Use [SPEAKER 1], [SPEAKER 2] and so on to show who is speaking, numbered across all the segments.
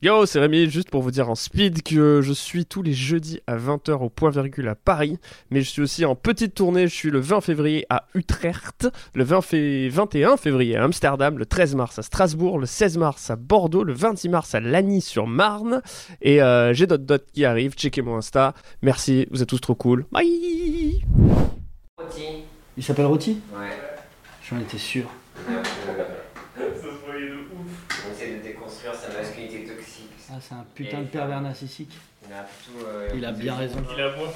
[SPEAKER 1] Yo, c'est Rémi, juste pour vous dire en speed que je suis tous les jeudis à 20h au point virgule à Paris, mais je suis aussi en petite tournée, je suis le 20 février à Utrecht, le 20 fé- 21 février à Amsterdam, le 13 mars à Strasbourg, le 16 mars à Bordeaux, le 26 mars à Lagny-sur-Marne, et euh, j'ai d'autres dates qui arrivent, checkez mon Insta, merci, vous êtes tous trop cool, bye
[SPEAKER 2] Il s'appelle Rôti Ouais. J'en étais sûr.
[SPEAKER 3] On essaie de déconstruire sa masculinité toxique.
[SPEAKER 2] Ah, c'est un putain de pervers narcissique.
[SPEAKER 3] Il a plutôt. euh,
[SPEAKER 2] Il a bien raison.
[SPEAKER 4] Il la voit,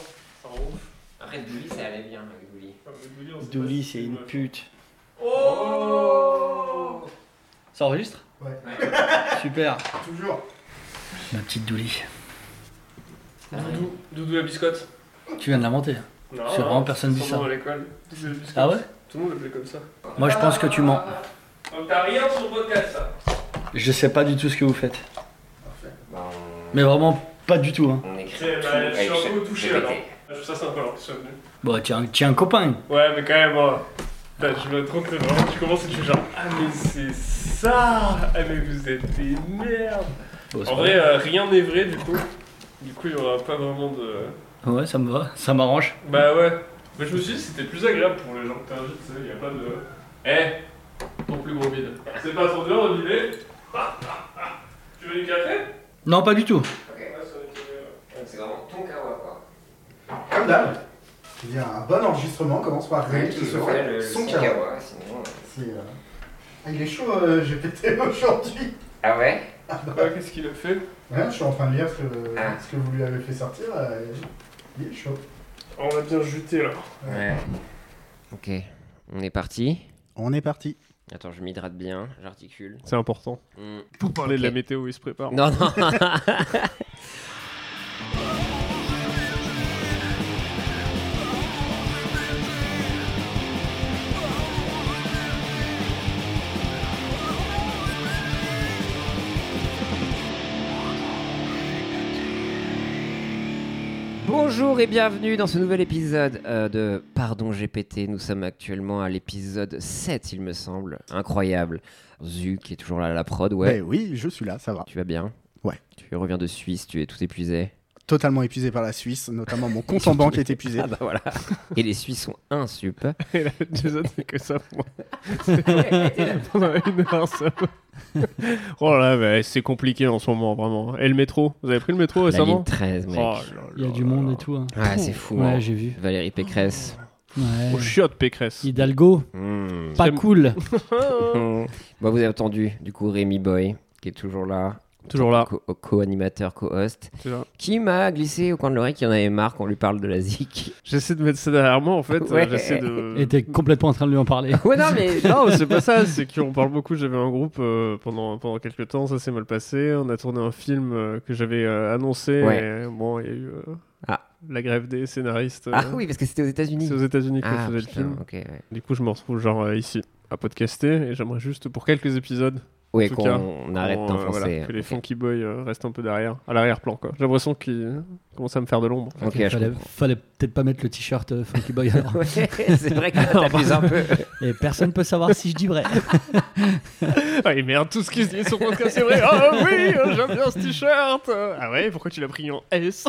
[SPEAKER 4] ça roule.
[SPEAKER 3] Après, Douli, ça allait bien avec Douli.
[SPEAKER 4] Comme le bouillon, c'est pas
[SPEAKER 2] Douli,
[SPEAKER 4] si
[SPEAKER 2] c'est une
[SPEAKER 4] mal.
[SPEAKER 2] pute.
[SPEAKER 3] Oh
[SPEAKER 2] Ça enregistre
[SPEAKER 5] Ouais.
[SPEAKER 2] Super.
[SPEAKER 5] Toujours.
[SPEAKER 2] Ma petite Douli.
[SPEAKER 4] Doudou, Doudou la biscotte.
[SPEAKER 2] Tu viens de l'inventer.
[SPEAKER 4] Non,
[SPEAKER 2] C'est vraiment personne dit
[SPEAKER 4] son
[SPEAKER 2] ça.
[SPEAKER 4] nom à l'école. Doudou la biscotte.
[SPEAKER 2] Ah ouais
[SPEAKER 4] Tout le monde l'appelait comme ça.
[SPEAKER 2] Moi, je pense que tu mens.
[SPEAKER 4] Donc t'as rien sur le podcast, ça.
[SPEAKER 2] Je sais pas du tout ce que vous faites.
[SPEAKER 3] Bah, on...
[SPEAKER 2] Mais vraiment pas du tout. Hein.
[SPEAKER 3] on écrit
[SPEAKER 4] C'est-
[SPEAKER 3] tout
[SPEAKER 4] bah, je suis
[SPEAKER 3] avec
[SPEAKER 4] un peu
[SPEAKER 3] chaque-
[SPEAKER 4] touché,
[SPEAKER 3] GPT.
[SPEAKER 4] alors. Ah, Je trouve ça sympa, alors, tu sois venu.
[SPEAKER 2] Bon, tiens, un, t'es un copain.
[SPEAKER 4] Ouais, mais quand même, hein. Putain, je me trompe, mais vraiment, tu commences et tu fais genre Ah, mais c'est ça Ah, mais vous êtes des merdes
[SPEAKER 2] Bon, c'est
[SPEAKER 4] En
[SPEAKER 2] pas-
[SPEAKER 4] vrai, euh, rien n'est vrai, du coup. Du coup, il y aura pas vraiment de.
[SPEAKER 2] Ouais, ça me va. Ça m'arrange.
[SPEAKER 4] Bah ouais. Mais je me suis dit que c'était plus agréable pour les gens que t'invites, tu sais, il y a pas de... Eh Ton plus gros bide. C'est pas trop dur, on y est Tu veux du café
[SPEAKER 2] Non, pas du tout.
[SPEAKER 3] Ok.
[SPEAKER 4] euh,
[SPEAKER 3] C'est vraiment ton kawa, quoi.
[SPEAKER 5] Comme d'hab. Il y a Eh un bon enregistrement, commence par Rémi qui se
[SPEAKER 3] toujours, ouais,
[SPEAKER 5] fait
[SPEAKER 3] le-
[SPEAKER 5] son
[SPEAKER 3] son
[SPEAKER 5] carré.
[SPEAKER 3] kawa, sinon. euh.
[SPEAKER 5] il est chaud euh, GPT aujourd'hui.
[SPEAKER 3] Ah ouais
[SPEAKER 4] Ah, qu'est-ce qu'il a fait
[SPEAKER 5] Ouais, je suis en train de lire ce que,
[SPEAKER 3] Ah.
[SPEAKER 5] ce que vous lui avez fait sortir. euh, il est chaud.
[SPEAKER 4] On a bien juté, là.
[SPEAKER 3] Ouais. Ok. On est parti.
[SPEAKER 5] On est parti.
[SPEAKER 3] Attends, je m'hydrate bien, j'articule.
[SPEAKER 1] C'est important,
[SPEAKER 3] Hmm.
[SPEAKER 1] pour parler de
[SPEAKER 3] Ok.
[SPEAKER 1] la météo, il se prépare.
[SPEAKER 3] Non, non. Bonjour et bienvenue dans ce nouvel épisode euh, de Pardon GPT. Nous sommes actuellement à l'épisode 7, il me semble. Incroyable. Zu qui est toujours là à la prod, ouais.
[SPEAKER 6] Ben oui, je suis là, ça va.
[SPEAKER 3] Tu vas bien
[SPEAKER 6] Ouais.
[SPEAKER 3] Tu reviens de Suisse, tu es tout épuisé.
[SPEAKER 6] Totalement épuisé par la Suisse, notamment mon compte en banque est épuisé.
[SPEAKER 3] Ah bah voilà. Et les Suisses sont insup.
[SPEAKER 1] Et là, Jason fait que ça pour moi. Pendant une heure, ça. oh là, mais c'est compliqué en ce moment, vraiment. Et le métro Vous avez pris le métro
[SPEAKER 3] La
[SPEAKER 1] récemment
[SPEAKER 3] ligne 13, mec.
[SPEAKER 1] Oh là
[SPEAKER 2] Il y a
[SPEAKER 1] là
[SPEAKER 2] du
[SPEAKER 1] là
[SPEAKER 2] monde
[SPEAKER 1] là.
[SPEAKER 2] et tout. Hein.
[SPEAKER 3] Ouais, c'est fou. hein.
[SPEAKER 2] Ouais, j'ai vu.
[SPEAKER 3] Valérie Pécresse.
[SPEAKER 2] Ouais.
[SPEAKER 1] Au chiotte, Pécresse.
[SPEAKER 2] Hidalgo,
[SPEAKER 3] Hmm.
[SPEAKER 2] pas
[SPEAKER 1] J'aime-
[SPEAKER 2] cool.
[SPEAKER 3] Hmm. Bon, vous avez entendu, du coup, Rémi Boy, qui est toujours là.
[SPEAKER 1] Toujours là.
[SPEAKER 3] Co- Co-animateur, co-host.
[SPEAKER 1] C'est ça.
[SPEAKER 3] Qui m'a glissé au coin de l'oreille qu'il y en avait marre qu'on lui parle de la zik.
[SPEAKER 1] J'essaie de mettre ça derrière moi, en fait.
[SPEAKER 3] Ouais.
[SPEAKER 1] euh, J'essaie de.
[SPEAKER 2] Et t'es complètement en train de lui en parler.
[SPEAKER 3] Ouais, non, mais.
[SPEAKER 1] Non, c'est pas ça, c'est qu'on parle beaucoup. J'avais un groupe euh, pendant, pendant quelques temps, ça s'est mal passé. On a tourné un film euh, que j'avais euh, annoncé.
[SPEAKER 3] Ouais.
[SPEAKER 1] et bon, il y a eu euh,
[SPEAKER 3] Ah.
[SPEAKER 1] la grève des scénaristes.
[SPEAKER 3] Ah
[SPEAKER 1] euh,
[SPEAKER 3] oui, parce que c'était aux États-Unis.
[SPEAKER 1] C'est aux États-Unis que
[SPEAKER 3] Ah,
[SPEAKER 1] je faisais
[SPEAKER 3] putain,
[SPEAKER 1] le film.
[SPEAKER 3] ok. Ouais,
[SPEAKER 1] Du coup, je me retrouve genre euh, ici à podcaster et j'aimerais juste pour quelques épisodes
[SPEAKER 3] Ouais,
[SPEAKER 1] tout
[SPEAKER 3] qu'on
[SPEAKER 1] cas,
[SPEAKER 3] on arrête
[SPEAKER 1] qu'on, euh,
[SPEAKER 3] d'enfoncer.
[SPEAKER 1] voilà, que les
[SPEAKER 3] Ok.
[SPEAKER 1] funky boys euh, restent un peu derrière, à l'arrière-plan quoi. J'ai l'impression qu'ils euh, commencent à me faire de l'ombre.
[SPEAKER 3] Ok, je
[SPEAKER 2] fallait
[SPEAKER 3] comprends.
[SPEAKER 2] fallait peut-être pas mettre le t-shirt euh, Funky Boy alors.
[SPEAKER 3] Ouais, c'est vrai que là, t'abuses un peu.
[SPEAKER 2] Et personne peut savoir si je dis vrai.
[SPEAKER 1] Ah et merde, tout ce qu'ils se disent sur podcast, c'est vrai. Ah oui, euh, j'aime bien ce t-shirt. Euh, Ah ouais, pourquoi tu l'as pris en S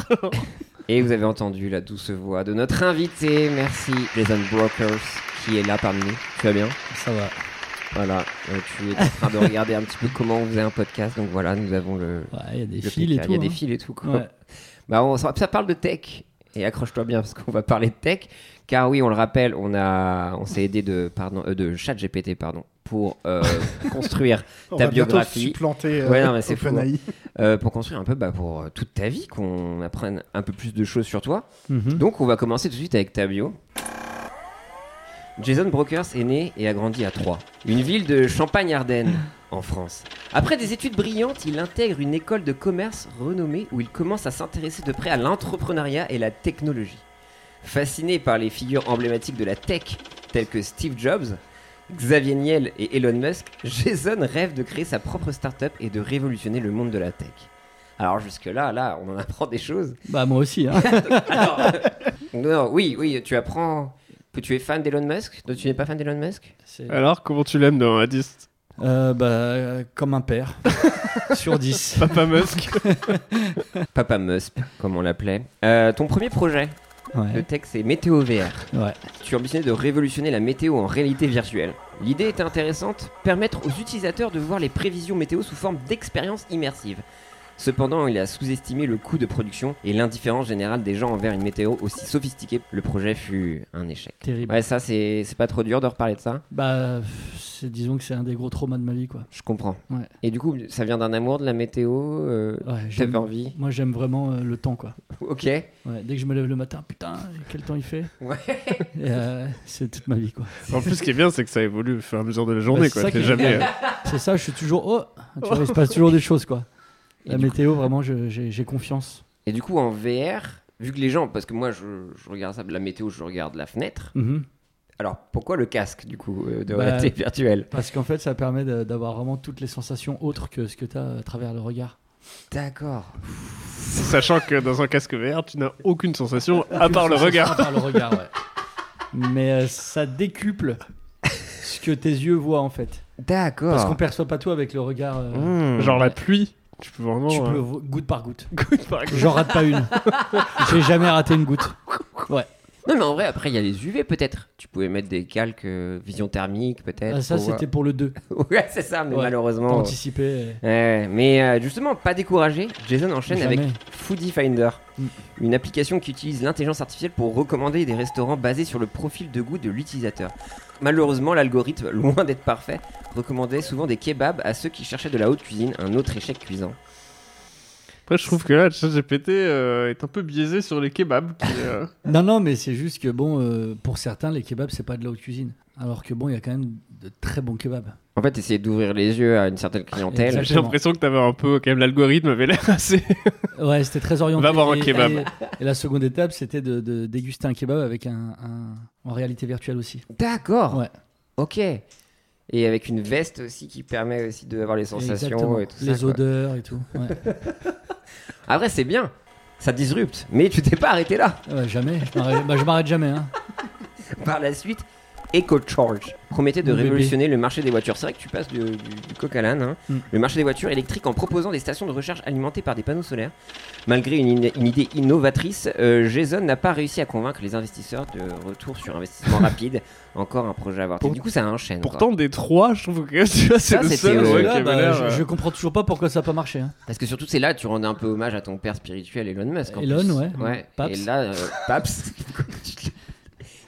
[SPEAKER 3] Et vous avez entendu la douce voix de notre invité, merci, Jason Brokers, qui est là parmi nous. Tu vas bien
[SPEAKER 2] Ça va.
[SPEAKER 3] Voilà, euh, tu es en train de regarder un petit peu comment on faisait un podcast, donc voilà, nous avons le...
[SPEAKER 2] Ouais, il y a des
[SPEAKER 3] le
[SPEAKER 2] fils et
[SPEAKER 3] PK.
[SPEAKER 2] tout.
[SPEAKER 3] Il y a des
[SPEAKER 2] hein.
[SPEAKER 3] fils et tout, quoi.
[SPEAKER 2] Ouais.
[SPEAKER 3] Bah, on, ça, ça parle de tech, et accroche-toi bien, parce qu'on va parler de tech, car oui, on le rappelle, on, a, on s'est aidé de, pardon, euh, de ChatGPT, pardon, pour euh, construire
[SPEAKER 6] On
[SPEAKER 3] Ta
[SPEAKER 6] va bientôt
[SPEAKER 3] biographie.
[SPEAKER 6] supplanter euh,
[SPEAKER 3] Ouais, non, mais c'est fou,
[SPEAKER 6] OpenAI.
[SPEAKER 3] euh, pour construire un peu, bah, pour euh, toute ta vie, qu'on apprenne un peu plus de choses sur toi.
[SPEAKER 2] Mhm.
[SPEAKER 3] Donc on va commencer tout de suite avec ta bio. Jason Brokers est né et a grandi à Troyes, une ville de Champagne-Ardenne, en France. Après des études brillantes, il intègre une école de commerce renommée où il commence à s'intéresser de près à l'entrepreneuriat et la technologie. Fasciné par les figures emblématiques de la tech, telles que Steve Jobs, Xavier Niel et Elon Musk, Jason rêve de créer sa propre start-up et de révolutionner le monde de la tech. Alors jusque-là, là, on en apprend des choses.
[SPEAKER 2] Bah, moi aussi. Hein.
[SPEAKER 3] Non, non, oui, oui, tu apprends que tu es fan d'Elon Musk. Non, tu n'es pas fan d'Elon Musk
[SPEAKER 2] C'est-
[SPEAKER 1] Alors, comment tu l'aimes dans 10
[SPEAKER 2] Euh, bah, comme un père. sur 10.
[SPEAKER 4] Papa Musk.
[SPEAKER 3] Papa Musp, comme on l'appelait. Euh, ton premier projet de
[SPEAKER 2] Ouais.
[SPEAKER 3] texte, c'est Météo VR.
[SPEAKER 2] ouais.
[SPEAKER 3] Tu ambitionnais de révolutionner la météo en réalité virtuelle. L'idée était intéressante, permettre aux utilisateurs de voir les prévisions météo sous forme d'expérience immersive. Cependant, il a sous-estimé le coût de production et l'indifférence générale des gens envers une météo aussi sophistiquée. Le projet fut un échec.
[SPEAKER 2] Terrible.
[SPEAKER 3] Ouais, ça, c'est c'est pas trop dur de reparler de ça
[SPEAKER 2] Bah, pff, c'est- disons que c'est un des gros traumas de ma vie, quoi.
[SPEAKER 3] Je comprends.
[SPEAKER 2] Ouais.
[SPEAKER 3] Et du coup, ça vient d'un amour de la météo euh,
[SPEAKER 2] Ouais,
[SPEAKER 3] T'avais
[SPEAKER 2] j'aime-
[SPEAKER 3] envie
[SPEAKER 2] moi, j'aime vraiment euh, le temps, quoi.
[SPEAKER 3] Ok.
[SPEAKER 2] Ouais, dès que je me lève le matin, putain, quel temps il fait.
[SPEAKER 3] Ouais.
[SPEAKER 2] Et, euh, c'est toute ma vie, quoi.
[SPEAKER 4] En plus, ce qui est bien, c'est que ça évolue au fur et à mesure de la journée.
[SPEAKER 2] Bah, c'est
[SPEAKER 4] quoi.
[SPEAKER 2] ça
[SPEAKER 4] T'es
[SPEAKER 2] qui est
[SPEAKER 4] jamais. euh,
[SPEAKER 2] génial. C'est ça, je suis toujours. Oh Tu vois, il se passe toujours des choses, quoi.
[SPEAKER 3] Et
[SPEAKER 2] La
[SPEAKER 3] du
[SPEAKER 2] météo, vraiment, je- j'ai j'ai confiance.
[SPEAKER 3] Et du coup, en VR, vu que les gens, parce que moi, je, je regarde ça, la météo, je regarde la fenêtre.
[SPEAKER 2] Mhm.
[SPEAKER 3] Alors, pourquoi le casque, du coup, euh, de
[SPEAKER 2] Bah,
[SPEAKER 3] réalité virtuelle
[SPEAKER 2] Parce qu'en fait, ça permet de- d'avoir vraiment toutes les sensations autres que ce que tu as à travers le regard.
[SPEAKER 3] D'accord.
[SPEAKER 4] Sachant que dans un casque VR, tu n'as aucune sensation à part le
[SPEAKER 2] Toutes les sensations
[SPEAKER 4] regard.
[SPEAKER 2] À part le regard, ouais. Mais euh, ça décuple ce que tes yeux voient, en fait.
[SPEAKER 4] Ah.
[SPEAKER 2] Parce qu'on
[SPEAKER 3] D'accord.
[SPEAKER 2] perçoit pas tout avec le regard. euh,
[SPEAKER 3] Mmh.
[SPEAKER 4] Genre la pluie, tu peux vraiment.
[SPEAKER 2] Tu peux
[SPEAKER 4] euh,
[SPEAKER 2] vo- goutte par goutte.
[SPEAKER 4] goutte par goutte.
[SPEAKER 2] J'en rate pas une. J'ai jamais raté une goutte.
[SPEAKER 3] Non, mais en vrai, après, il y a les UV, peut-être. Tu pouvais mettre des calques euh, vision thermique, peut-être.
[SPEAKER 2] Ah, ça,
[SPEAKER 3] pour voir.
[SPEAKER 2] c'était pour le 2.
[SPEAKER 3] ouais, c'est ça, mais
[SPEAKER 2] Ouais. Pour
[SPEAKER 4] Oh.
[SPEAKER 3] malheureusement. Ouais,
[SPEAKER 2] anticiper. euh,
[SPEAKER 3] Ouais, mais euh, justement, pas découragé, Jason enchaîne
[SPEAKER 2] Jamais.
[SPEAKER 3] avec Foodie Finder,
[SPEAKER 2] Mm.
[SPEAKER 3] une application qui utilise l'intelligence artificielle pour recommander des restaurants basés sur le profil de goût de l'utilisateur. Malheureusement, l'algorithme, loin d'être parfait, recommandait souvent des kebabs à ceux qui cherchaient de la haute cuisine, un autre échec cuisant.
[SPEAKER 4] Après, je trouve que là, le chat GPT euh, est un peu biaisé sur les kebabs. qui, euh,
[SPEAKER 2] Non, non, mais c'est juste que bon, euh, pour certains, les kebabs, c'est pas de la haute cuisine. Alors que bon, il y a quand même de très bons kebabs.
[SPEAKER 3] En fait, essayer d'ouvrir les yeux à une certaine clientèle.
[SPEAKER 2] Exact.
[SPEAKER 4] J'ai l'impression que t'avais un peu quand même l'algorithme avait l'air assez.
[SPEAKER 2] Ouais, c'était très orienté.
[SPEAKER 4] Va voir un
[SPEAKER 2] Et-
[SPEAKER 4] kebab.
[SPEAKER 2] Et, et la seconde étape, c'était de, de déguster un kebab avec un, un- en réalité virtuelle aussi.
[SPEAKER 3] D'accord.
[SPEAKER 2] Ouais.
[SPEAKER 3] Ok. Et avec une veste aussi qui permet aussi d'avoir les sensations
[SPEAKER 2] Exactement.
[SPEAKER 3] et tout ça,
[SPEAKER 2] Les
[SPEAKER 3] quoi.
[SPEAKER 2] odeurs et tout. Ouais.
[SPEAKER 3] Après, c'est bien. Ça disrupte. Mais tu t'es pas arrêté là.
[SPEAKER 2] Ouais, jamais. Je m'arrête- bah, je m'arrête jamais. Hein.
[SPEAKER 3] Par la suite, EcoCharge promettait de
[SPEAKER 2] Mon bébé.
[SPEAKER 3] révolutionner le marché des voitures. C'est vrai que tu passes du, du- du coq à l'âne, hein.
[SPEAKER 2] Mm.
[SPEAKER 3] le marché des voitures électriques en proposant des stations de recharge alimentées par des panneaux solaires. Malgré une, in- une idée innovatrice, euh, Jason n'a pas réussi à convaincre les investisseurs de retour sur investissement rapide. Encore un projet avorté.
[SPEAKER 4] Pour-
[SPEAKER 3] Du coup, ça enchaîne. quoi.
[SPEAKER 4] Pourtant, des trois, je trouve que tu vois, c'est
[SPEAKER 3] Ça,
[SPEAKER 4] le
[SPEAKER 3] c'était
[SPEAKER 4] seul
[SPEAKER 3] eux.
[SPEAKER 4] ouais, qui
[SPEAKER 2] Là,
[SPEAKER 4] avait
[SPEAKER 2] bah,
[SPEAKER 4] l'air.
[SPEAKER 2] je,
[SPEAKER 4] euh,
[SPEAKER 2] je comprends toujours pas pourquoi ça a pas marché. hein.
[SPEAKER 3] Parce que surtout, c'est là tu rendais un peu hommage à ton père spirituel, Elon Musk. en
[SPEAKER 2] Elon,
[SPEAKER 3] plus.
[SPEAKER 2] ouais. Paps.
[SPEAKER 3] Et là, euh, Paps,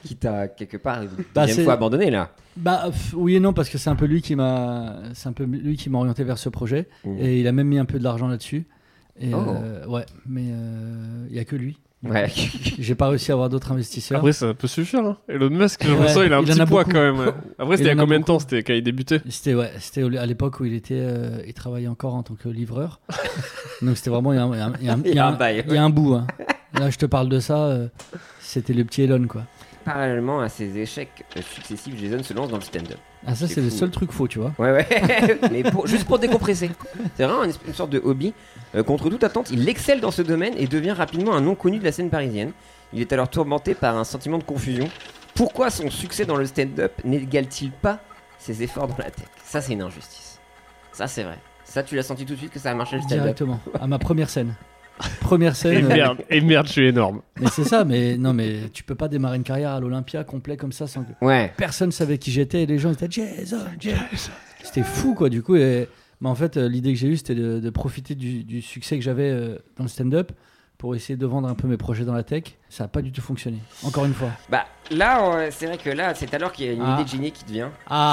[SPEAKER 3] qui t'a quelque part une
[SPEAKER 2] Bah,
[SPEAKER 3] deuxième
[SPEAKER 2] c'est-
[SPEAKER 3] fois abandonné là.
[SPEAKER 2] Bah pff, oui et non parce que c'est un peu lui qui m'a, c'est un peu lui qui m'a orienté vers ce projet
[SPEAKER 3] Mm.
[SPEAKER 2] et il a même mis un peu de l'argent là-dessus. Et
[SPEAKER 3] Oh.
[SPEAKER 2] euh, ouais, mais euh, il y a que lui.
[SPEAKER 3] Ouais.
[SPEAKER 2] J'ai pas réussi à avoir d'autres investisseurs.
[SPEAKER 3] Ah
[SPEAKER 4] Après, ça peut suffire. Hein. Elon Musk, j'ai l'impression,
[SPEAKER 2] Ouais,
[SPEAKER 4] il a un
[SPEAKER 2] il en
[SPEAKER 4] petit
[SPEAKER 2] a
[SPEAKER 4] poids
[SPEAKER 2] beaucoup.
[SPEAKER 4] quand même. ouais. Après, c'était il y
[SPEAKER 2] en
[SPEAKER 4] a
[SPEAKER 2] a
[SPEAKER 4] combien de
[SPEAKER 2] beaucoup.
[SPEAKER 4] temps C'était quand il débutait
[SPEAKER 2] C'était ouais, c'était au- à l'époque où il était, euh, il travaillait encore en tant que livreur. Donc c'était vraiment il y a un, il y a un- il y a un-
[SPEAKER 3] Il y a un bail,
[SPEAKER 2] il y a un bout. hein. Là je te parle de ça, euh, c'était le petit Elon quoi.
[SPEAKER 3] Parallèlement à ses échecs euh, successifs, Jason se lance dans le stand-up.
[SPEAKER 2] Ah ça
[SPEAKER 3] C'est
[SPEAKER 2] c'est le
[SPEAKER 3] fou.
[SPEAKER 2] seul truc faux tu vois.
[SPEAKER 3] Ouais, ouais. Mais pour- juste pour décompresser. C'est vraiment une, une sorte de hobby. Euh, contre toute attente, il excelle dans ce domaine et devient rapidement un nom connu de la scène parisienne. Il est alors tourmenté par un sentiment de confusion. Pourquoi son succès dans le stand-up n'égale-t-il pas ses efforts dans la tech Ça, c'est une injustice. Ça, c'est vrai. Ça, tu l'as senti tout de suite que ça a marché le stand-up.
[SPEAKER 2] Directement à ma première scène. Première
[SPEAKER 4] et
[SPEAKER 2] scène. euh,
[SPEAKER 4] merde, et merde, je suis énorme.
[SPEAKER 2] Mais c'est ça, mais non, mais tu peux pas démarrer une carrière à l'Olympia complet comme ça sans que
[SPEAKER 3] Ouais.
[SPEAKER 2] personne savait qui j'étais et les gens étaient Jason, Jason. C'était fou quoi, du coup. Et... Mais en fait, euh, l'idée que j'ai eue, c'était de, de profiter du, du succès que j'avais euh, dans le stand-up pour essayer de vendre un peu mes projets dans la tech. Ça a pas du tout fonctionné, encore une fois.
[SPEAKER 3] Bah, là, on- c'est vrai que là, c'est alors qu'il y a une
[SPEAKER 2] Ah.
[SPEAKER 3] idée de génie qui devient.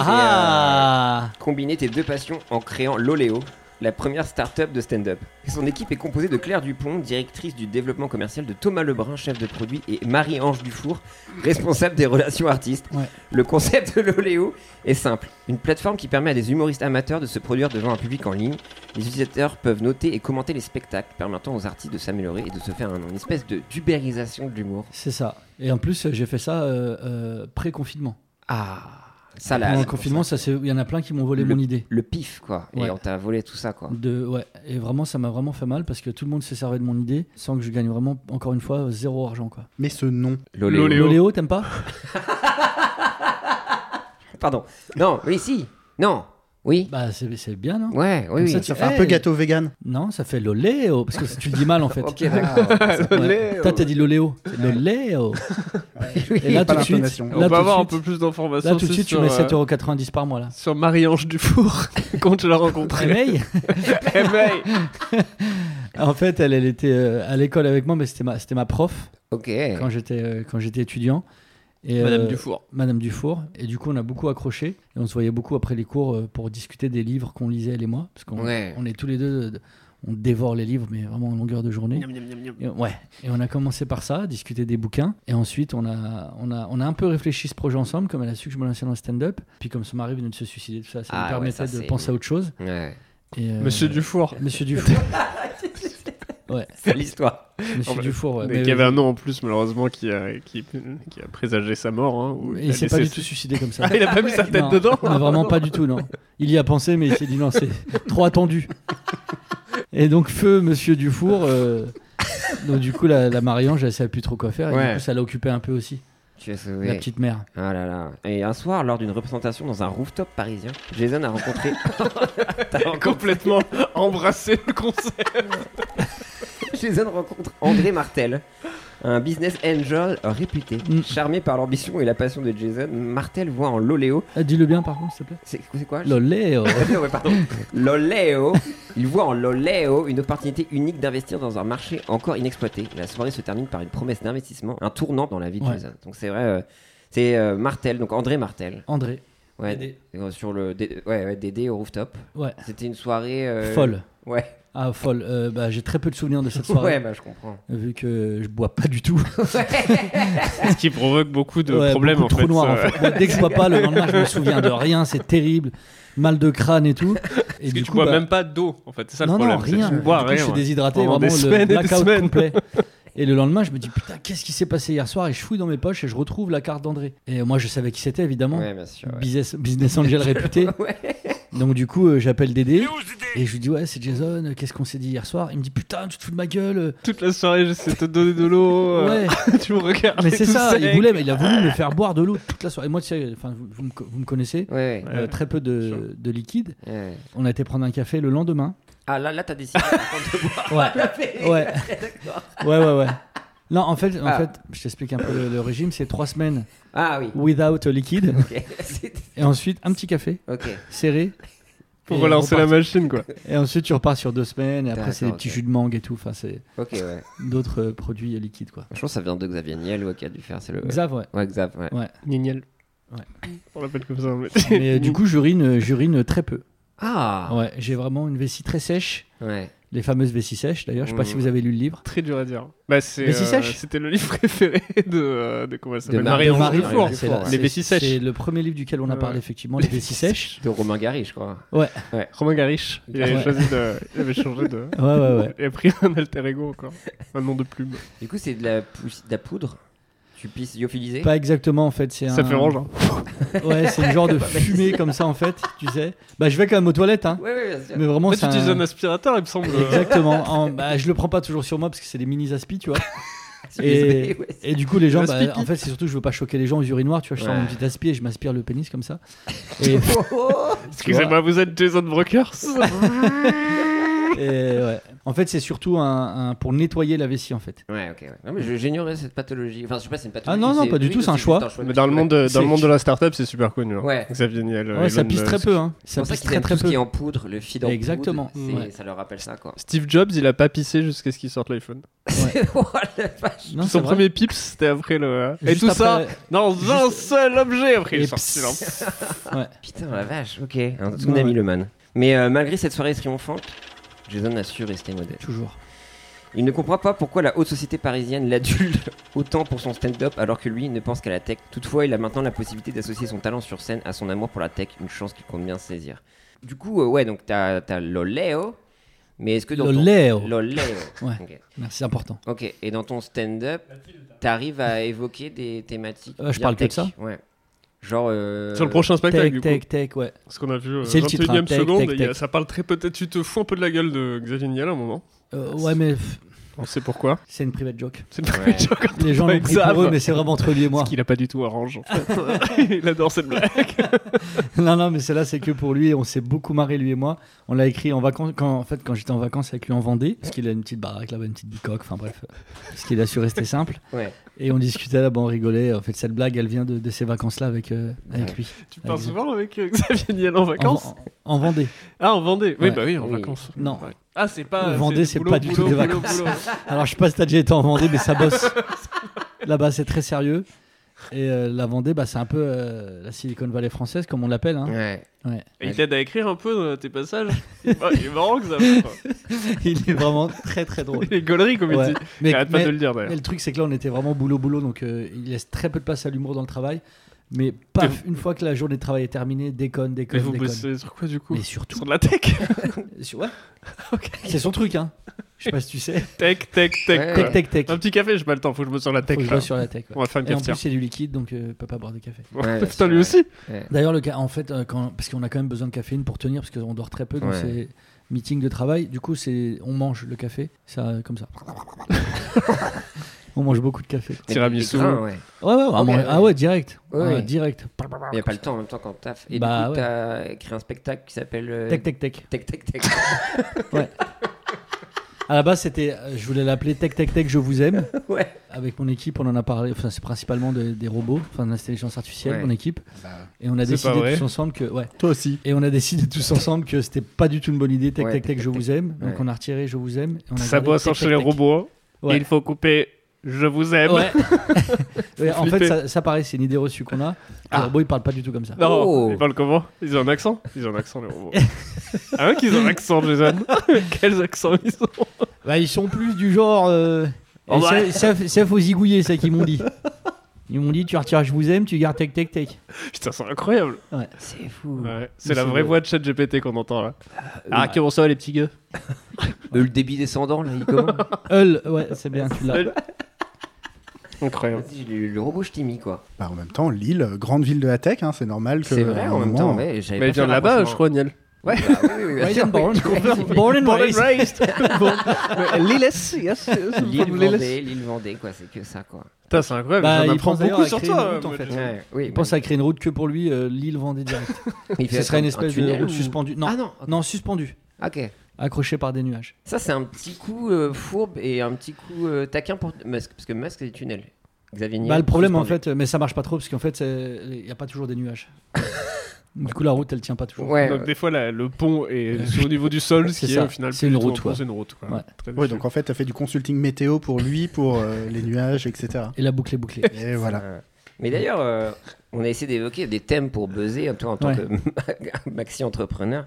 [SPEAKER 2] Ah
[SPEAKER 3] euh, Combiner tes deux passions en créant l'Oléo, la première start-up de stand-up. Son équipe est composée de Claire Dupont, directrice du développement commercial, de Thomas Lebrun, chef de produit, et Marie-Ange Dufour, responsable des relations artistes.
[SPEAKER 2] Ouais.
[SPEAKER 3] Le concept de l'Oléo est simple. Une plateforme qui permet à des humoristes amateurs de se produire devant un public en ligne. Les utilisateurs peuvent noter et commenter les spectacles, permettant aux artistes de s'améliorer et de se faire un nom. Une espèce de dubérisation de l'humour.
[SPEAKER 2] C'est ça. Et en plus, j'ai fait ça euh, euh, pré-confinement.
[SPEAKER 3] Ah, ça là.
[SPEAKER 2] Pendant le
[SPEAKER 3] c'est pour
[SPEAKER 2] confinement, ça, c'est- il y en a plein qui m'ont volé mon idée.
[SPEAKER 3] ça. Le pif, quoi.
[SPEAKER 2] Ouais.
[SPEAKER 3] Et on t'a volé tout ça, quoi.
[SPEAKER 2] De, ouais, et vraiment, ça m'a vraiment fait mal parce que tout le monde se servait de mon idée sans que je gagne vraiment, encore une fois, zéro argent. quoi.
[SPEAKER 5] Mais ce nom,
[SPEAKER 3] L'Oléo.
[SPEAKER 4] L'Oléo. Léo.
[SPEAKER 2] L'Oléo, t'aimes pas
[SPEAKER 3] Pardon. Non, mais si. Non. Oui.
[SPEAKER 2] Bah, c'est c'est bien, non
[SPEAKER 3] Ouais, oui,
[SPEAKER 2] Comme
[SPEAKER 3] oui.
[SPEAKER 5] Ça, ça fait un peu
[SPEAKER 2] Hey.
[SPEAKER 5] gâteau vegan.
[SPEAKER 2] Non, ça fait l'oléo, parce que si tu le dis mal en fait.
[SPEAKER 3] Ok,
[SPEAKER 4] Ah,
[SPEAKER 2] Ouais. Toi, t'as dit l'oléo. C'est L'oléo. Et là,
[SPEAKER 5] pas
[SPEAKER 2] tout de suite,
[SPEAKER 5] l'intonation.
[SPEAKER 2] là,
[SPEAKER 4] On
[SPEAKER 2] tout
[SPEAKER 4] va
[SPEAKER 2] de
[SPEAKER 4] avoir un
[SPEAKER 2] suite-
[SPEAKER 4] peu plus d'informations.
[SPEAKER 2] Là, tout de
[SPEAKER 4] aussi
[SPEAKER 2] suite, tu
[SPEAKER 4] sur,
[SPEAKER 2] mets
[SPEAKER 4] euh,
[SPEAKER 2] 7,90€ par mois, là.
[SPEAKER 4] Sur Marie-Ange Dufour, quand je l'ai rencontrée.
[SPEAKER 2] Réveil
[SPEAKER 4] Eh ben,
[SPEAKER 2] En fait, elle, elle était euh, à l'école avec moi, mais c'était ma, c'était ma prof
[SPEAKER 3] Ok.
[SPEAKER 2] quand j'étais euh, quand j'étais étudiant. Et, euh,
[SPEAKER 4] Madame Dufour.
[SPEAKER 2] Madame Dufour. Et du coup, on a beaucoup accroché. Et on se voyait beaucoup après les cours euh, pour discuter des livres qu'on lisait, elle et moi. Parce qu'on
[SPEAKER 3] Ouais.
[SPEAKER 2] on est tous les deux, euh, on dévore les livres, mais vraiment en longueur de journée. Et, ouais. Et on a commencé par ça, discuter des bouquins. Et ensuite, on a, on a, on a un peu réfléchi ce projet ensemble, comme elle a su que je me lançais dans le stand-up. Puis comme son mari venait de se suicider, tout ça, ça
[SPEAKER 3] Ah
[SPEAKER 2] me
[SPEAKER 3] ouais,
[SPEAKER 2] permettait
[SPEAKER 3] ça,
[SPEAKER 2] de
[SPEAKER 3] c'est-
[SPEAKER 2] penser à autre chose.
[SPEAKER 3] Ouais.
[SPEAKER 2] Et, euh,
[SPEAKER 4] Monsieur Dufour.
[SPEAKER 2] Monsieur Dufour. ouais,
[SPEAKER 3] C'est l'histoire.
[SPEAKER 4] Oh,
[SPEAKER 2] Monsieur
[SPEAKER 4] bah,
[SPEAKER 2] Dufour. ouais.
[SPEAKER 4] Mais
[SPEAKER 2] Mais-
[SPEAKER 4] qui avait un nom en plus, malheureusement qui a, qui, qui a présagé sa mort. hein, ou
[SPEAKER 2] Et
[SPEAKER 4] il a
[SPEAKER 2] il s'est pas du
[SPEAKER 4] laissé-
[SPEAKER 2] tout suicidé comme ça.
[SPEAKER 4] Ah, il a pas mis sa tête
[SPEAKER 2] Non,
[SPEAKER 4] dedans
[SPEAKER 2] non, Vraiment pas du tout, non. Il y a pensé, mais il s'est dit non, c'est trop attendu. Et donc, feu, monsieur Dufour. euh, Donc, du coup, la, la Marie-Ange, elle savait plus trop quoi faire. Et
[SPEAKER 3] Ouais.
[SPEAKER 2] du coup, ça l'a occupé un peu aussi,
[SPEAKER 3] Tu as
[SPEAKER 2] la
[SPEAKER 3] sauvé.
[SPEAKER 2] petite mère.
[SPEAKER 3] Ah là là. Et un soir, lors d'une représentation dans un rooftop parisien, Jason a rencontré. T'as rencontré-
[SPEAKER 4] complètement embrassé le concept.
[SPEAKER 3] Jason rencontre André Martel, un business angel réputé.
[SPEAKER 2] Mm.
[SPEAKER 3] Charmé par l'ambition et la passion de Jason, Martel voit en l'oléo.
[SPEAKER 2] Ah, Dis-le bien, par contre, s'il te plaît. oh.
[SPEAKER 3] C'est c'est quoi
[SPEAKER 2] L'oléo.
[SPEAKER 3] Ah ouais, pardon. L'oléo. Il voit en l'oléo E une opportunité unique d'investir dans un marché encore inexploité. La soirée se termine par une promesse d'investissement, un tournant dans la vie de
[SPEAKER 2] Ouais.
[SPEAKER 3] Jason. Donc c'est vrai, euh, c'est euh, Martel, donc André Martel.
[SPEAKER 2] André.
[SPEAKER 3] Ouais,
[SPEAKER 2] Dédé.
[SPEAKER 3] euh, sur le Dé- ouais, ouais, Dédé au rooftop.
[SPEAKER 2] Ouais.
[SPEAKER 3] C'était une soirée. euh,
[SPEAKER 2] Folle.
[SPEAKER 3] Ouais,
[SPEAKER 2] Ah, folle. Euh, bah, J'ai très peu de souvenirs de cette
[SPEAKER 3] ouais,
[SPEAKER 2] soirée,
[SPEAKER 3] bah je comprends.
[SPEAKER 2] vu que je bois pas du tout.
[SPEAKER 4] Ce qui provoque beaucoup de
[SPEAKER 2] Ouais,
[SPEAKER 4] problèmes
[SPEAKER 2] beaucoup
[SPEAKER 4] en fait. euh,
[SPEAKER 2] trop noir, en
[SPEAKER 4] ça.
[SPEAKER 2] fait. Moi, dès que je bois pas, le lendemain, je me souviens de rien. C'est terrible. Mal de crâne et tout. Et
[SPEAKER 4] Parce que
[SPEAKER 2] du
[SPEAKER 4] tu
[SPEAKER 2] coup,
[SPEAKER 4] bois
[SPEAKER 2] bah,
[SPEAKER 4] même pas d'eau en fait, c'est ça
[SPEAKER 2] non,
[SPEAKER 4] le problème.
[SPEAKER 2] non,
[SPEAKER 4] c'est que
[SPEAKER 2] rien.
[SPEAKER 4] Tu ne
[SPEAKER 2] Du
[SPEAKER 4] bois
[SPEAKER 2] coup,
[SPEAKER 4] rien.
[SPEAKER 2] je suis
[SPEAKER 4] ouais.
[SPEAKER 2] déshydraté,
[SPEAKER 4] Pendant
[SPEAKER 2] vraiment
[SPEAKER 4] des
[SPEAKER 2] le
[SPEAKER 4] semaines et des
[SPEAKER 2] blackout
[SPEAKER 4] semaines.
[SPEAKER 2] complet. Et le lendemain, je me dis putain, qu'est-ce qui s'est passé hier soir Et je fouille dans mes poches et je retrouve la carte d'André. Et moi, je savais qui c'était évidemment,
[SPEAKER 3] Ouais, bien sûr. ouais.
[SPEAKER 2] business, business angel réputé.
[SPEAKER 3] Ouais.
[SPEAKER 2] Donc du coup, euh, j'appelle Dédé et je lui dis ouais, c'est Jason. euh, Qu'est-ce qu'on s'est dit hier soir Il me dit putain, tu te fous de ma gueule. euh,
[SPEAKER 4] Toute la soirée, j'essaie de te donner de l'eau. euh,
[SPEAKER 2] Ouais,
[SPEAKER 4] Ah, tu me regardes.
[SPEAKER 2] mais c'est
[SPEAKER 4] tout
[SPEAKER 2] ça. Il
[SPEAKER 4] sec.
[SPEAKER 2] voulait, mais il a voulu me faire boire de l'eau toute la soirée. Et moi, tu sais, enfin, vous, vous me co- vous me connaissez.
[SPEAKER 3] Ouais,
[SPEAKER 2] euh,
[SPEAKER 4] Ouais.
[SPEAKER 2] très peu
[SPEAKER 4] Sûr.
[SPEAKER 2] de, de liquide.
[SPEAKER 3] ouais, ouais.
[SPEAKER 2] On a été prendre un café le lendemain.
[SPEAKER 3] Ah là, là, t'as décidé par contre, de boire.
[SPEAKER 2] Ouais. Ouais. Ouais, ouais, ouais. Non, en fait, en
[SPEAKER 3] Ah.
[SPEAKER 2] fait je t'explique un peu le, le régime. C'est trois semaines
[SPEAKER 3] Ah oui.
[SPEAKER 2] without liquide.
[SPEAKER 3] Ok. C'est-
[SPEAKER 2] Et ensuite, un petit café
[SPEAKER 3] Ok.
[SPEAKER 2] serré.
[SPEAKER 4] Pour
[SPEAKER 2] Et
[SPEAKER 4] relancer la
[SPEAKER 2] repartir.
[SPEAKER 4] machine quoi.
[SPEAKER 2] Et ensuite, tu repars sur deux semaines. Et après,
[SPEAKER 3] D'accord,
[SPEAKER 2] c'est des petits
[SPEAKER 3] ok.
[SPEAKER 2] jus de mangue et tout. Enfin, c'est
[SPEAKER 3] Ok, ouais.
[SPEAKER 2] d'autres euh, produits liquides, quoi.
[SPEAKER 3] Je pense que ça vient de Xavier Niel ouais, qui a dû faire. C'est le.
[SPEAKER 2] Xav, ouais.
[SPEAKER 3] Ouais, Xav, ouais.
[SPEAKER 4] Nignel.
[SPEAKER 2] Ouais.
[SPEAKER 4] On l'appelle comme ça. hein, Mais...
[SPEAKER 2] Mais euh, du coup, j'urine euh, j'urine très peu.
[SPEAKER 3] Ah
[SPEAKER 2] Ouais, j'ai vraiment une vessie très sèche.
[SPEAKER 3] Ouais.
[SPEAKER 2] Les fameuses vessies sèches, d'ailleurs. Je sais pas
[SPEAKER 3] Mhm.
[SPEAKER 2] si vous avez lu le livre.
[SPEAKER 4] Très dur à dire. Bah, c'est,
[SPEAKER 2] Vessie
[SPEAKER 4] euh,
[SPEAKER 2] sèche
[SPEAKER 4] C'était le livre préféré de, euh, de comment elle s'appelle
[SPEAKER 3] De
[SPEAKER 2] De
[SPEAKER 3] Marie-
[SPEAKER 4] Marie-Ange
[SPEAKER 2] Marie Dufour,
[SPEAKER 4] Dufour.
[SPEAKER 2] c'est la-
[SPEAKER 3] Les
[SPEAKER 2] c'est-
[SPEAKER 4] vessies
[SPEAKER 2] C'est
[SPEAKER 4] sèches.
[SPEAKER 2] le premier livre duquel on a
[SPEAKER 4] Ouais.
[SPEAKER 2] parlé, effectivement, Les vessies sèches.
[SPEAKER 3] De Romain Gary, je crois.
[SPEAKER 4] Romain Gariche. Il avait,
[SPEAKER 2] Ah Ouais.
[SPEAKER 4] choisi de... il avait changé de.
[SPEAKER 2] Ouais, ouais, ouais.
[SPEAKER 4] Il a pris un alter ego encore. Un nom de plume.
[SPEAKER 3] Du coup, c'est de la, pou- de la poudre. Tu pisses lyophilisé
[SPEAKER 2] Pas exactement en fait, c'est un.
[SPEAKER 4] Ça fait range. hein.
[SPEAKER 2] Ouais, c'est le genre de fumée comme ça en fait, tu sais. Bah je vais quand même aux toilettes, hein.
[SPEAKER 3] Ouais, ouais, bien sûr.
[SPEAKER 2] Mais vraiment,
[SPEAKER 4] Toi,
[SPEAKER 2] c'est
[SPEAKER 4] tu utilises
[SPEAKER 2] un-
[SPEAKER 4] un euh. aspirateur, il me semble.
[SPEAKER 2] Exactement. En- bah, je le prends pas toujours sur moi parce que c'est des mini aspi, tu vois. Et,
[SPEAKER 3] Lyophilisé, ouais.
[SPEAKER 2] et du coup, les gens, bah,
[SPEAKER 4] Aspipi.
[SPEAKER 2] en fait, c'est surtout que je veux pas choquer les gens aux urinoirs, tu vois. Je sors
[SPEAKER 3] Ouais.
[SPEAKER 2] mon petit aspi et je m'aspire le pénis comme ça. Et,
[SPEAKER 4] Excusez-moi, vous êtes Jason Brokers
[SPEAKER 2] et, ouais. En fait, c'est surtout un, un- pour nettoyer la vessie en fait.
[SPEAKER 3] Ouais, ok, ouais. Non, mais je- j'ignorais cette pathologie. Enfin, je sais pas, c'est une pathologie.
[SPEAKER 2] Ah non, non,
[SPEAKER 3] c'est-
[SPEAKER 2] pas du
[SPEAKER 3] oui,
[SPEAKER 2] tout, c'est un
[SPEAKER 3] juste
[SPEAKER 2] choix.
[SPEAKER 4] Mais dans le monde, de- dans
[SPEAKER 2] C'est-
[SPEAKER 4] le monde de la startup, c'est super connu. hein.
[SPEAKER 3] Ouais.
[SPEAKER 4] Xavier Niel.
[SPEAKER 2] Ouais, ça pisse très peu, hein.
[SPEAKER 3] C'est
[SPEAKER 2] Ça
[SPEAKER 3] pour ça
[SPEAKER 2] pisse
[SPEAKER 3] qu'ils
[SPEAKER 2] très
[SPEAKER 3] aiment
[SPEAKER 2] très
[SPEAKER 3] tout ce qui
[SPEAKER 2] peu.
[SPEAKER 3] est en poudre, le feed en
[SPEAKER 2] Exactement.
[SPEAKER 3] poudre. c'est-
[SPEAKER 2] Ouais.
[SPEAKER 3] Ça leur rappelle ça, quoi.
[SPEAKER 4] Steve Jobs, il a pas pissé jusqu'à ce qu'il sorte l'iPhone.
[SPEAKER 3] Oh, la vache.
[SPEAKER 2] Non, c'est
[SPEAKER 4] Son
[SPEAKER 2] vrai.
[SPEAKER 4] premier pips, c'était après le. euh, Et
[SPEAKER 2] Juste
[SPEAKER 4] tout ça
[SPEAKER 2] après-
[SPEAKER 4] dans
[SPEAKER 2] juste-
[SPEAKER 4] un seul objet après il
[SPEAKER 2] Et
[SPEAKER 4] est sorti. hein.
[SPEAKER 2] pss.
[SPEAKER 4] là.
[SPEAKER 3] Putain, la vache, ok. Un tsunami, le man. Mais euh, malgré cette soirée triomphante, Jason a su rester modeste.
[SPEAKER 2] Toujours.
[SPEAKER 3] Il ne comprend pas pourquoi la haute société parisienne l'adule autant pour son stand-up alors que lui ne pense qu'à la tech. Toutefois, il a maintenant la possibilité d'associer son talent sur scène à son amour pour la tech, une chance qu'il compte bien saisir. Du coup, euh, ouais, donc t'as as, l'oléo, mais est-ce que dans
[SPEAKER 2] L'oléo.
[SPEAKER 3] ton... L'oléo.
[SPEAKER 2] Ouais.
[SPEAKER 3] Ok.
[SPEAKER 2] oh. Merci, c'est important.
[SPEAKER 3] ok, et dans ton stand-up, t'arrives à évoquer des thématiques
[SPEAKER 2] Euh, je
[SPEAKER 3] bien
[SPEAKER 2] parle que de
[SPEAKER 3] tech.
[SPEAKER 2] ça.
[SPEAKER 3] Ouais. Genre... euh,
[SPEAKER 4] Sur le prochain spectacle,
[SPEAKER 2] Tech,
[SPEAKER 4] du coup.
[SPEAKER 2] tech, tech, ouais.
[SPEAKER 4] Parce qu'on a vu euh,
[SPEAKER 2] C'est le titre,
[SPEAKER 4] 21 e
[SPEAKER 2] hein, tech,
[SPEAKER 4] seconde,
[SPEAKER 2] tech,
[SPEAKER 4] il y a-
[SPEAKER 2] tech.
[SPEAKER 4] ça parle très peut-être. Tu te fous un peu de la gueule de Xavier Niel à un moment.
[SPEAKER 2] Euh, ouais, mais pff,
[SPEAKER 4] On sait pourquoi.
[SPEAKER 2] C'est une private joke.
[SPEAKER 4] C'est le
[SPEAKER 3] Ouais.
[SPEAKER 4] joke
[SPEAKER 2] Les gens l'ont pris
[SPEAKER 4] Exam.
[SPEAKER 2] pour eux, mais c'est vraiment entre lui et moi.
[SPEAKER 4] parce qu'il a pas du tout orange. en fait. Il adore cette blague.
[SPEAKER 2] Non, non, mais celle-là, c'est que pour lui. On s'est beaucoup marré, lui et moi. On l'a écrit en vacances. Quand, en fait, quand j'étais en vacances avec lui en Vendée, parce qu'il a une petite baraque là-bas, une petite bicoque, enfin bref, euh, parce qu'il a su rester simple.
[SPEAKER 3] Ouais.
[SPEAKER 2] Et on discutait là-bas, on rigolait. En fait, cette blague, elle vient de, de ces vacances-là avec, euh, avec
[SPEAKER 3] Ouais.
[SPEAKER 2] lui.
[SPEAKER 4] Tu pars souvent avec euh, Xavier Niel en
[SPEAKER 2] En,
[SPEAKER 4] vacances
[SPEAKER 2] en Vendée.
[SPEAKER 4] Ah, en Vendée. Oui,
[SPEAKER 2] Ouais.
[SPEAKER 4] bah oui, en
[SPEAKER 3] Oui.
[SPEAKER 4] vacances.
[SPEAKER 2] Non.
[SPEAKER 4] Ouais. Ah, c'est pas.
[SPEAKER 2] Vendée, c'est pas du tout des vacances. Alors, je sais pas si t'as déjà été en Vendée, mais ça bosse. Là-bas, c'est très sérieux. Et euh, la Vendée, bah, c'est un peu euh, la Silicon Valley française, comme on l'appelle. hein.
[SPEAKER 3] Ouais.
[SPEAKER 4] Et il t'aide à écrire un peu euh, tes passages. il est mar- il est marrant, Xavier. quoi.
[SPEAKER 2] Il est vraiment très, très drôle.
[SPEAKER 4] Il est gaulerie, comme
[SPEAKER 2] Ouais.
[SPEAKER 4] il dit.
[SPEAKER 2] Mais-
[SPEAKER 4] Il arrête pas
[SPEAKER 2] mais-
[SPEAKER 4] de le dire,
[SPEAKER 2] Mais
[SPEAKER 4] d'ailleurs.
[SPEAKER 2] le truc, c'est que là, on était vraiment boulot-boulot, donc euh, il laisse très peu de place à l'humour dans le travail. Mais paf, une fois que la journée de travail est terminée, déconne,
[SPEAKER 4] Mais
[SPEAKER 2] déconne,
[SPEAKER 4] vous
[SPEAKER 2] déconne.
[SPEAKER 4] bossez sur quoi, du coup
[SPEAKER 2] Mais surtout,
[SPEAKER 4] Sur de la tech
[SPEAKER 2] sur- ouais. c'est son truc, hein. Je sais pas si tu sais.
[SPEAKER 4] Tech, tech, tech.
[SPEAKER 3] Ouais.
[SPEAKER 4] quoi.
[SPEAKER 2] Tech, tech, tech.
[SPEAKER 4] Un petit café, j'ai pas le temps, faut que je me sur la
[SPEAKER 2] Faut
[SPEAKER 4] tech.
[SPEAKER 2] que je
[SPEAKER 4] là.
[SPEAKER 2] bosse sur la tech. ouais.
[SPEAKER 4] On va faire une
[SPEAKER 2] Et en plus,
[SPEAKER 4] cafetière.
[SPEAKER 2] c'est du liquide, donc euh, peut pas boire de café.
[SPEAKER 3] Ouais, bien
[SPEAKER 4] Putain,
[SPEAKER 3] sûr,
[SPEAKER 4] lui
[SPEAKER 3] ouais.
[SPEAKER 4] aussi
[SPEAKER 2] D'ailleurs, le ca- en fait, euh, quand, parce qu'on a quand même besoin de caféine pour tenir, parce qu'on dort très peu dans
[SPEAKER 3] Ouais.
[SPEAKER 2] ces meetings de travail. Du coup, c'est on mange le café, ça euh, comme ça. on mange beaucoup de café. quoi.
[SPEAKER 3] Mais
[SPEAKER 4] Tiramisu.
[SPEAKER 3] des grains, ouais.
[SPEAKER 2] Ouais, ouais, ouais, on mange-
[SPEAKER 3] ouais.
[SPEAKER 2] ah ouais, direct,
[SPEAKER 3] Ouais.
[SPEAKER 2] Ah, direct.
[SPEAKER 3] Il n'y a pas le temps en même temps quand taf. Et
[SPEAKER 2] Bah,
[SPEAKER 3] du coup,
[SPEAKER 2] ouais.
[SPEAKER 3] t'as écrit un spectacle qui s'appelle. euh,
[SPEAKER 2] Tech, tech, tech.
[SPEAKER 3] Tech, tech, tech.
[SPEAKER 2] À la base, c'était, euh, je voulais l'appeler Tech Tech Tech, je vous aime.
[SPEAKER 3] Ouais.
[SPEAKER 2] Avec mon équipe, on en a parlé. Enfin, c'est principalement des- des robots, enfin de l'intelligence artificielle,
[SPEAKER 3] Ouais.
[SPEAKER 2] mon équipe.
[SPEAKER 5] Bah,
[SPEAKER 2] Et on a
[SPEAKER 4] C'est pas
[SPEAKER 2] décidé
[SPEAKER 4] vrai.
[SPEAKER 2] tous ensemble que, ouais.
[SPEAKER 5] Toi aussi.
[SPEAKER 2] Et on a décidé tous ensemble que c'était pas du tout une bonne idée. Tech
[SPEAKER 3] Ouais,
[SPEAKER 2] Tech Tech, je vous aime. Donc
[SPEAKER 3] Ouais.
[SPEAKER 2] on a retiré, je vous aime. et on a
[SPEAKER 4] Ça
[SPEAKER 2] gardé
[SPEAKER 4] bosse
[SPEAKER 2] Tech,
[SPEAKER 4] chez
[SPEAKER 2] Tech,
[SPEAKER 4] les
[SPEAKER 2] Tech.
[SPEAKER 4] robots.
[SPEAKER 2] Ouais.
[SPEAKER 4] Et il faut couper. Je vous aime.
[SPEAKER 2] Ouais. Ouais, en
[SPEAKER 4] flipper.
[SPEAKER 2] fait, ça, ça pareil, c'est une idée reçue qu'on a.
[SPEAKER 4] Ah.
[SPEAKER 2] Les robots, ils parlent pas du tout comme ça.
[SPEAKER 4] Non,
[SPEAKER 3] Oh.
[SPEAKER 4] ils parlent comment Ils ont un accent Ils ont un accent, les robots. ah ouais, qu'ils ont un accent, Jason Quels accents ils ont
[SPEAKER 2] Bah, ils sont plus du genre. Euh,
[SPEAKER 4] Oh,
[SPEAKER 2] eh,
[SPEAKER 4] bah.
[SPEAKER 2] ça, ça- ça faut zigouiller, ça qu'ils m'ont dit. Ils m'ont dit, tu retires, je vous aime, tu gardes Tech Tech Tech.
[SPEAKER 4] Putain, c'est incroyable.
[SPEAKER 3] C'est fou.
[SPEAKER 4] Ouais, c'est
[SPEAKER 2] Mais c'est
[SPEAKER 4] la vraie
[SPEAKER 2] vrai.
[SPEAKER 4] voix de ChatGPT qu'on entend là. ah,
[SPEAKER 3] ouais.
[SPEAKER 4] comment ça va, les petits gars
[SPEAKER 3] Euh, Le débit descendant, là, il comment
[SPEAKER 2] Hull, ouais, c'est bien, tu l'as.
[SPEAKER 4] Incroyable.
[SPEAKER 3] Le, le robot ch'timi, quoi.
[SPEAKER 5] Bah, en même temps, Lille, euh, grande ville de la tech, hein, c'est normal que.
[SPEAKER 3] C'est vrai,
[SPEAKER 5] à un
[SPEAKER 3] en même
[SPEAKER 5] moment,
[SPEAKER 3] temps, mais j'avais
[SPEAKER 4] Mais il
[SPEAKER 3] pas fait
[SPEAKER 4] vient
[SPEAKER 3] le
[SPEAKER 4] de là-bas, je
[SPEAKER 3] rapprochement.
[SPEAKER 4] crois, Niel.
[SPEAKER 3] Ouais, bah, oui, oui, oui, bien sûr, oui.
[SPEAKER 2] Born and raised.
[SPEAKER 4] Liles, yes.
[SPEAKER 3] L'île Vendée, l'île Vendée, quoi, c'est que ça, quoi.
[SPEAKER 4] Putain, c'est incroyable.
[SPEAKER 2] Bah,
[SPEAKER 4] J'en
[SPEAKER 2] il
[SPEAKER 4] apprends
[SPEAKER 2] pense d'ailleurs
[SPEAKER 4] beaucoup
[SPEAKER 2] à
[SPEAKER 4] sur
[SPEAKER 2] créer une
[SPEAKER 4] toi. euh,
[SPEAKER 2] route, en
[SPEAKER 4] moi,
[SPEAKER 2] fait.
[SPEAKER 4] Jason.
[SPEAKER 3] Ouais, oui,
[SPEAKER 2] Il pense à créer une route que pour lui, euh, l'île Vendée direct.
[SPEAKER 3] Il fait
[SPEAKER 2] Ce serait une
[SPEAKER 3] un
[SPEAKER 2] espèce de
[SPEAKER 3] tunnel
[SPEAKER 2] route
[SPEAKER 3] ou-
[SPEAKER 2] suspendue. Non,
[SPEAKER 3] Ah non, ok.
[SPEAKER 2] non, suspendue,
[SPEAKER 3] ok.
[SPEAKER 2] accrochée par des nuages.
[SPEAKER 3] Ça, c'est un petit coup euh, fourbe et un petit coup euh, taquin pour Musk, parce que Musk, c'est des tunnels. Xavier Niel,
[SPEAKER 2] Bah, le problème, en
[SPEAKER 3] suspendu.
[SPEAKER 2] fait, euh, mais ça marche pas trop parce qu'en fait, c'est- il n'y a pas toujours des nuages. du coup, la route, elle tient pas toujours.
[SPEAKER 3] Ouais, euh,
[SPEAKER 4] Donc,
[SPEAKER 3] ouais.
[SPEAKER 4] des fois, la- le pont est sur- au niveau du sol, ce
[SPEAKER 2] C'est
[SPEAKER 4] qui est
[SPEAKER 2] ça.
[SPEAKER 4] au final.
[SPEAKER 2] C'est
[SPEAKER 4] plus
[SPEAKER 2] une
[SPEAKER 4] du tout
[SPEAKER 2] route,
[SPEAKER 4] un pont,
[SPEAKER 2] quoi.
[SPEAKER 4] C'est une route, quoi.
[SPEAKER 2] Ouais.
[SPEAKER 4] Très
[SPEAKER 5] Ouais,
[SPEAKER 4] bien.
[SPEAKER 5] donc en fait, t'as fait du consulting météo pour lui, pour euh, les nuages, etc.
[SPEAKER 2] Et la boucle est bouclée.
[SPEAKER 5] Et voilà.
[SPEAKER 3] Ouais. Mais d'ailleurs, euh, on a essayé d'évoquer des thèmes pour buzzer, hein, toi en tant
[SPEAKER 2] Ouais.
[SPEAKER 3] que maxi-entrepreneur.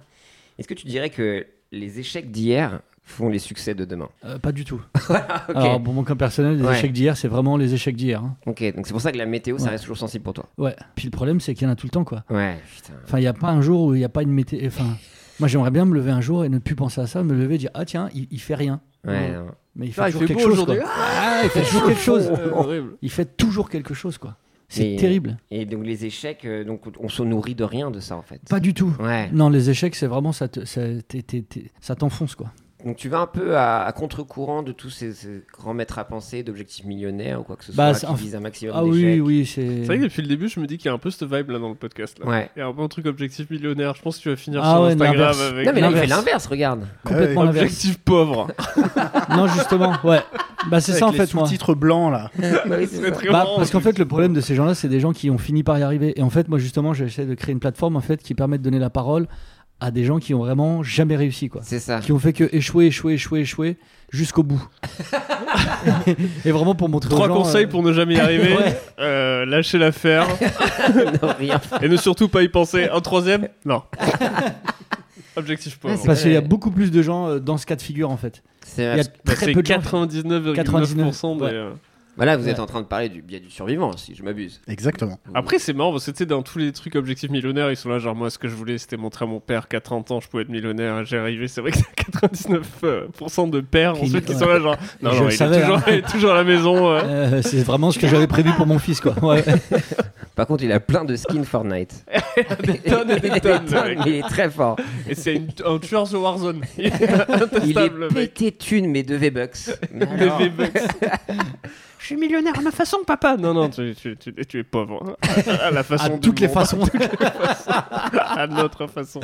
[SPEAKER 3] Est-ce que tu dirais que les échecs d'hier font les succès de demain
[SPEAKER 2] Euh, pas du tout.
[SPEAKER 3] Ah, ok.
[SPEAKER 2] Alors, pour mon cas personnel, les
[SPEAKER 3] Ouais.
[SPEAKER 2] échecs d'hier, c'est vraiment les échecs d'hier. hein.
[SPEAKER 3] ok, donc c'est pour ça que la météo, ça
[SPEAKER 2] Ouais.
[SPEAKER 3] reste toujours sensible pour toi.
[SPEAKER 2] Ouais. Puis le problème, c'est qu'il y en a tout le temps, quoi.
[SPEAKER 3] Ouais, putain.
[SPEAKER 2] Enfin, il n'y a pas un jour où il n'y a pas une météo. Enfin, moi, j'aimerais bien me lever un jour et ne plus penser à ça, me lever et dire Ah, tiens, il, il fait rien.
[SPEAKER 3] Ouais, hein.
[SPEAKER 2] Non.
[SPEAKER 3] non.
[SPEAKER 2] Mais il fait
[SPEAKER 4] Ah, il
[SPEAKER 2] toujours
[SPEAKER 4] fait
[SPEAKER 2] quelque
[SPEAKER 4] beau
[SPEAKER 2] chose.
[SPEAKER 4] aujourd'hui.
[SPEAKER 2] quoi. Ah, il fait toujours quelque chose.
[SPEAKER 4] Euh, horrible.
[SPEAKER 2] Il fait toujours quelque chose, quoi. C'est
[SPEAKER 3] Mais-
[SPEAKER 2] terrible.
[SPEAKER 3] Et donc les échecs, euh, donc on se nourrit de rien de ça en fait.
[SPEAKER 2] Pas du tout.
[SPEAKER 3] Ouais.
[SPEAKER 2] Non, les échecs, c'est vraiment ça, te- ça, t'es- t'es- t'es- ça t'enfonce, quoi.
[SPEAKER 3] Donc tu vas un peu à, à contre-courant de tous ces, ces grands maîtres à penser, d'objectifs millionnaires ou quoi que ce
[SPEAKER 2] Bah, c'est
[SPEAKER 3] soit,
[SPEAKER 2] un-
[SPEAKER 3] qui visent un maximum
[SPEAKER 2] Ah oui,
[SPEAKER 3] d'échecs.
[SPEAKER 2] oui,
[SPEAKER 4] C'est vrai que
[SPEAKER 2] c'est.
[SPEAKER 4] depuis le début, je me dis qu'il y a un peu cette vibe là dans le podcast. Là.
[SPEAKER 3] Ouais.
[SPEAKER 4] Il y a un peu un truc objectif millionnaire. Je pense que tu vas finir
[SPEAKER 2] Ah
[SPEAKER 4] sur
[SPEAKER 2] ouais,
[SPEAKER 4] Instagram
[SPEAKER 2] l'inverse.
[SPEAKER 4] avec
[SPEAKER 3] Non mais là il fait
[SPEAKER 2] L'inverse.
[SPEAKER 3] l'inverse, regarde.
[SPEAKER 2] Complètement
[SPEAKER 5] Ouais,
[SPEAKER 2] l'inverse.
[SPEAKER 4] objectif pauvre.
[SPEAKER 2] Non, justement, ouais. Bah, c'est
[SPEAKER 5] avec
[SPEAKER 2] ça, en
[SPEAKER 5] les
[SPEAKER 2] fait, moi.
[SPEAKER 5] sous-titres blancs, là.
[SPEAKER 3] Bah oui, c'est
[SPEAKER 4] C'est
[SPEAKER 3] ça.
[SPEAKER 4] très
[SPEAKER 2] Bah,
[SPEAKER 4] marrant,
[SPEAKER 2] parce qu'en fait, le problème de ces gens-là, c'est des gens qui ont fini par y arriver. Et en fait, moi, justement, j'essaie de créer une plateforme en fait, qui permet de donner la parole à des gens qui ont vraiment jamais réussi, quoi.
[SPEAKER 3] C'est ça.
[SPEAKER 2] Qui ont fait que échouer, échouer, échouer, échouer, jusqu'au bout. et vraiment pour montrer
[SPEAKER 4] Trois
[SPEAKER 2] aux gens.
[SPEAKER 4] conseils
[SPEAKER 2] euh,
[SPEAKER 4] pour ne jamais y arriver
[SPEAKER 2] Ouais.
[SPEAKER 4] Euh, lâchez l'affaire
[SPEAKER 3] Non, rien.
[SPEAKER 4] et ne surtout pas y penser. Un troisième Non. Objectif pauvre.
[SPEAKER 3] Ouais, c'est-
[SPEAKER 2] Parce qu'il y a beaucoup plus de gens euh, dans ce cas de figure, en fait.
[SPEAKER 3] C'est
[SPEAKER 2] Il y a
[SPEAKER 4] Bah,
[SPEAKER 2] très
[SPEAKER 4] c'est
[SPEAKER 2] peu de gens. qui-
[SPEAKER 4] 99,9%
[SPEAKER 2] 99,
[SPEAKER 4] des,
[SPEAKER 2] ouais.
[SPEAKER 4] euh,
[SPEAKER 3] Voilà, Bah vous êtes
[SPEAKER 2] Ouais.
[SPEAKER 3] en train de parler du biais du survivant, si je m'abuse.
[SPEAKER 5] Exactement.
[SPEAKER 3] Mm.
[SPEAKER 4] Après, c'est marrant parce que tu sais, dans tous les trucs objectifs millionnaires, ils sont là. Genre, moi, ce que je voulais, c'était montrer à mon père qu'à 30 ans, je pouvais être millionnaire. J'ai arrivé, c'est vrai que t'as 99% de pères
[SPEAKER 2] Qui-
[SPEAKER 4] ensuite qui
[SPEAKER 2] ouais.
[SPEAKER 4] sont là. Genre, non,
[SPEAKER 2] Je
[SPEAKER 4] non,
[SPEAKER 2] le
[SPEAKER 4] il,
[SPEAKER 2] savais,
[SPEAKER 4] est toujours,
[SPEAKER 2] hein.
[SPEAKER 4] il est toujours à la maison. euh.
[SPEAKER 2] Euh, c'est vraiment ce que j'avais prévu pour mon fils, quoi. Ouais.
[SPEAKER 3] Par contre, il a plein de skins Fortnite.
[SPEAKER 4] Des tonnes et des tonnes. le mec.
[SPEAKER 3] mais il est très fort.
[SPEAKER 4] Et c'est une- un tueur sur Warzone. Il est
[SPEAKER 3] Il est
[SPEAKER 4] intestable, le mec.
[SPEAKER 3] pété de thunes, mais de V-Bucks. Mais
[SPEAKER 4] Des
[SPEAKER 3] alors,
[SPEAKER 4] V-Bucks. Je suis millionnaire à ma façon, papa. Non, non, tu, tu- tu- tu es pauvre. hein. À la
[SPEAKER 2] À
[SPEAKER 4] façon du
[SPEAKER 2] toutes les
[SPEAKER 4] monde.
[SPEAKER 2] façons.
[SPEAKER 4] À notre façon.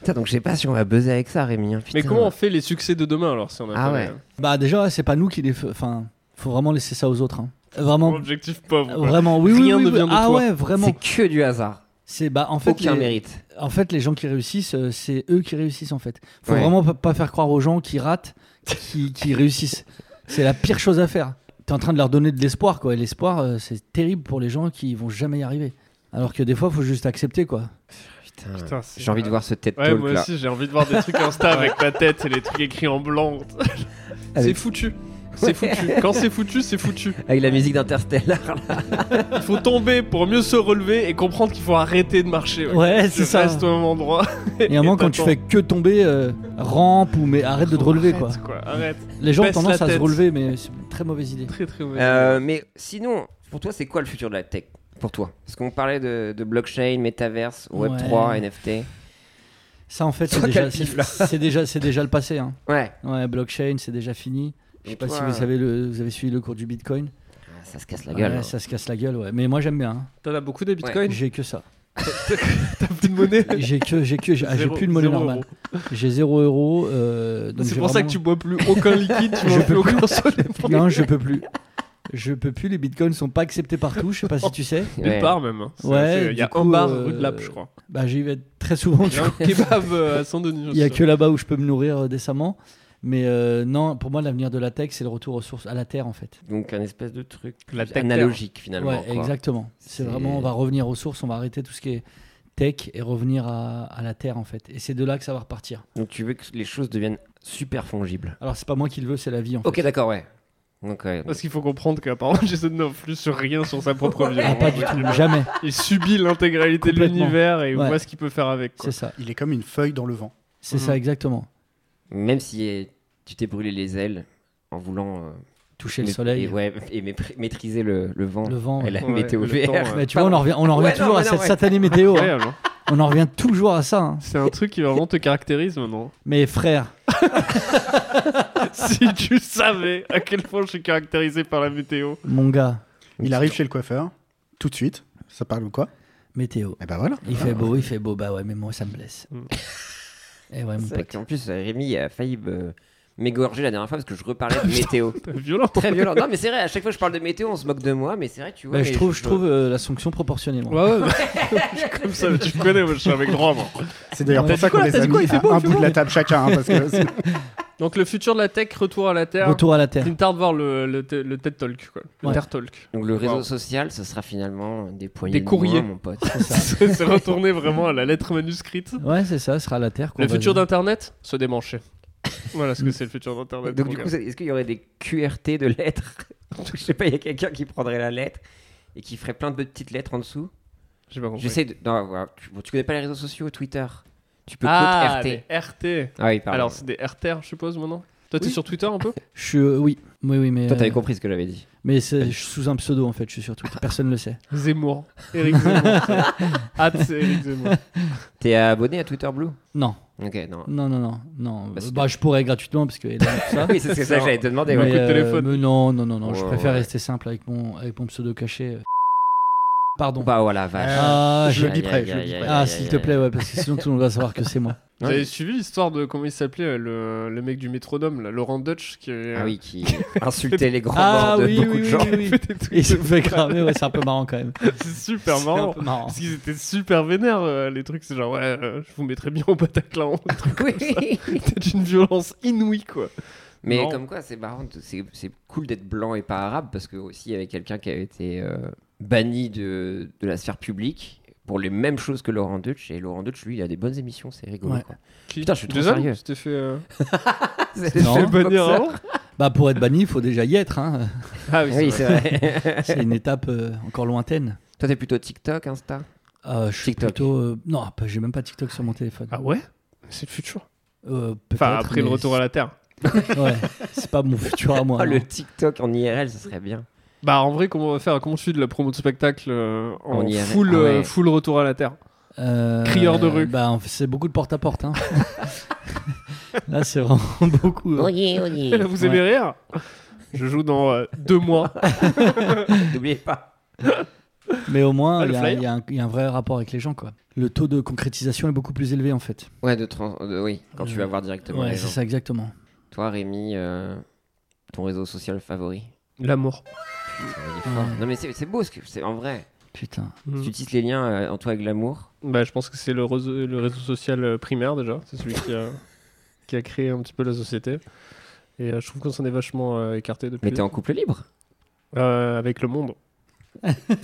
[SPEAKER 3] putain, donc je sais pas si on va buzzer avec ça, Rémi. hein,
[SPEAKER 4] Mais
[SPEAKER 3] putain.
[SPEAKER 4] comment on fait les succès de demain alors si on a
[SPEAKER 3] Ah
[SPEAKER 4] pas
[SPEAKER 3] ouais.
[SPEAKER 4] les-
[SPEAKER 2] Bah déjà, ouais, c'est pas nous qui les. f- Enfin, faut vraiment laisser ça aux autres. hein. Vraiment,
[SPEAKER 4] Objectif pauvre. quoi.
[SPEAKER 2] vraiment. Oui, oui,
[SPEAKER 4] Rien
[SPEAKER 2] oui,
[SPEAKER 4] ne
[SPEAKER 2] oui.
[SPEAKER 4] vient de
[SPEAKER 2] ah
[SPEAKER 4] toi.
[SPEAKER 2] ouais, vraiment.
[SPEAKER 3] C'est que du hasard.
[SPEAKER 2] C'est bah en fait.
[SPEAKER 3] Aucun
[SPEAKER 2] les-
[SPEAKER 3] mérite.
[SPEAKER 2] En fait, les gens qui réussissent, euh, c'est eux qui réussissent en fait. Faut
[SPEAKER 3] Ouais.
[SPEAKER 2] vraiment pas- pas faire croire aux gens qui ratent, qui, qui réussissent. C'est la pire chose à faire. T'es en train de leur donner de l'espoir quoi. Et l'espoir, euh, c'est terrible pour les gens qui vont jamais y arriver. Alors que des fois, faut juste accepter quoi.
[SPEAKER 3] Putain,
[SPEAKER 4] Putain, c'est-
[SPEAKER 3] j'ai envie de voir ce tête
[SPEAKER 4] Ouais,
[SPEAKER 3] talk
[SPEAKER 4] moi
[SPEAKER 3] là.
[SPEAKER 4] aussi, j'ai envie de voir des trucs Insta avec ta tête et les trucs écrits en blanc. C'est
[SPEAKER 3] Avec-
[SPEAKER 4] foutu. C'est foutu. Quand c'est foutu, c'est foutu.
[SPEAKER 3] Avec la musique d'Interstellar. là.
[SPEAKER 4] Il faut tomber pour mieux se relever et comprendre qu'il faut arrêter de marcher. ouais.
[SPEAKER 2] Ouais,
[SPEAKER 4] Tu
[SPEAKER 2] c'est ça.
[SPEAKER 4] Reste au même endroit.
[SPEAKER 2] Et à un moment, quand tu
[SPEAKER 4] t'attends.
[SPEAKER 2] fais que tomber, euh, rampe ou mais arrête de te relever quoi.
[SPEAKER 4] Arrête, quoi. Arrête.
[SPEAKER 2] Les gens ont
[SPEAKER 4] Baisse la
[SPEAKER 2] tendance à se
[SPEAKER 4] tête.
[SPEAKER 2] relever, mais c'est une très mauvaise idée.
[SPEAKER 4] Très très mauvais.
[SPEAKER 3] Euh, mais sinon, pour toi, c'est quoi le futur de la tech Pour toi Parce qu'on parlait de, de blockchain, métaverse, Web3,
[SPEAKER 2] Ouais.
[SPEAKER 3] NFT.
[SPEAKER 2] Ça en fait, c'est
[SPEAKER 3] Sois
[SPEAKER 2] déjà,
[SPEAKER 3] captif, là.
[SPEAKER 2] c'est- c'est déjà, c'est déjà le passé. Hein.
[SPEAKER 3] Ouais.
[SPEAKER 2] Ouais, blockchain, c'est déjà fini. Je sais
[SPEAKER 3] Et
[SPEAKER 2] pas
[SPEAKER 3] toi,
[SPEAKER 2] si vous
[SPEAKER 4] euh
[SPEAKER 2] savez, le, vous avez suivi le cours du Bitcoin.
[SPEAKER 3] Ah, Ça se casse la gueule.
[SPEAKER 2] Ouais,
[SPEAKER 3] hein.
[SPEAKER 2] ça se casse la gueule, ouais. Mais moi j'aime bien. hein.
[SPEAKER 4] T'en as beaucoup des bitcoins
[SPEAKER 2] J'ai que ça.
[SPEAKER 4] T'as plus de monnaie
[SPEAKER 2] J'ai que, j'ai que, j'ai ah, j'ai
[SPEAKER 4] Zéro-
[SPEAKER 2] plus de monnaie
[SPEAKER 4] zéro
[SPEAKER 2] normale.
[SPEAKER 4] euro.
[SPEAKER 2] J'ai 0 euros. euh, donc
[SPEAKER 4] C'est
[SPEAKER 2] j'ai
[SPEAKER 4] pour ça que
[SPEAKER 2] vraiment-
[SPEAKER 4] tu bois plus aucun liquide, tu
[SPEAKER 2] Je
[SPEAKER 4] manges
[SPEAKER 2] peux
[SPEAKER 4] plus aucun soda.
[SPEAKER 2] Non, je peux plus. Je peux plus. Les Bitcoins sont pas acceptés partout. Je sais pas si tu sais.
[SPEAKER 3] Ouais.
[SPEAKER 4] Nulle part même. hein. C'est-
[SPEAKER 2] Ouais,
[SPEAKER 4] c'est- Il y a
[SPEAKER 2] du
[SPEAKER 4] un
[SPEAKER 2] coup,
[SPEAKER 4] bar
[SPEAKER 2] euh,
[SPEAKER 4] rue de l'App, je crois.
[SPEAKER 2] Bah j'y vais très souvent.
[SPEAKER 4] Il
[SPEAKER 2] du
[SPEAKER 4] y a un
[SPEAKER 2] coup.
[SPEAKER 4] kebab euh, à Saint-Denis. je
[SPEAKER 2] Il y a
[SPEAKER 4] sais.
[SPEAKER 2] que là-bas où je peux me nourrir euh, décemment. Mais euh, non, pour moi l'avenir de la tech, c'est le retour aux sources, à la terre en fait.
[SPEAKER 3] Donc un espèce de truc
[SPEAKER 4] La
[SPEAKER 3] plus
[SPEAKER 4] tech
[SPEAKER 3] analogique finalement.
[SPEAKER 2] Ouais,
[SPEAKER 3] quoi.
[SPEAKER 2] exactement. C'est
[SPEAKER 3] C'est-
[SPEAKER 2] vraiment, on va revenir aux sources, on va arrêter tout ce qui est tech et revenir à, à la terre en fait. Et c'est de là que ça va repartir.
[SPEAKER 3] Donc tu veux que les choses deviennent super fongibles.
[SPEAKER 2] Alors c'est pas moi qui le veux, c'est la vie en fait.
[SPEAKER 3] Ok, d'accord, ouais. Donc, ouais.
[SPEAKER 4] Parce qu'il faut comprendre qu'apparemment Jason n'influe sur rien sur sa propre vie.
[SPEAKER 2] Ah,
[SPEAKER 3] Oh,
[SPEAKER 2] pas du tout, jamais.
[SPEAKER 4] Il subit l'intégralité de
[SPEAKER 2] Complètement.
[SPEAKER 4] l'univers et il
[SPEAKER 2] Ouais.
[SPEAKER 4] voit ce qu'il peut faire avec. quoi.
[SPEAKER 2] C'est ça,
[SPEAKER 5] Il est comme une feuille dans le vent.
[SPEAKER 2] c'est
[SPEAKER 4] Mhm.
[SPEAKER 2] ça
[SPEAKER 3] Mm.
[SPEAKER 2] exactement.
[SPEAKER 3] Même si euh, tu t'es brûlé les ailes en voulant. euh,
[SPEAKER 2] Toucher le
[SPEAKER 3] mait-
[SPEAKER 2] soleil,
[SPEAKER 3] Et, ouais, et mépr- maîtriser le, le vent.
[SPEAKER 2] le vent.
[SPEAKER 3] Et la
[SPEAKER 4] Ouais,
[SPEAKER 3] météo
[SPEAKER 4] le
[SPEAKER 3] VR.
[SPEAKER 4] temps, ouais.
[SPEAKER 2] Bah, tu vois, on en revient, on en revient
[SPEAKER 3] Ouais, non,
[SPEAKER 2] toujours à
[SPEAKER 3] mais non,
[SPEAKER 2] cette
[SPEAKER 3] ouais.
[SPEAKER 2] satanée météo. hein.
[SPEAKER 4] Incroyable, hein.
[SPEAKER 2] On en revient toujours à ça. hein.
[SPEAKER 4] C'est un truc qui vraiment te caractérise maintenant.
[SPEAKER 2] Mais frère,
[SPEAKER 4] si tu savais à quel point je suis caractérisé par la météo.
[SPEAKER 2] mon gars,
[SPEAKER 5] Il arrive chez le coiffeur, tout de suite. Ça parle de quoi
[SPEAKER 2] météo.
[SPEAKER 4] Eh
[SPEAKER 5] Et ben voilà.
[SPEAKER 2] Il fait beau, il fait beau. Bah ouais, mais moi ça me blesse.
[SPEAKER 4] Mhm.
[SPEAKER 2] Et ouais, mon
[SPEAKER 3] Mm. C'est vrai
[SPEAKER 2] pote.
[SPEAKER 3] qu'en plus, euh, Rémi a failli me- m'égorger la dernière fois parce que je reparlais de météo.
[SPEAKER 4] T'es violent.
[SPEAKER 3] Très violent. Non, mais c'est vrai, à chaque fois que je parle de météo, on se moque de moi, mais c'est vrai, tu vois.
[SPEAKER 2] Bah,
[SPEAKER 3] mais
[SPEAKER 2] je trouve, je trouve euh, la sanction proportionnelle. moi.
[SPEAKER 4] Ouais, ouais. comme ça, tu me connais, moi je suis avec droit, moi.
[SPEAKER 5] C'est d'ailleurs
[SPEAKER 2] T'as
[SPEAKER 5] pour ça
[SPEAKER 4] dit quoi,
[SPEAKER 5] qu'on
[SPEAKER 4] Bah, là
[SPEAKER 5] les
[SPEAKER 4] T'as
[SPEAKER 5] a
[SPEAKER 4] dit quoi
[SPEAKER 5] mis
[SPEAKER 4] Il fait
[SPEAKER 5] à
[SPEAKER 4] beau, il
[SPEAKER 5] un
[SPEAKER 4] fait
[SPEAKER 5] bout
[SPEAKER 4] beau
[SPEAKER 5] de la table chacun. hein, parce que c'est-
[SPEAKER 4] Donc le futur de la tech, retour à la Terre.
[SPEAKER 2] Retour à la terre.
[SPEAKER 4] Plus tard de voir le, le, te- le TED Talk, quoi. Le
[SPEAKER 2] Ouais.
[SPEAKER 4] TED Talk.
[SPEAKER 3] Donc le réseau
[SPEAKER 4] Wow.
[SPEAKER 3] social, ce sera finalement des poignées.
[SPEAKER 4] Des
[SPEAKER 3] de
[SPEAKER 4] courriers.
[SPEAKER 3] moins, mon pote.
[SPEAKER 2] C'est ça.
[SPEAKER 4] C'est c'est retourné vraiment à la lettre manuscrite.
[SPEAKER 2] Ouais, c'est ça, ce sera la terre. qu'on
[SPEAKER 4] Le
[SPEAKER 2] va-
[SPEAKER 4] futur d'Internet, se démancher. Voilà ce que c'est le futur d'Internet.
[SPEAKER 3] Donc
[SPEAKER 4] mon
[SPEAKER 3] du
[SPEAKER 4] gars.
[SPEAKER 3] coup, c'est- est-ce qu'il y aurait des QRT de lettres Je sais pas, il y a quelqu'un qui prendrait la lettre et qui ferait plein de petites lettres en dessous.
[SPEAKER 4] j'ai pas compris.
[SPEAKER 3] J'essaie de. Non, voilà, tu, bon, tu connais pas les réseaux sociaux, Twitter. Tu peux
[SPEAKER 4] ah,
[SPEAKER 3] code RT.
[SPEAKER 4] des RT.
[SPEAKER 3] Ah oui, pardon.
[SPEAKER 4] Alors c'est des RTR, je suppose, maintenant Toi, t'es
[SPEAKER 2] Oui.
[SPEAKER 4] sur Twitter un peu
[SPEAKER 2] Je suis, euh, oui, oui, oui, mais.
[SPEAKER 3] Toi,
[SPEAKER 2] euh,
[SPEAKER 3] t'avais compris ce que j'avais dit.
[SPEAKER 2] Mais c'est je suis sous un pseudo en fait, je suis sur Twitter. Personne ne le sait.
[SPEAKER 4] Zemmour. Eric Zemmour. ça. Hâte, c'est Eric Zemmour.
[SPEAKER 3] T'es abonné à Twitter Blue
[SPEAKER 2] Non,
[SPEAKER 3] Ok, non.
[SPEAKER 2] non, non, non, non.
[SPEAKER 3] Bah,
[SPEAKER 2] Euh,
[SPEAKER 3] c'est-
[SPEAKER 2] Bah, je pourrais gratuitement parce que.
[SPEAKER 3] Ah oui, c'est ce que ça que j'allais te demander. ouais.
[SPEAKER 4] coup de téléphone.
[SPEAKER 2] mais non, non, non, non. je
[SPEAKER 3] Ouais,
[SPEAKER 2] préfère
[SPEAKER 3] ouais.
[SPEAKER 2] rester simple avec mon avec mon pseudo caché. euh. Pardon.
[SPEAKER 3] Bah euh, voilà, vache.
[SPEAKER 2] ah,
[SPEAKER 5] je
[SPEAKER 2] je-
[SPEAKER 5] le biperai, je le biperai.
[SPEAKER 2] ah, s'il te plaît, ouais, parce que sinon tout le monde va savoir que c'est moi.
[SPEAKER 4] Vous avez suivi l'histoire de comment il s'appelait euh, le, le mec du métronome, là, Laurent Dutch, qui est,
[SPEAKER 3] Ah oui, qui insultait les grands
[SPEAKER 2] Ah
[SPEAKER 3] morts de
[SPEAKER 2] oui,
[SPEAKER 3] beaucoup
[SPEAKER 2] oui,
[SPEAKER 3] de
[SPEAKER 2] oui,
[SPEAKER 3] gens.
[SPEAKER 2] oui, oui. Et il se fait cramer, ouais, c'est un peu marrant quand même.
[SPEAKER 4] c'est super
[SPEAKER 2] C'est un
[SPEAKER 4] marrant.
[SPEAKER 2] peu marrant.
[SPEAKER 4] Parce qu'ils étaient super vénères, euh, les trucs, c'est genre, ouais, euh, je vous mettrais bien au Bataclan.
[SPEAKER 3] Oui.
[SPEAKER 4] C'était d'une violence inouïe, quoi.
[SPEAKER 3] Mais
[SPEAKER 4] Non.
[SPEAKER 3] comme quoi, c'est marrant, c'est c'est cool d'être blanc et pas arabe parce que aussi il y avait quelqu'un qui avait été euh, banni de, de la sphère publique pour les mêmes choses que Laurent Deutsch et Laurent Deutsch lui il a des bonnes émissions, c'est rigolo
[SPEAKER 2] Ouais.
[SPEAKER 3] quoi.
[SPEAKER 4] Qui
[SPEAKER 3] Putain, je suis trop
[SPEAKER 4] Jason,
[SPEAKER 3] sérieux.
[SPEAKER 4] tu t'es fait, euh,
[SPEAKER 3] C'est
[SPEAKER 2] Non.
[SPEAKER 4] fait bannir avant
[SPEAKER 2] Bah, pour être banni, il faut déjà y être. Hein.
[SPEAKER 4] Ah
[SPEAKER 3] Oui, c'est vrai.
[SPEAKER 2] C'est une étape euh, encore lointaine.
[SPEAKER 3] Toi t'es plutôt TikTok, Insta
[SPEAKER 2] Euh, je suis
[SPEAKER 3] TikTok.
[SPEAKER 2] plutôt. euh, non, pas- j'ai même pas TikTok sur mon téléphone.
[SPEAKER 4] Ah ouais Mais C'est le futur.
[SPEAKER 2] Euh,
[SPEAKER 4] Enfin,
[SPEAKER 2] peut-être,
[SPEAKER 4] après le
[SPEAKER 2] mais
[SPEAKER 4] retour à la Terre.
[SPEAKER 2] c'est- Ouais, c'est pas mon futur à moi.
[SPEAKER 3] Ah,
[SPEAKER 2] non.
[SPEAKER 3] le TikTok en IRL, ça serait bien.
[SPEAKER 4] Bah en vrai, comment on va faire Comment tu fais de la promo de spectacle euh, en
[SPEAKER 3] On y est-
[SPEAKER 4] full,
[SPEAKER 3] ah ouais.
[SPEAKER 4] euh, full retour à la terre
[SPEAKER 2] Euh,
[SPEAKER 4] Crieur de rue.
[SPEAKER 2] Bah, on fait- c'est beaucoup de porte-à-porte. hein. Là, c'est vraiment beaucoup. hein.
[SPEAKER 3] Oyez, oyez.
[SPEAKER 4] Vous aimez rire Je joue dans euh, deux mois.
[SPEAKER 3] N'oubliez pas.
[SPEAKER 2] Mais au moins,
[SPEAKER 4] Ah, le
[SPEAKER 2] il y a-
[SPEAKER 4] flyer.
[SPEAKER 2] il y, a un- il y a un vrai rapport avec les gens. quoi. Le taux de concrétisation est beaucoup plus élevé, en fait.
[SPEAKER 3] Ouais, de trans... euh, de- oui, quand tu vas voir directement
[SPEAKER 2] ouais,
[SPEAKER 3] les
[SPEAKER 2] c'est
[SPEAKER 3] gens.
[SPEAKER 2] ça, exactement.
[SPEAKER 3] Toi, Rémi, euh, ton réseau social favori
[SPEAKER 4] L'amour.
[SPEAKER 3] Putain, il est fort.
[SPEAKER 2] Ouais.
[SPEAKER 3] Non, mais c'est c'est beau, ce que- c'est en vrai.
[SPEAKER 2] Putain.
[SPEAKER 4] Mm.
[SPEAKER 3] Tu tisses les liens, euh, en toi, avec l'amour.
[SPEAKER 4] Bah, je pense que c'est le, réseau- le réseau social euh, primaire déjà. C'est celui qui a, qui a créé un petit peu la société. Et euh, je trouve qu'on s'en est vachement euh, écarté depuis.
[SPEAKER 3] Mais t'es en couple libre
[SPEAKER 4] Euh, avec le monde.
[SPEAKER 3] Wow,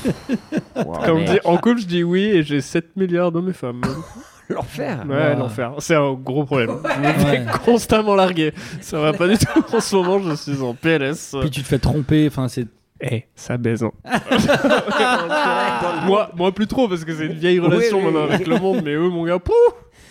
[SPEAKER 4] Quand on me
[SPEAKER 3] Ah, merde.
[SPEAKER 4] dit en couple, je dis oui et j'ai 7 milliards d'hommes et femmes.
[SPEAKER 3] L'enfer
[SPEAKER 4] Ouais,
[SPEAKER 2] Wow.
[SPEAKER 4] l'enfer. C'est un gros problème. Je me fais
[SPEAKER 2] Ouais.
[SPEAKER 4] constamment larguer. Ça va pas du tout en ce moment, je suis en PLS.
[SPEAKER 2] Puis tu te fais tromper. Enfin, c'est.
[SPEAKER 4] Eh, ça baise. hein. Ah. moi, moi plus trop parce que c'est une vieille relation
[SPEAKER 3] Oui, oui,
[SPEAKER 4] maintenant
[SPEAKER 3] oui.
[SPEAKER 4] avec le monde, mais eux, mon gars, pouf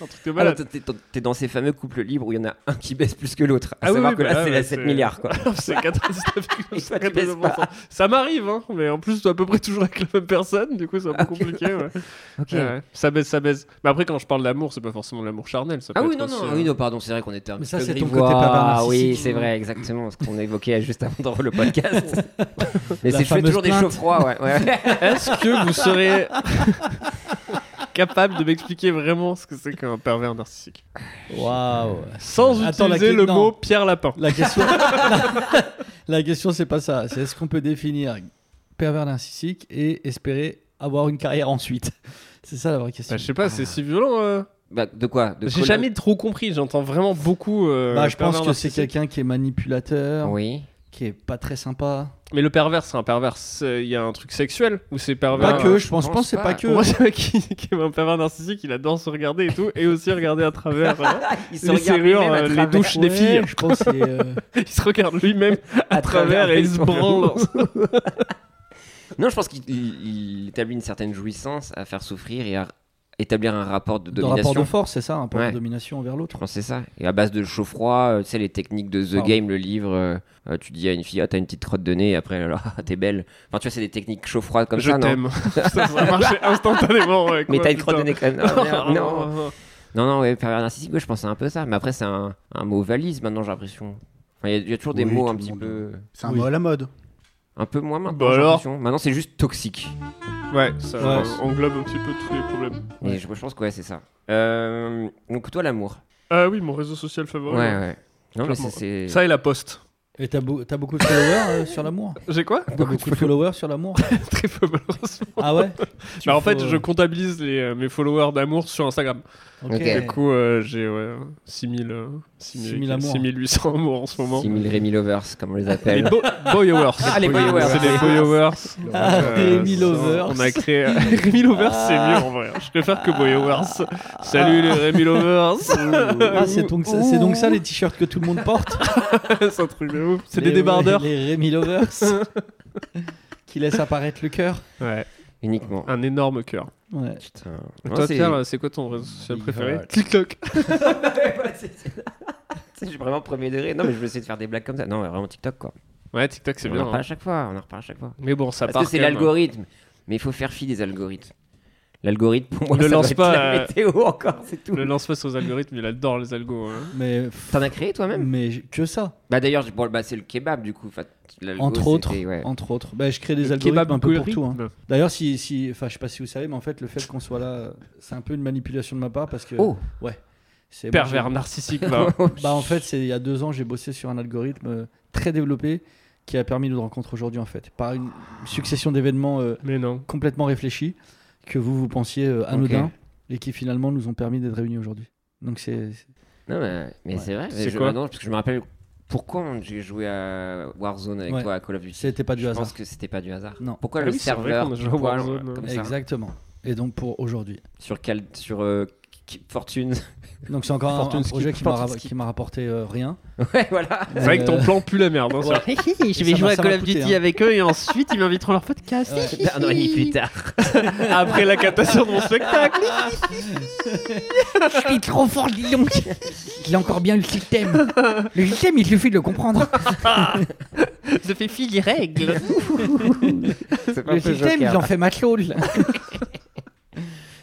[SPEAKER 4] Un truc de
[SPEAKER 3] Ah,
[SPEAKER 4] malade.
[SPEAKER 3] non, t'es- t'es- T'es dans ces fameux couples libres où il y en a un qui baisse plus que l'autre. À
[SPEAKER 4] Ah oui,
[SPEAKER 3] savoir
[SPEAKER 4] oui,
[SPEAKER 3] que
[SPEAKER 4] bah
[SPEAKER 3] là,
[SPEAKER 4] là,
[SPEAKER 3] c'est
[SPEAKER 4] ouais,
[SPEAKER 3] la 7
[SPEAKER 4] c'est-
[SPEAKER 3] milliards, quoi.
[SPEAKER 4] c'est 99,
[SPEAKER 3] Et toi, tu
[SPEAKER 4] 99%.
[SPEAKER 3] baisses pas.
[SPEAKER 4] Ça m'arrive, hein, mais en plus, à peu près toujours avec la même personne, du coup, c'est un peu compliqué. ouais.
[SPEAKER 3] Ok.
[SPEAKER 4] Ouais, ouais. Ça baise, ça baise. Mais après, quand je parle d'amour, c'est pas forcément de l'amour charnel. Ça peut
[SPEAKER 3] Ah oui,
[SPEAKER 4] être
[SPEAKER 3] non,
[SPEAKER 4] aussi,
[SPEAKER 3] non,
[SPEAKER 4] euh,
[SPEAKER 3] ah oui, non, pardon, c'est vrai qu'on était un
[SPEAKER 2] Mais
[SPEAKER 3] petit
[SPEAKER 2] ça,
[SPEAKER 3] peu
[SPEAKER 2] c'est ton
[SPEAKER 3] grivois. Ah
[SPEAKER 2] côté pervers narcissique.
[SPEAKER 3] oui, c'est vrai, exactement, ce qu'on évoquait juste avant dans le podcast. Mais c'est
[SPEAKER 2] La
[SPEAKER 3] je fais
[SPEAKER 2] fameuse
[SPEAKER 3] toujours des
[SPEAKER 2] plainte.
[SPEAKER 3] chauds froids, ouais. ouais.
[SPEAKER 4] Est-ce que vous serez capable de m'expliquer vraiment ce que c'est qu'un pervers narcissique
[SPEAKER 2] Waouh.
[SPEAKER 4] Sans
[SPEAKER 2] Attends, la
[SPEAKER 4] utiliser
[SPEAKER 2] clé-
[SPEAKER 4] le
[SPEAKER 2] non.
[SPEAKER 4] mot Pierre Lapin.
[SPEAKER 2] La question. la- la question, c'est pas ça. C'est est-ce qu'on peut définir pervers narcissique et espérer avoir une carrière ensuite C'est ça la vraie question.
[SPEAKER 4] Bah, je sais pas, c'est si violent. euh.
[SPEAKER 3] Bah, de quoi De
[SPEAKER 4] J'ai
[SPEAKER 3] Colin-
[SPEAKER 4] jamais trop compris, j'entends vraiment beaucoup. euh,
[SPEAKER 2] Bah, je pense
[SPEAKER 4] pervers
[SPEAKER 2] que c'est
[SPEAKER 4] narcissique.
[SPEAKER 2] quelqu'un qui est manipulateur,
[SPEAKER 3] Oui.
[SPEAKER 2] qui est pas très sympa.
[SPEAKER 4] Mais le pervers, c'est un pervers. c'est- Il y a un truc sexuel ou c'est pervers. euh,
[SPEAKER 2] Pas que, je pense, je pense que c'est pas que.
[SPEAKER 4] Pour
[SPEAKER 3] Euh.
[SPEAKER 4] Moi, c'est un mec qui, qui est un pervers narcissique, il adore se regarder et tout, et aussi regarder à travers euh,
[SPEAKER 3] Il
[SPEAKER 4] les serrures, euh, les douches des
[SPEAKER 2] Ouais,
[SPEAKER 4] filles.
[SPEAKER 2] Je pense que c'est, euh,
[SPEAKER 4] Il se regarde lui-même à,
[SPEAKER 3] À
[SPEAKER 4] travers
[SPEAKER 3] travers
[SPEAKER 4] et il
[SPEAKER 3] les
[SPEAKER 4] se
[SPEAKER 3] trous.
[SPEAKER 4] branle.
[SPEAKER 3] Non, je pense qu'il il- il établit une certaine jouissance à faire souffrir et à établir un rapport de
[SPEAKER 2] dans rapport
[SPEAKER 3] domination.
[SPEAKER 2] de force, c'est ça, un rapport
[SPEAKER 3] Ouais.
[SPEAKER 2] de domination envers l'autre.
[SPEAKER 3] Je pense que c'est ça. Et à base de chaud froid, euh, tu sais, les techniques de The
[SPEAKER 2] Pardon.
[SPEAKER 3] Game, le livre, euh, euh, tu dis à une fille, ah, t'as une petite crotte de nez, et après, alors, ah, t'es belle. Enfin, tu vois, c'est des techniques chaud froid comme
[SPEAKER 4] Je
[SPEAKER 3] ça, Ah, non
[SPEAKER 4] t'aime. ça, ça marchait instantanément. ouais, Oh.
[SPEAKER 3] Mais
[SPEAKER 4] quoi,
[SPEAKER 3] t'as une
[SPEAKER 4] putain.
[SPEAKER 3] crotte de nez quand même. Ah, merde, non.
[SPEAKER 4] non.
[SPEAKER 3] Non, non, ouais, pervers narcissique, ouais, je pense que c'est un peu ça. Mais après, c'est un, un mot valise maintenant, j'ai l'impression. Enfin, Il y a- il y, a toujours des
[SPEAKER 5] Oui,
[SPEAKER 3] mots
[SPEAKER 5] tout
[SPEAKER 3] un
[SPEAKER 5] le
[SPEAKER 3] petit
[SPEAKER 5] monde.
[SPEAKER 3] peu.
[SPEAKER 5] C'est un
[SPEAKER 2] Oui.
[SPEAKER 5] mot à la mode.
[SPEAKER 3] Un peu moins maintenant.
[SPEAKER 4] Bah
[SPEAKER 3] j'ai
[SPEAKER 4] alors.
[SPEAKER 3] l'impression. Maintenant, c'est juste toxique.
[SPEAKER 4] Ouais, ça
[SPEAKER 2] Ouais.
[SPEAKER 4] euh, englobe un petit peu tous les problèmes.
[SPEAKER 3] Et je, je pense que ouais, c'est ça. Euh, donc, toi, l'amour.
[SPEAKER 4] Ah oui, mon réseau social
[SPEAKER 3] Ouais,
[SPEAKER 4] favori.
[SPEAKER 3] ouais. Non, mais
[SPEAKER 4] Clairement.
[SPEAKER 3] c'est- c'est.
[SPEAKER 4] Ça et la poste.
[SPEAKER 2] Et t'as, beau- t'as beaucoup de followers euh, sur l'amour
[SPEAKER 4] J'ai quoi
[SPEAKER 2] T'as beaucoup de followers sur l'amour
[SPEAKER 4] Très peu malheureusement.
[SPEAKER 2] Ah ouais Tu
[SPEAKER 4] Mais Bah, en
[SPEAKER 2] faut-
[SPEAKER 4] fait, je comptabilise les, euh, mes followers d'amour sur Instagram.
[SPEAKER 2] Ok.
[SPEAKER 3] Ok.
[SPEAKER 4] Du coup, euh, j'ai ouais, 6000, euh, 6000,
[SPEAKER 2] 6000 amours.
[SPEAKER 4] 6800 amours en ce moment.
[SPEAKER 3] 6000 Rémi Lovers, comme on les
[SPEAKER 4] Les
[SPEAKER 3] appelle.
[SPEAKER 4] bo- boyowers.
[SPEAKER 3] Ah, les boyowers.
[SPEAKER 4] C'est des boyowers.
[SPEAKER 2] Ah, Rémi
[SPEAKER 4] c'est-
[SPEAKER 2] Lovers. Ah,
[SPEAKER 4] On a créé. Rémi Lovers, c'est mieux en vrai. hein. Je préfère que boyowers. Salut les Rémi Lovers.
[SPEAKER 2] Ah, c'est, donc ça, c'est donc ça les t-shirts que tout le monde porte
[SPEAKER 4] c'est un truc de ouf. C'est des
[SPEAKER 2] Les-
[SPEAKER 4] débardeurs.
[SPEAKER 2] Les Rémi Lovers qui laissent apparaître le cœur.
[SPEAKER 4] Ouais,
[SPEAKER 3] Uniquement.
[SPEAKER 4] un énorme cœur.
[SPEAKER 2] Ouais.
[SPEAKER 3] Putain.
[SPEAKER 4] Et
[SPEAKER 3] Non,
[SPEAKER 4] toi,
[SPEAKER 3] c'est-
[SPEAKER 4] Pierre, c'est quoi ton réseau social
[SPEAKER 2] Big
[SPEAKER 4] préféré
[SPEAKER 2] Heart.
[SPEAKER 4] TikTok.
[SPEAKER 3] Ouais, c'est- c'est- c'est- J'ai vraiment premier degré. Non, mais je vais essayer de faire des blagues comme ça. Non, mais vraiment TikTok, quoi.
[SPEAKER 4] Ouais, TikTok, c'est
[SPEAKER 3] on
[SPEAKER 4] bien.
[SPEAKER 3] en reparle
[SPEAKER 4] hein.
[SPEAKER 3] à chaque fois. On en reparle à chaque fois.
[SPEAKER 4] Mais bon, ça part. hein.
[SPEAKER 3] Parce que c'est
[SPEAKER 4] quand même.
[SPEAKER 3] l'algorithme. Mais il faut faire fi des algorithmes. L'algorithme, pour moi,
[SPEAKER 4] Ne
[SPEAKER 3] ça
[SPEAKER 4] lance
[SPEAKER 3] doit être
[SPEAKER 4] pas,
[SPEAKER 3] la
[SPEAKER 4] euh,
[SPEAKER 3] météo encore, c'est tout.
[SPEAKER 4] Le lance-face aux algorithmes, il adore les algos. hein.
[SPEAKER 2] Mais,
[SPEAKER 3] T'en as créé toi-même
[SPEAKER 2] mais j- que ça,
[SPEAKER 3] Bah d'ailleurs, j'ai- bon, bah, c'est le kebab du coup. Enfin, l'algo,
[SPEAKER 2] entre autres.
[SPEAKER 3] c'était- ouais.
[SPEAKER 2] Entre autres. Bah, je crée des
[SPEAKER 4] Le
[SPEAKER 2] algorithmes
[SPEAKER 4] kebab
[SPEAKER 2] un peu pour
[SPEAKER 4] algorithme.
[SPEAKER 2] tout. hein. D'ailleurs, si, si, enfin, je sais pas si vous savez, mais en fait, le fait qu'on soit là, euh, c'est un peu une manipulation de ma part parce que
[SPEAKER 3] Oh
[SPEAKER 2] c'est moi,
[SPEAKER 4] Pervers narcissique, va.
[SPEAKER 2] j'ai- Bah, en fait, c'est il y a deux ans, j'ai bossé sur un algorithme euh, très développé qui a permis notre rencontre aujourd'hui, en fait, par une succession d'événements euh,
[SPEAKER 4] Mais non.
[SPEAKER 2] complètement réfléchis que vous vous pensiez euh, anodins et qui finalement nous ont permis d'être réunis aujourd'hui. Donc c'est
[SPEAKER 3] Non, mais, mais
[SPEAKER 2] Ouais.
[SPEAKER 3] c'est vrai.
[SPEAKER 4] C'est
[SPEAKER 3] je,
[SPEAKER 4] quoi
[SPEAKER 3] ah non, parce que je me rappelle pourquoi on- j'ai joué à Warzone avec
[SPEAKER 2] Ouais.
[SPEAKER 3] toi à Call of Duty.
[SPEAKER 2] c'était pas du
[SPEAKER 3] je
[SPEAKER 2] hasard.
[SPEAKER 3] pense que c'était pas du hasard.
[SPEAKER 2] Non.
[SPEAKER 3] Pourquoi
[SPEAKER 4] Ah
[SPEAKER 3] le
[SPEAKER 4] oui, c'est vrai
[SPEAKER 3] serveur
[SPEAKER 4] qu'on a joué à
[SPEAKER 3] tu vois,
[SPEAKER 4] Warzone,
[SPEAKER 3] genre,
[SPEAKER 4] ouais.
[SPEAKER 3] comme ça,
[SPEAKER 2] Exactement. Et donc pour aujourd'hui.
[SPEAKER 3] sur Cal- sur euh, Ki- Fortune.
[SPEAKER 2] Donc c'est encore un- un,
[SPEAKER 4] Fortune
[SPEAKER 2] projet
[SPEAKER 4] skip,
[SPEAKER 2] qui m'a
[SPEAKER 4] fortune
[SPEAKER 2] ra-
[SPEAKER 4] skip.
[SPEAKER 2] qui m'a rapporté euh, rien.
[SPEAKER 3] ouais, voilà.
[SPEAKER 4] C'est vrai que ton
[SPEAKER 2] Euh,
[SPEAKER 4] plan pue la merde. hein, ça.
[SPEAKER 2] Je vais jouer à Call of Duty
[SPEAKER 4] avec eux et ensuite ils m'inviteront à leur podcast.
[SPEAKER 3] Un an et demi plus tard.
[SPEAKER 4] Après la captation de mon spectacle.
[SPEAKER 7] Il est trop fort, dis donc. Il a encore bien eu le système. Le système, il suffit de le comprendre. Je fais fi des règles.
[SPEAKER 3] C'est pas
[SPEAKER 2] Le
[SPEAKER 3] un peu
[SPEAKER 2] système,
[SPEAKER 3] Joker.
[SPEAKER 2] ils ont fait matelot.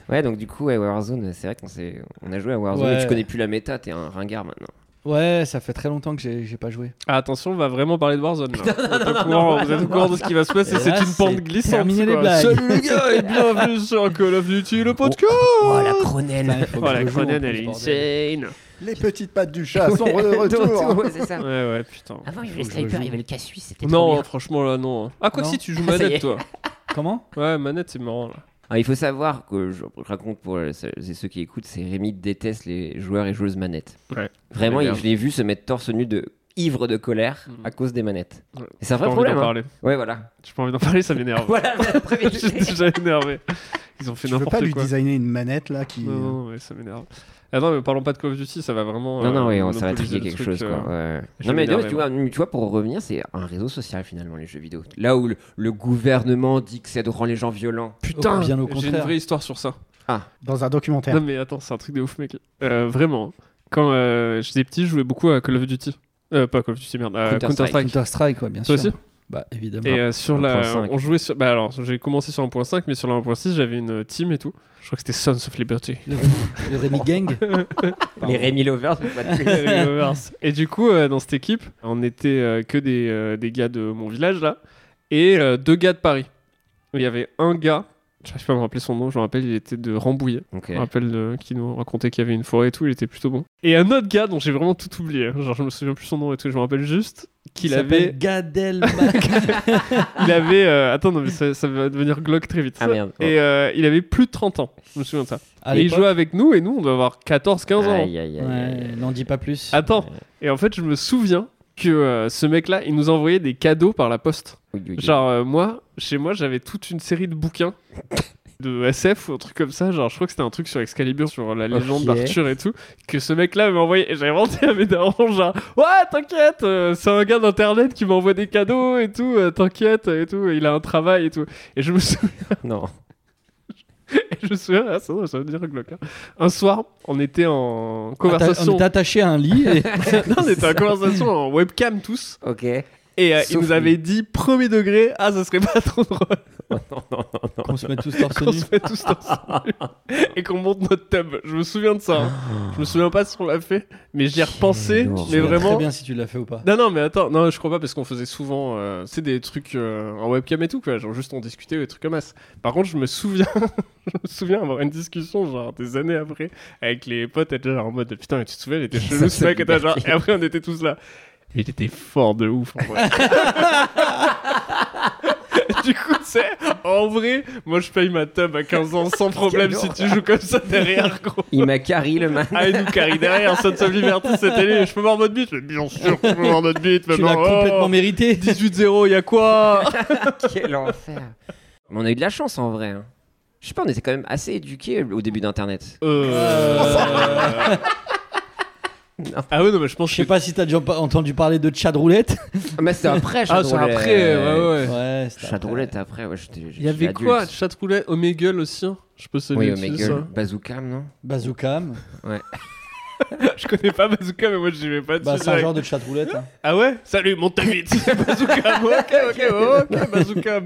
[SPEAKER 3] Ouais, donc du coup, ouais, Warzone, c'est vrai qu'on s'est- on a joué à Warzone.
[SPEAKER 2] Ouais.
[SPEAKER 3] et Tu connais plus la méta, t'es un ringard maintenant.
[SPEAKER 2] Ouais, ça fait très longtemps que j'ai j'ai pas joué.
[SPEAKER 4] Ah, attention, on va vraiment parler de Warzone. là. Vous êtes au courant- vous êtes au courant de ce qui va se passer,
[SPEAKER 2] Et
[SPEAKER 4] c'est
[SPEAKER 2] là,
[SPEAKER 4] une pente
[SPEAKER 2] c'est
[SPEAKER 4] glissante.
[SPEAKER 2] terminé les
[SPEAKER 4] quoi.
[SPEAKER 2] blagues.
[SPEAKER 4] Salut les gars et bienvenue sur Call of Duty, le podcast.
[SPEAKER 3] Oh la Cronen
[SPEAKER 2] Putain, il faut
[SPEAKER 4] Oh,
[SPEAKER 2] que je
[SPEAKER 4] la
[SPEAKER 2] le joue, en
[SPEAKER 4] Cronen,
[SPEAKER 2] plus,
[SPEAKER 4] elle est
[SPEAKER 2] bordel.
[SPEAKER 4] insane.
[SPEAKER 5] Les petites pattes du chat sont de retour.
[SPEAKER 3] Ouais, c'est ça.
[SPEAKER 4] Ouais, ouais, putain.
[SPEAKER 3] Ah,
[SPEAKER 7] Avant, il y avait le sniper, il y avait le cassus, c'était trop
[SPEAKER 4] Non, hein,
[SPEAKER 7] bien.
[SPEAKER 4] franchement, là, non. Ah, quoi que
[SPEAKER 2] Non.
[SPEAKER 4] si, tu joues
[SPEAKER 3] Ah, ça y est.
[SPEAKER 4] manette, toi.
[SPEAKER 2] Comment
[SPEAKER 4] Ouais, manette, c'est marrant, là.
[SPEAKER 3] Ah, il faut savoir que je raconte pour euh, celles et ceux qui écoutent, c'est Rémi déteste les joueurs et joueuses manettes.
[SPEAKER 4] Ouais.
[SPEAKER 3] Vraiment,
[SPEAKER 4] Mais
[SPEAKER 3] il-
[SPEAKER 4] merde.
[SPEAKER 3] je l'ai vu se mettre torse nu de ivre de colère
[SPEAKER 4] Mhm.
[SPEAKER 3] à cause des manettes.
[SPEAKER 4] Ouais.
[SPEAKER 3] Et C'est un
[SPEAKER 4] J'ai
[SPEAKER 3] vrai
[SPEAKER 4] pas envie d'en
[SPEAKER 3] problème. hein.
[SPEAKER 4] parler.
[SPEAKER 3] Ouais, voilà.
[SPEAKER 4] J'ai pas envie d'en parler, ça m'énerve.
[SPEAKER 3] Voilà, la première
[SPEAKER 4] Je suis déjà énervé. Ils ont fait
[SPEAKER 5] Tu veux
[SPEAKER 4] n'importe
[SPEAKER 5] pas lui
[SPEAKER 4] quoi.
[SPEAKER 5] designer une manette là qui.
[SPEAKER 4] Non, non, mais ça m'énerve. Ah non, mais parlons pas de Call of Duty, ça va vraiment.
[SPEAKER 3] hein. Non, non,
[SPEAKER 4] euh,
[SPEAKER 3] oui, on-
[SPEAKER 4] monopoliser
[SPEAKER 3] ça va trier
[SPEAKER 4] le
[SPEAKER 3] quelque
[SPEAKER 4] truc,
[SPEAKER 3] chose. Quoi.
[SPEAKER 4] euh.
[SPEAKER 3] ouais.
[SPEAKER 4] je
[SPEAKER 3] Non, mais
[SPEAKER 4] m'énerve,
[SPEAKER 3] d'ailleurs, tu,
[SPEAKER 4] moi.
[SPEAKER 3] vois, tu vois, pour revenir, c'est un réseau social finalement, les jeux vidéo. Là où le, le gouvernement dit que ça rend les gens violents.
[SPEAKER 4] Putain,
[SPEAKER 2] Oh, Bien au
[SPEAKER 4] j'ai une
[SPEAKER 2] contraire.
[SPEAKER 4] vraie histoire sur ça.
[SPEAKER 5] Dans un documentaire.
[SPEAKER 4] Non, mais attends, c'est un truc de ouf, mec. Euh, vraiment, quand euh, j'étais petit, je jouais beaucoup à Call of Duty. Euh, pas Call of Duty, merde, à
[SPEAKER 3] Counter-Strike.
[SPEAKER 4] Counter-Strike.
[SPEAKER 2] Counter-Strike, quoi, bien
[SPEAKER 4] Toi
[SPEAKER 2] sûr.
[SPEAKER 4] aussi
[SPEAKER 2] Bah, évidemment.
[SPEAKER 4] Et euh, sur la.
[SPEAKER 3] 1.5.
[SPEAKER 4] On jouait sur. Bah alors, j'ai commencé sur 1.5, mais sur la 1.6, j'avais une euh, team et tout. Je crois que c'était Sons of Liberty.
[SPEAKER 2] Le, le Rémi Gang
[SPEAKER 3] Les Rémi Lovers, c'est pas de-
[SPEAKER 4] Les Lovers. et du coup, euh, dans cette équipe, on était euh, que des, euh, des gars de mon village là, et euh, deux gars de Paris. Il y avait un gars, j'arrive pas à me rappeler son nom, je me rappelle, il était de Rambouillet.
[SPEAKER 3] Ok.
[SPEAKER 4] Je me rappelle euh, qui nous racontait qu'il y avait une forêt et tout, il était plutôt bon. Et un autre gars dont j'ai vraiment tout oublié, hein, genre je me souviens plus son nom et tout, je me rappelle juste qu'il
[SPEAKER 2] Il
[SPEAKER 4] avait.
[SPEAKER 2] s'appelle Gad Elmaleh.
[SPEAKER 4] Il avait euh, attends, non mais ça, ça va devenir glauque très vite.
[SPEAKER 3] Ah merde.
[SPEAKER 4] Et euh, il avait plus de 30 ans, je me souviens de ça.
[SPEAKER 2] À
[SPEAKER 4] et il
[SPEAKER 2] l'époque-
[SPEAKER 4] jouait avec nous, et nous on doit avoir 14-15 ans.
[SPEAKER 3] Aïe, aïe, aïe, aïe,
[SPEAKER 2] Ouais,
[SPEAKER 3] aïe.
[SPEAKER 2] n'en dis pas plus.
[SPEAKER 4] Attends, et en fait, je me souviens que euh, ce mec-là, il nous envoyait des cadeaux par la poste.
[SPEAKER 3] Oui, oui, oui.
[SPEAKER 4] Genre, euh, moi, chez moi, j'avais toute une série de bouquins de SF ou un truc comme ça. Genre, je crois que c'était un truc sur Excalibur, sur la légende
[SPEAKER 2] Ok.
[SPEAKER 4] d'Arthur et tout, que ce mec-là m'a envoyé. Et j'avais inventé à mes darons, genre, ouais, t'inquiète, euh, c'est un gars d'internet qui m'envoie des cadeaux et tout, euh, t'inquiète et tout, il a un travail et tout. Et je me souviens.
[SPEAKER 3] Non.
[SPEAKER 4] Et je me souviens, ah, ça, ça veut dire glauque, hein. Un soir, on était en
[SPEAKER 2] Atta- On
[SPEAKER 4] conversation.
[SPEAKER 2] est attaché à un lit. Et...
[SPEAKER 4] Non, on était en conversation en webcam tous.
[SPEAKER 3] Ok.
[SPEAKER 4] Et euh, il
[SPEAKER 3] Sauf
[SPEAKER 4] nous avait dit, premier degré, ah, ça serait pas trop drôle
[SPEAKER 2] qu'on se met tous torse
[SPEAKER 4] qu'on
[SPEAKER 2] nu.
[SPEAKER 4] se fait tous dans et qu'on monte notre tub. Je me souviens de ça. hein. Je me souviens pas si on l'a fait, mais j'y ai repensé.
[SPEAKER 3] horreur.
[SPEAKER 4] Mais
[SPEAKER 3] Je
[SPEAKER 2] Très
[SPEAKER 4] vraiment.
[SPEAKER 2] bien si tu l'as fait ou pas.
[SPEAKER 4] Non, non, mais attends, non, je crois pas parce qu'on faisait souvent, euh, c'est des trucs euh, en webcam et tout, quoi. Genre juste on discutait ou des trucs comme ça. Par contre, je me souviens, je me souviens avoir une discussion, genre des années après, avec les potes, être genre en mode putain, mais tu te souviens, il était chelou ce
[SPEAKER 3] c'est
[SPEAKER 4] mec, et, t'as genre,
[SPEAKER 3] liberté.
[SPEAKER 4] et après on était tous là. Il était fort de ouf en vrai. du coup, tu sais, en vrai, moi je paye ma tub à 15 ans sans problème si tu joues comme ça derrière, gros.
[SPEAKER 3] Il m'a carry le man.
[SPEAKER 4] Ah, il nous carry derrière, Sons of Liberty, c'était lui. Je peux voir votre bite Mais bien sûr, que je peux voir notre bite.
[SPEAKER 2] Tu l'as
[SPEAKER 4] maman.
[SPEAKER 2] complètement
[SPEAKER 4] Oh,
[SPEAKER 2] mérité.
[SPEAKER 4] 18-0, y'a quoi
[SPEAKER 3] Quel enfer. Mais on a eu de la chance en vrai. hein. Je sais pas, on était quand même assez éduqués au début d'Internet.
[SPEAKER 4] Euh. Ah ouais, non, mais je pense
[SPEAKER 2] Je
[SPEAKER 4] que.
[SPEAKER 2] sais pas si t'as déjà pa- entendu parler de Chad Roulette.
[SPEAKER 3] Ah, mais c'était après,
[SPEAKER 4] Ah, euh,
[SPEAKER 3] Chad
[SPEAKER 4] c'est
[SPEAKER 3] Roulette.
[SPEAKER 4] après, ouais, ouais.
[SPEAKER 2] Ouais, c'était
[SPEAKER 3] Chad
[SPEAKER 2] après.
[SPEAKER 3] Roulette après, ouais, j'étais.
[SPEAKER 4] Il y avait quoi Chatroulette, Omegle aussi hein Je peux saluer
[SPEAKER 3] Oui,
[SPEAKER 4] aussi,
[SPEAKER 3] Omegle, Bazooka, non
[SPEAKER 2] Bazookam.
[SPEAKER 4] ça. Je connais pas Bazooka, mais moi j'y vais pas dessus.
[SPEAKER 2] Bah, c'est un
[SPEAKER 4] direct.
[SPEAKER 2] genre de Chad Roulette. hein.
[SPEAKER 4] Ah ouais Salut, monte ta bite Bazooka, ok, ok, ok, Bazooka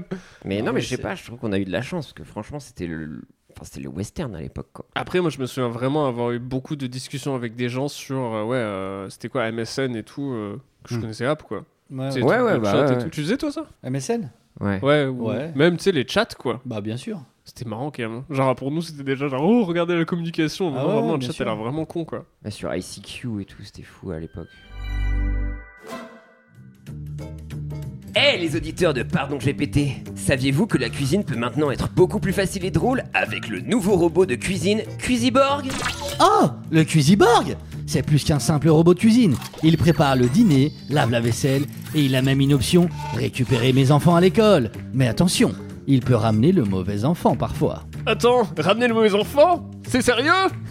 [SPEAKER 3] Mais non,
[SPEAKER 2] mais
[SPEAKER 3] mais je sais
[SPEAKER 2] c'est-
[SPEAKER 3] pas, je trouve qu'on a eu de la chance parce que franchement, c'était le. Enfin, c'était le western à l'époque, quoi.
[SPEAKER 4] Après, moi, je me souviens vraiment avoir eu beaucoup de discussions avec des gens sur, euh, ouais, euh, c'était quoi, MSN et tout, euh, que je
[SPEAKER 5] Hmm.
[SPEAKER 4] connaissais pas, quoi.
[SPEAKER 2] Ah Ouais,
[SPEAKER 4] Tu sais,
[SPEAKER 2] ouais.
[SPEAKER 3] Ouais,
[SPEAKER 4] tout
[SPEAKER 3] ouais,
[SPEAKER 4] le
[SPEAKER 3] bah,
[SPEAKER 4] chat et
[SPEAKER 3] ouais.
[SPEAKER 4] tout. Tu faisais, toi, ça
[SPEAKER 2] MSN
[SPEAKER 3] Ouais.
[SPEAKER 4] Ouais, ou
[SPEAKER 2] Ouais.
[SPEAKER 4] même, tu sais, les chats, quoi.
[SPEAKER 2] Bah, bien sûr.
[SPEAKER 4] C'était marrant, quand même. Genre, pour nous, c'était déjà genre, oh, regardez la communication.
[SPEAKER 2] Ah
[SPEAKER 4] Vraiment,
[SPEAKER 2] ouais,
[SPEAKER 4] vraiment, le
[SPEAKER 2] bien
[SPEAKER 4] chat,
[SPEAKER 2] sûr.
[SPEAKER 4] elle a l'air vraiment con, quoi.
[SPEAKER 3] Ouais, sur ICQ et tout, c'était fou à l'époque. Eh les auditeurs de Pardon GPT, saviez-vous que la cuisine peut maintenant être beaucoup plus facile et drôle avec le nouveau robot de cuisine Cuisiborg
[SPEAKER 8] Oh, le Cuisiborg C'est plus qu'un simple robot de cuisine. Il prépare le dîner, lave la vaisselle et il a même une option récupérer mes enfants à l'école. Mais attention, il peut ramener le mauvais enfant parfois.
[SPEAKER 4] Attends, ramenez le mauvais enfant C'est sérieux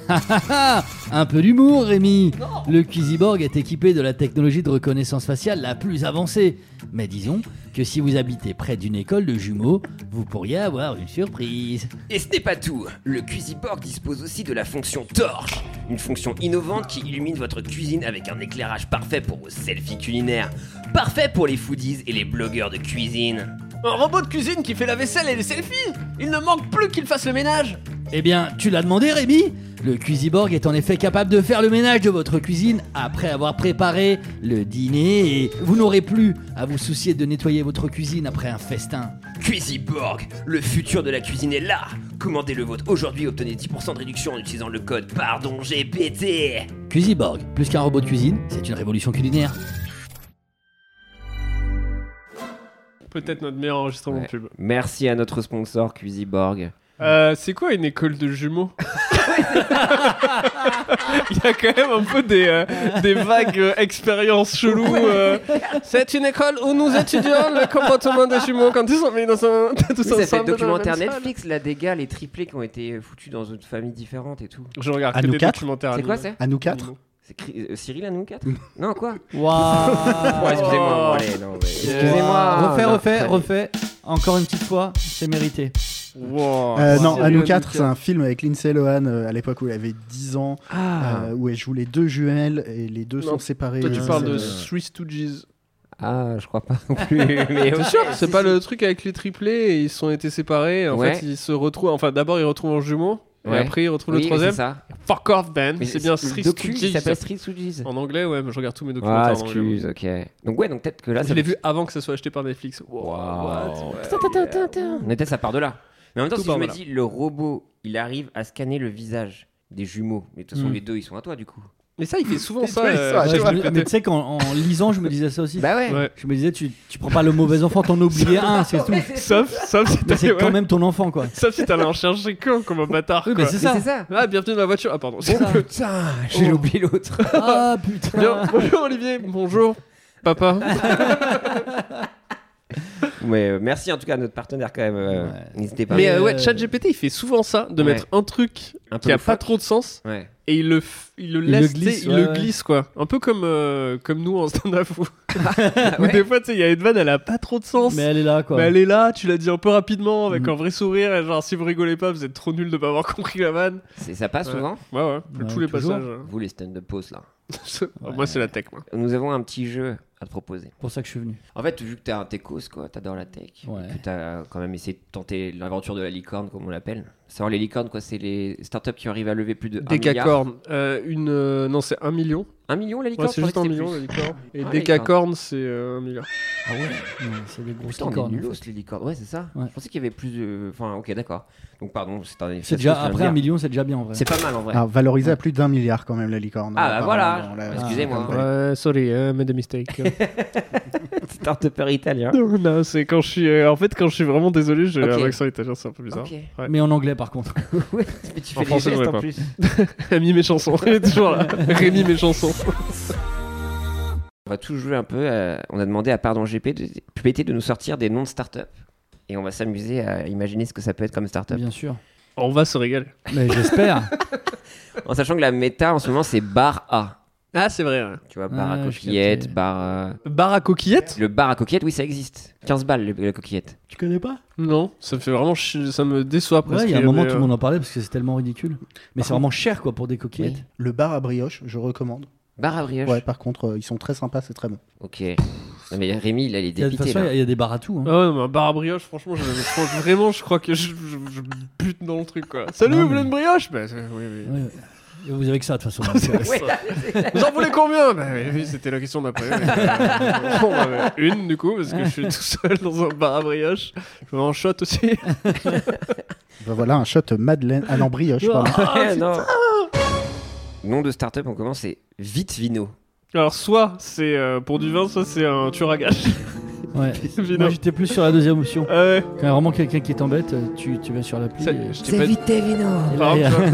[SPEAKER 8] Ah, un peu d'humour, Rémi. Le Quiziborg est équipé de la technologie de reconnaissance faciale la plus avancée. Mais disons que si vous habitez près d'une école de jumeaux, vous pourriez avoir une surprise.
[SPEAKER 3] Et ce n'est pas tout. Le Cuisiborg dispose aussi de la fonction torche, une fonction innovante qui illumine votre cuisine avec un éclairage parfait pour vos selfies culinaires, parfait pour les foodies et les blogueurs de cuisine.
[SPEAKER 9] Un robot de cuisine qui fait la vaisselle et les selfies Il ne manque plus qu'il fasse le ménage
[SPEAKER 8] Eh bien, tu l'as demandé, Rémi Le Cuisiborg est en effet capable de faire le ménage de votre cuisine après avoir préparé le dîner et vous n'aurez plus à vous soucier de nettoyer votre cuisine après un festin.
[SPEAKER 3] Cuisiborg, le futur de la cuisine est là. Commandez le vôtre aujourd'hui, obtenez 10% de réduction en utilisant le code pardon GPT.
[SPEAKER 8] Cuisiborg, plus qu'un robot de cuisine, c'est une révolution culinaire.
[SPEAKER 4] Peut-être notre meilleur enregistrement
[SPEAKER 3] Ouais.
[SPEAKER 4] pub.
[SPEAKER 3] Merci à notre sponsor Cuisiborg.
[SPEAKER 4] Euh, c'est quoi une école de jumeaux Il y a quand même un peu des, euh, des vagues euh, expériences cheloues. euh. C'est une école où nous étudions le comportement des jumeaux quand ils sont mis dans un, tous
[SPEAKER 3] Oui, ça fait
[SPEAKER 4] ensemble dans la même
[SPEAKER 3] documentaire
[SPEAKER 4] salle.
[SPEAKER 3] Netflix, là, des gars, les triplés qui ont été foutus dans une famille différente et tout.
[SPEAKER 4] Je regarde
[SPEAKER 5] À
[SPEAKER 4] que
[SPEAKER 5] nous
[SPEAKER 4] des
[SPEAKER 5] quatre
[SPEAKER 4] documentaires. hein.
[SPEAKER 3] C'est quoi,
[SPEAKER 4] animés.
[SPEAKER 3] c'est
[SPEAKER 5] À nous quatre
[SPEAKER 3] C'est Cri- euh, Cyril à nous quatre Non, quoi
[SPEAKER 2] Waouh
[SPEAKER 3] Ouais, excusez-moi. bon, allez, non, mais- Excusez-moi.
[SPEAKER 2] Refais,
[SPEAKER 3] Non,
[SPEAKER 2] refais,
[SPEAKER 3] allez.
[SPEAKER 2] refais. Encore une petite fois, c'est mérité.
[SPEAKER 4] Wow.
[SPEAKER 5] Euh, non,
[SPEAKER 4] Cyril
[SPEAKER 5] à nous
[SPEAKER 4] Hanouna.
[SPEAKER 5] 4, c'est un film avec Lindsay Lohan euh, à l'époque où elle avait 10 ans,
[SPEAKER 3] Ah,
[SPEAKER 5] euh, où elle joue les deux jumelles et les deux
[SPEAKER 4] Non,
[SPEAKER 5] sont séparées.
[SPEAKER 4] Toi, tu
[SPEAKER 5] Euh,
[SPEAKER 4] parles de
[SPEAKER 5] c'est-
[SPEAKER 4] Three Stooges.
[SPEAKER 3] ah, je crois pas non plus. Mais
[SPEAKER 4] T'es
[SPEAKER 3] ok,
[SPEAKER 4] sûr C'est
[SPEAKER 3] si,
[SPEAKER 4] pas
[SPEAKER 3] si.
[SPEAKER 4] le truc avec les triplés et ils sont été séparés. et En
[SPEAKER 3] Ouais.
[SPEAKER 4] fait, ils se retrouvent. Enfin, d'abord, ils retrouvent un jumeau. Et
[SPEAKER 3] Ouais.
[SPEAKER 4] après, ils retrouvent
[SPEAKER 3] Oui,
[SPEAKER 4] le
[SPEAKER 3] mais
[SPEAKER 4] troisième.
[SPEAKER 3] C'est ça.
[SPEAKER 4] Fuck off, Ben.
[SPEAKER 3] Mais
[SPEAKER 4] C'est bien
[SPEAKER 3] le
[SPEAKER 4] Three
[SPEAKER 3] docu, il
[SPEAKER 4] Stooges.
[SPEAKER 3] s'appelle Street Stooges.
[SPEAKER 4] En anglais, ouais, mais je regarde tous mes documentaires
[SPEAKER 3] Ah,
[SPEAKER 4] en anglais.
[SPEAKER 3] excuse, ok. Donc, ouais, donc peut-être que là.
[SPEAKER 4] Je
[SPEAKER 3] ça-
[SPEAKER 4] l'ai vu avant que ça soit acheté par Netflix. Wow,
[SPEAKER 3] Waouh.
[SPEAKER 4] what
[SPEAKER 3] Attends, attends, attends, attends. Mais peut-être ça part de là. Mais en même temps,
[SPEAKER 4] Tout
[SPEAKER 3] si je
[SPEAKER 4] part
[SPEAKER 3] me
[SPEAKER 4] de là.
[SPEAKER 3] dis, le robot, il arrive à scanner le visage des jumeaux. Mais de
[SPEAKER 4] Hmm.
[SPEAKER 3] toute façon, les deux, ils sont à toi, du coup.
[SPEAKER 4] Mais ça, il fait souvent ça.
[SPEAKER 5] Oui,
[SPEAKER 4] euh,
[SPEAKER 5] ça, Ah,
[SPEAKER 2] Ouais,
[SPEAKER 4] chez
[SPEAKER 2] je
[SPEAKER 4] le
[SPEAKER 2] me-
[SPEAKER 4] PT.
[SPEAKER 2] mais tu sais qu'en en lisant, je me disais ça aussi.
[SPEAKER 3] Bah ouais.
[SPEAKER 4] Ouais.
[SPEAKER 2] Je me disais, tu, tu prends pas le mauvais enfant, t'en oubliais un, c'est tout.
[SPEAKER 4] Sauf, sauf si
[SPEAKER 2] Mais
[SPEAKER 4] t'as-
[SPEAKER 2] c'est
[SPEAKER 4] ouais.
[SPEAKER 2] quand même ton enfant, quoi.
[SPEAKER 4] Sauf si t'allais en chercher qu'un comme un bâtard.
[SPEAKER 2] Oui,
[SPEAKER 4] quoi.
[SPEAKER 2] mais c'est
[SPEAKER 3] Mais
[SPEAKER 2] ça.
[SPEAKER 3] C'est ça. Oh.
[SPEAKER 4] Ah, bienvenue dans la voiture. Ah, pardon.
[SPEAKER 3] Putain, j'ai oublié l'autre.
[SPEAKER 2] Ah putain.
[SPEAKER 4] Bien. Bonjour Olivier. Bonjour. Papa.
[SPEAKER 2] Ah,
[SPEAKER 3] Mais euh, merci en tout cas à notre partenaire quand même. euh,
[SPEAKER 2] Ouais.
[SPEAKER 3] N'hésitez pas.
[SPEAKER 4] Mais
[SPEAKER 2] euh,
[SPEAKER 4] euh, ouais,
[SPEAKER 2] ouais.
[SPEAKER 4] ChatGPT, il fait souvent ça, de
[SPEAKER 3] Ouais.
[SPEAKER 4] mettre un truc
[SPEAKER 3] un peu
[SPEAKER 4] qui a
[SPEAKER 3] loufoque.
[SPEAKER 4] pas trop de sens
[SPEAKER 3] Ouais.
[SPEAKER 4] et il le, f- il le laisse,
[SPEAKER 2] le
[SPEAKER 4] tu sais,
[SPEAKER 2] glisse,
[SPEAKER 4] il
[SPEAKER 2] ouais,
[SPEAKER 4] le
[SPEAKER 2] ouais.
[SPEAKER 4] glisse quoi. Un peu comme, euh, comme nous en stand-up. où- où Des fois, tu sais, il y a une vanne, elle a pas trop de sens.
[SPEAKER 2] Ah Mais elle est là, quoi.
[SPEAKER 4] Mais elle est là, tu l'as dit un peu rapidement, avec
[SPEAKER 2] Mm.
[SPEAKER 4] un vrai sourire, et genre si vous rigolez pas, vous êtes trop nul de pas avoir compris la vanne.
[SPEAKER 3] C'est- Ça passe
[SPEAKER 4] Ouais.
[SPEAKER 3] souvent.
[SPEAKER 4] Ouais, ouais,
[SPEAKER 2] Ouais,
[SPEAKER 4] tous les
[SPEAKER 2] toujours.
[SPEAKER 4] passages. hein.
[SPEAKER 3] Vous les stand-up pause là.
[SPEAKER 4] Ah, Moi, c'est la tech, moi.
[SPEAKER 3] Nous avons un petit jeu à te proposer.
[SPEAKER 2] C'est pour ça que je suis venu.
[SPEAKER 3] En fait, vu que t'es un techos quoi, t'adores la tech,
[SPEAKER 2] Ouais.
[SPEAKER 3] et que t'as quand même essayé de tenter l'aventure de la licorne comme on l'appelle. Savoir les licornes quoi, c'est les startups qui arrivent à lever plus de 1 milliard.
[SPEAKER 4] Décacorn, euh, une. euh, non, c'est 1 million.
[SPEAKER 3] 1 million la
[SPEAKER 4] Ouais,
[SPEAKER 3] licorne.
[SPEAKER 4] c'est
[SPEAKER 3] je
[SPEAKER 4] juste 1
[SPEAKER 3] pensais que
[SPEAKER 4] million,
[SPEAKER 3] c'était
[SPEAKER 4] la licorne. Et
[SPEAKER 3] Ah,
[SPEAKER 4] Décacorn, c'est euh, 1 milliard.
[SPEAKER 2] Ah ouais Non, C'est des
[SPEAKER 3] plus.
[SPEAKER 2] grosses
[SPEAKER 3] Putain, on est
[SPEAKER 2] licornes.
[SPEAKER 3] nulos les licornes. Ouais, c'est ça.
[SPEAKER 2] Ouais.
[SPEAKER 3] Je pensais qu'il y avait plus de. Enfin, ok, d'accord. Donc, pardon, c'est un.
[SPEAKER 2] C'est déjà, après un
[SPEAKER 3] milliard.
[SPEAKER 2] million, c'est déjà bien en vrai.
[SPEAKER 3] C'est pas mal en vrai.
[SPEAKER 5] Alors, valorisé à plus d'un milliard quand même la licorne.
[SPEAKER 3] Ah, bah
[SPEAKER 5] Ah, Apparemment,
[SPEAKER 3] voilà.
[SPEAKER 5] on l'a-
[SPEAKER 3] Excusez-moi.
[SPEAKER 5] Ouais.
[SPEAKER 4] Ouais, sorry, euh, mais de mistake.
[SPEAKER 3] Startupper italien.
[SPEAKER 4] non, non, c'est quand je suis. euh, en fait, quand je suis vraiment désolé, j'ai
[SPEAKER 3] Ok.
[SPEAKER 4] un accent italien, c'est un peu bizarre.
[SPEAKER 3] Ok.
[SPEAKER 4] Ouais.
[SPEAKER 2] Mais en anglais, par contre.
[SPEAKER 3] Ouais, mais tu fais
[SPEAKER 4] En
[SPEAKER 3] des
[SPEAKER 4] français,
[SPEAKER 3] gestes
[SPEAKER 4] ouais,
[SPEAKER 3] en
[SPEAKER 4] pas.
[SPEAKER 3] plus.
[SPEAKER 4] Rémi mes chansons, il est toujours là. Rémi mes chansons.
[SPEAKER 3] On va tout jouer un peu. euh, on a demandé à Pardon GP de, GPT de nous sortir des noms de start-up. Et on va s'amuser à imaginer ce que ça peut être comme start-up.
[SPEAKER 2] Bien sûr.
[SPEAKER 4] On va se régaler.
[SPEAKER 2] Mais j'espère.
[SPEAKER 3] En sachant que la méta en ce moment c'est bar A.
[SPEAKER 4] Ah, c'est vrai. ouais.
[SPEAKER 3] Tu vois, bar
[SPEAKER 2] Ah,
[SPEAKER 3] à
[SPEAKER 2] je
[SPEAKER 3] coquillette,
[SPEAKER 2] captais.
[SPEAKER 3] bar. euh,
[SPEAKER 4] Bar à coquillettes
[SPEAKER 3] Le bar à coquillette, oui, ça existe. 15 balles le- la coquillette.
[SPEAKER 2] tu connais pas
[SPEAKER 4] Non, ça me fait vraiment. chi- Ça me déçoit presque.
[SPEAKER 2] Ouais, il y a un moment,
[SPEAKER 4] mais,
[SPEAKER 2] tout
[SPEAKER 4] euh,
[SPEAKER 2] le monde en parlait parce que c'est tellement ridicule. Mais c'est vraiment cher, quoi, pour des coquillettes.
[SPEAKER 5] Le bar à brioche, je recommande.
[SPEAKER 3] Bar à brioche.
[SPEAKER 5] Ouais, par contre, euh, ils sont très sympas, c'est très bon.
[SPEAKER 3] Ok. Non, mais Rémi, là, il est
[SPEAKER 2] Il y a- De toute
[SPEAKER 3] dépité.
[SPEAKER 2] façon, il y
[SPEAKER 3] Là.
[SPEAKER 2] a- il y a des bars à tout. hein.
[SPEAKER 4] Ah ouais, non, mais un bar à brioche, franchement, je- je- franchement, vraiment, je crois que je, je- je bute dans le truc, quoi. Salut,
[SPEAKER 2] Non,
[SPEAKER 4] vous voulez
[SPEAKER 2] mais-
[SPEAKER 4] une brioche bah, c'est- oui, oui.
[SPEAKER 2] Ouais, ouais. Et Vous avez que ça, de toute façon. Donc, euh,
[SPEAKER 3] Ouais,
[SPEAKER 4] Vous en voulez combien Bah oui, oui, c'était la question d'après. mais, euh, bon, bah, bah, une, du coup, parce que je suis tout seul dans un bar à brioche. Je veux un shot aussi.
[SPEAKER 5] Bah voilà, un shot Madeleine. Ah non, brioche, pardon.
[SPEAKER 3] non. Ah, Nom de start-up, on commence, c'est Vite Vino.
[SPEAKER 4] Alors, soit c'est euh, pour du vin, soit c'est un tueur à gage.
[SPEAKER 2] ouais.
[SPEAKER 4] Vino.
[SPEAKER 2] Moi, j'étais plus sur la deuxième option.
[SPEAKER 4] Ah ouais,
[SPEAKER 2] Quand il y a vraiment quelqu'un qui t'embête, euh, tu, tu vas sur l'appli.
[SPEAKER 4] ça-
[SPEAKER 2] et-
[SPEAKER 4] je t'ai pas dit.
[SPEAKER 2] et là,
[SPEAKER 4] Par
[SPEAKER 2] il y a-
[SPEAKER 4] exemple,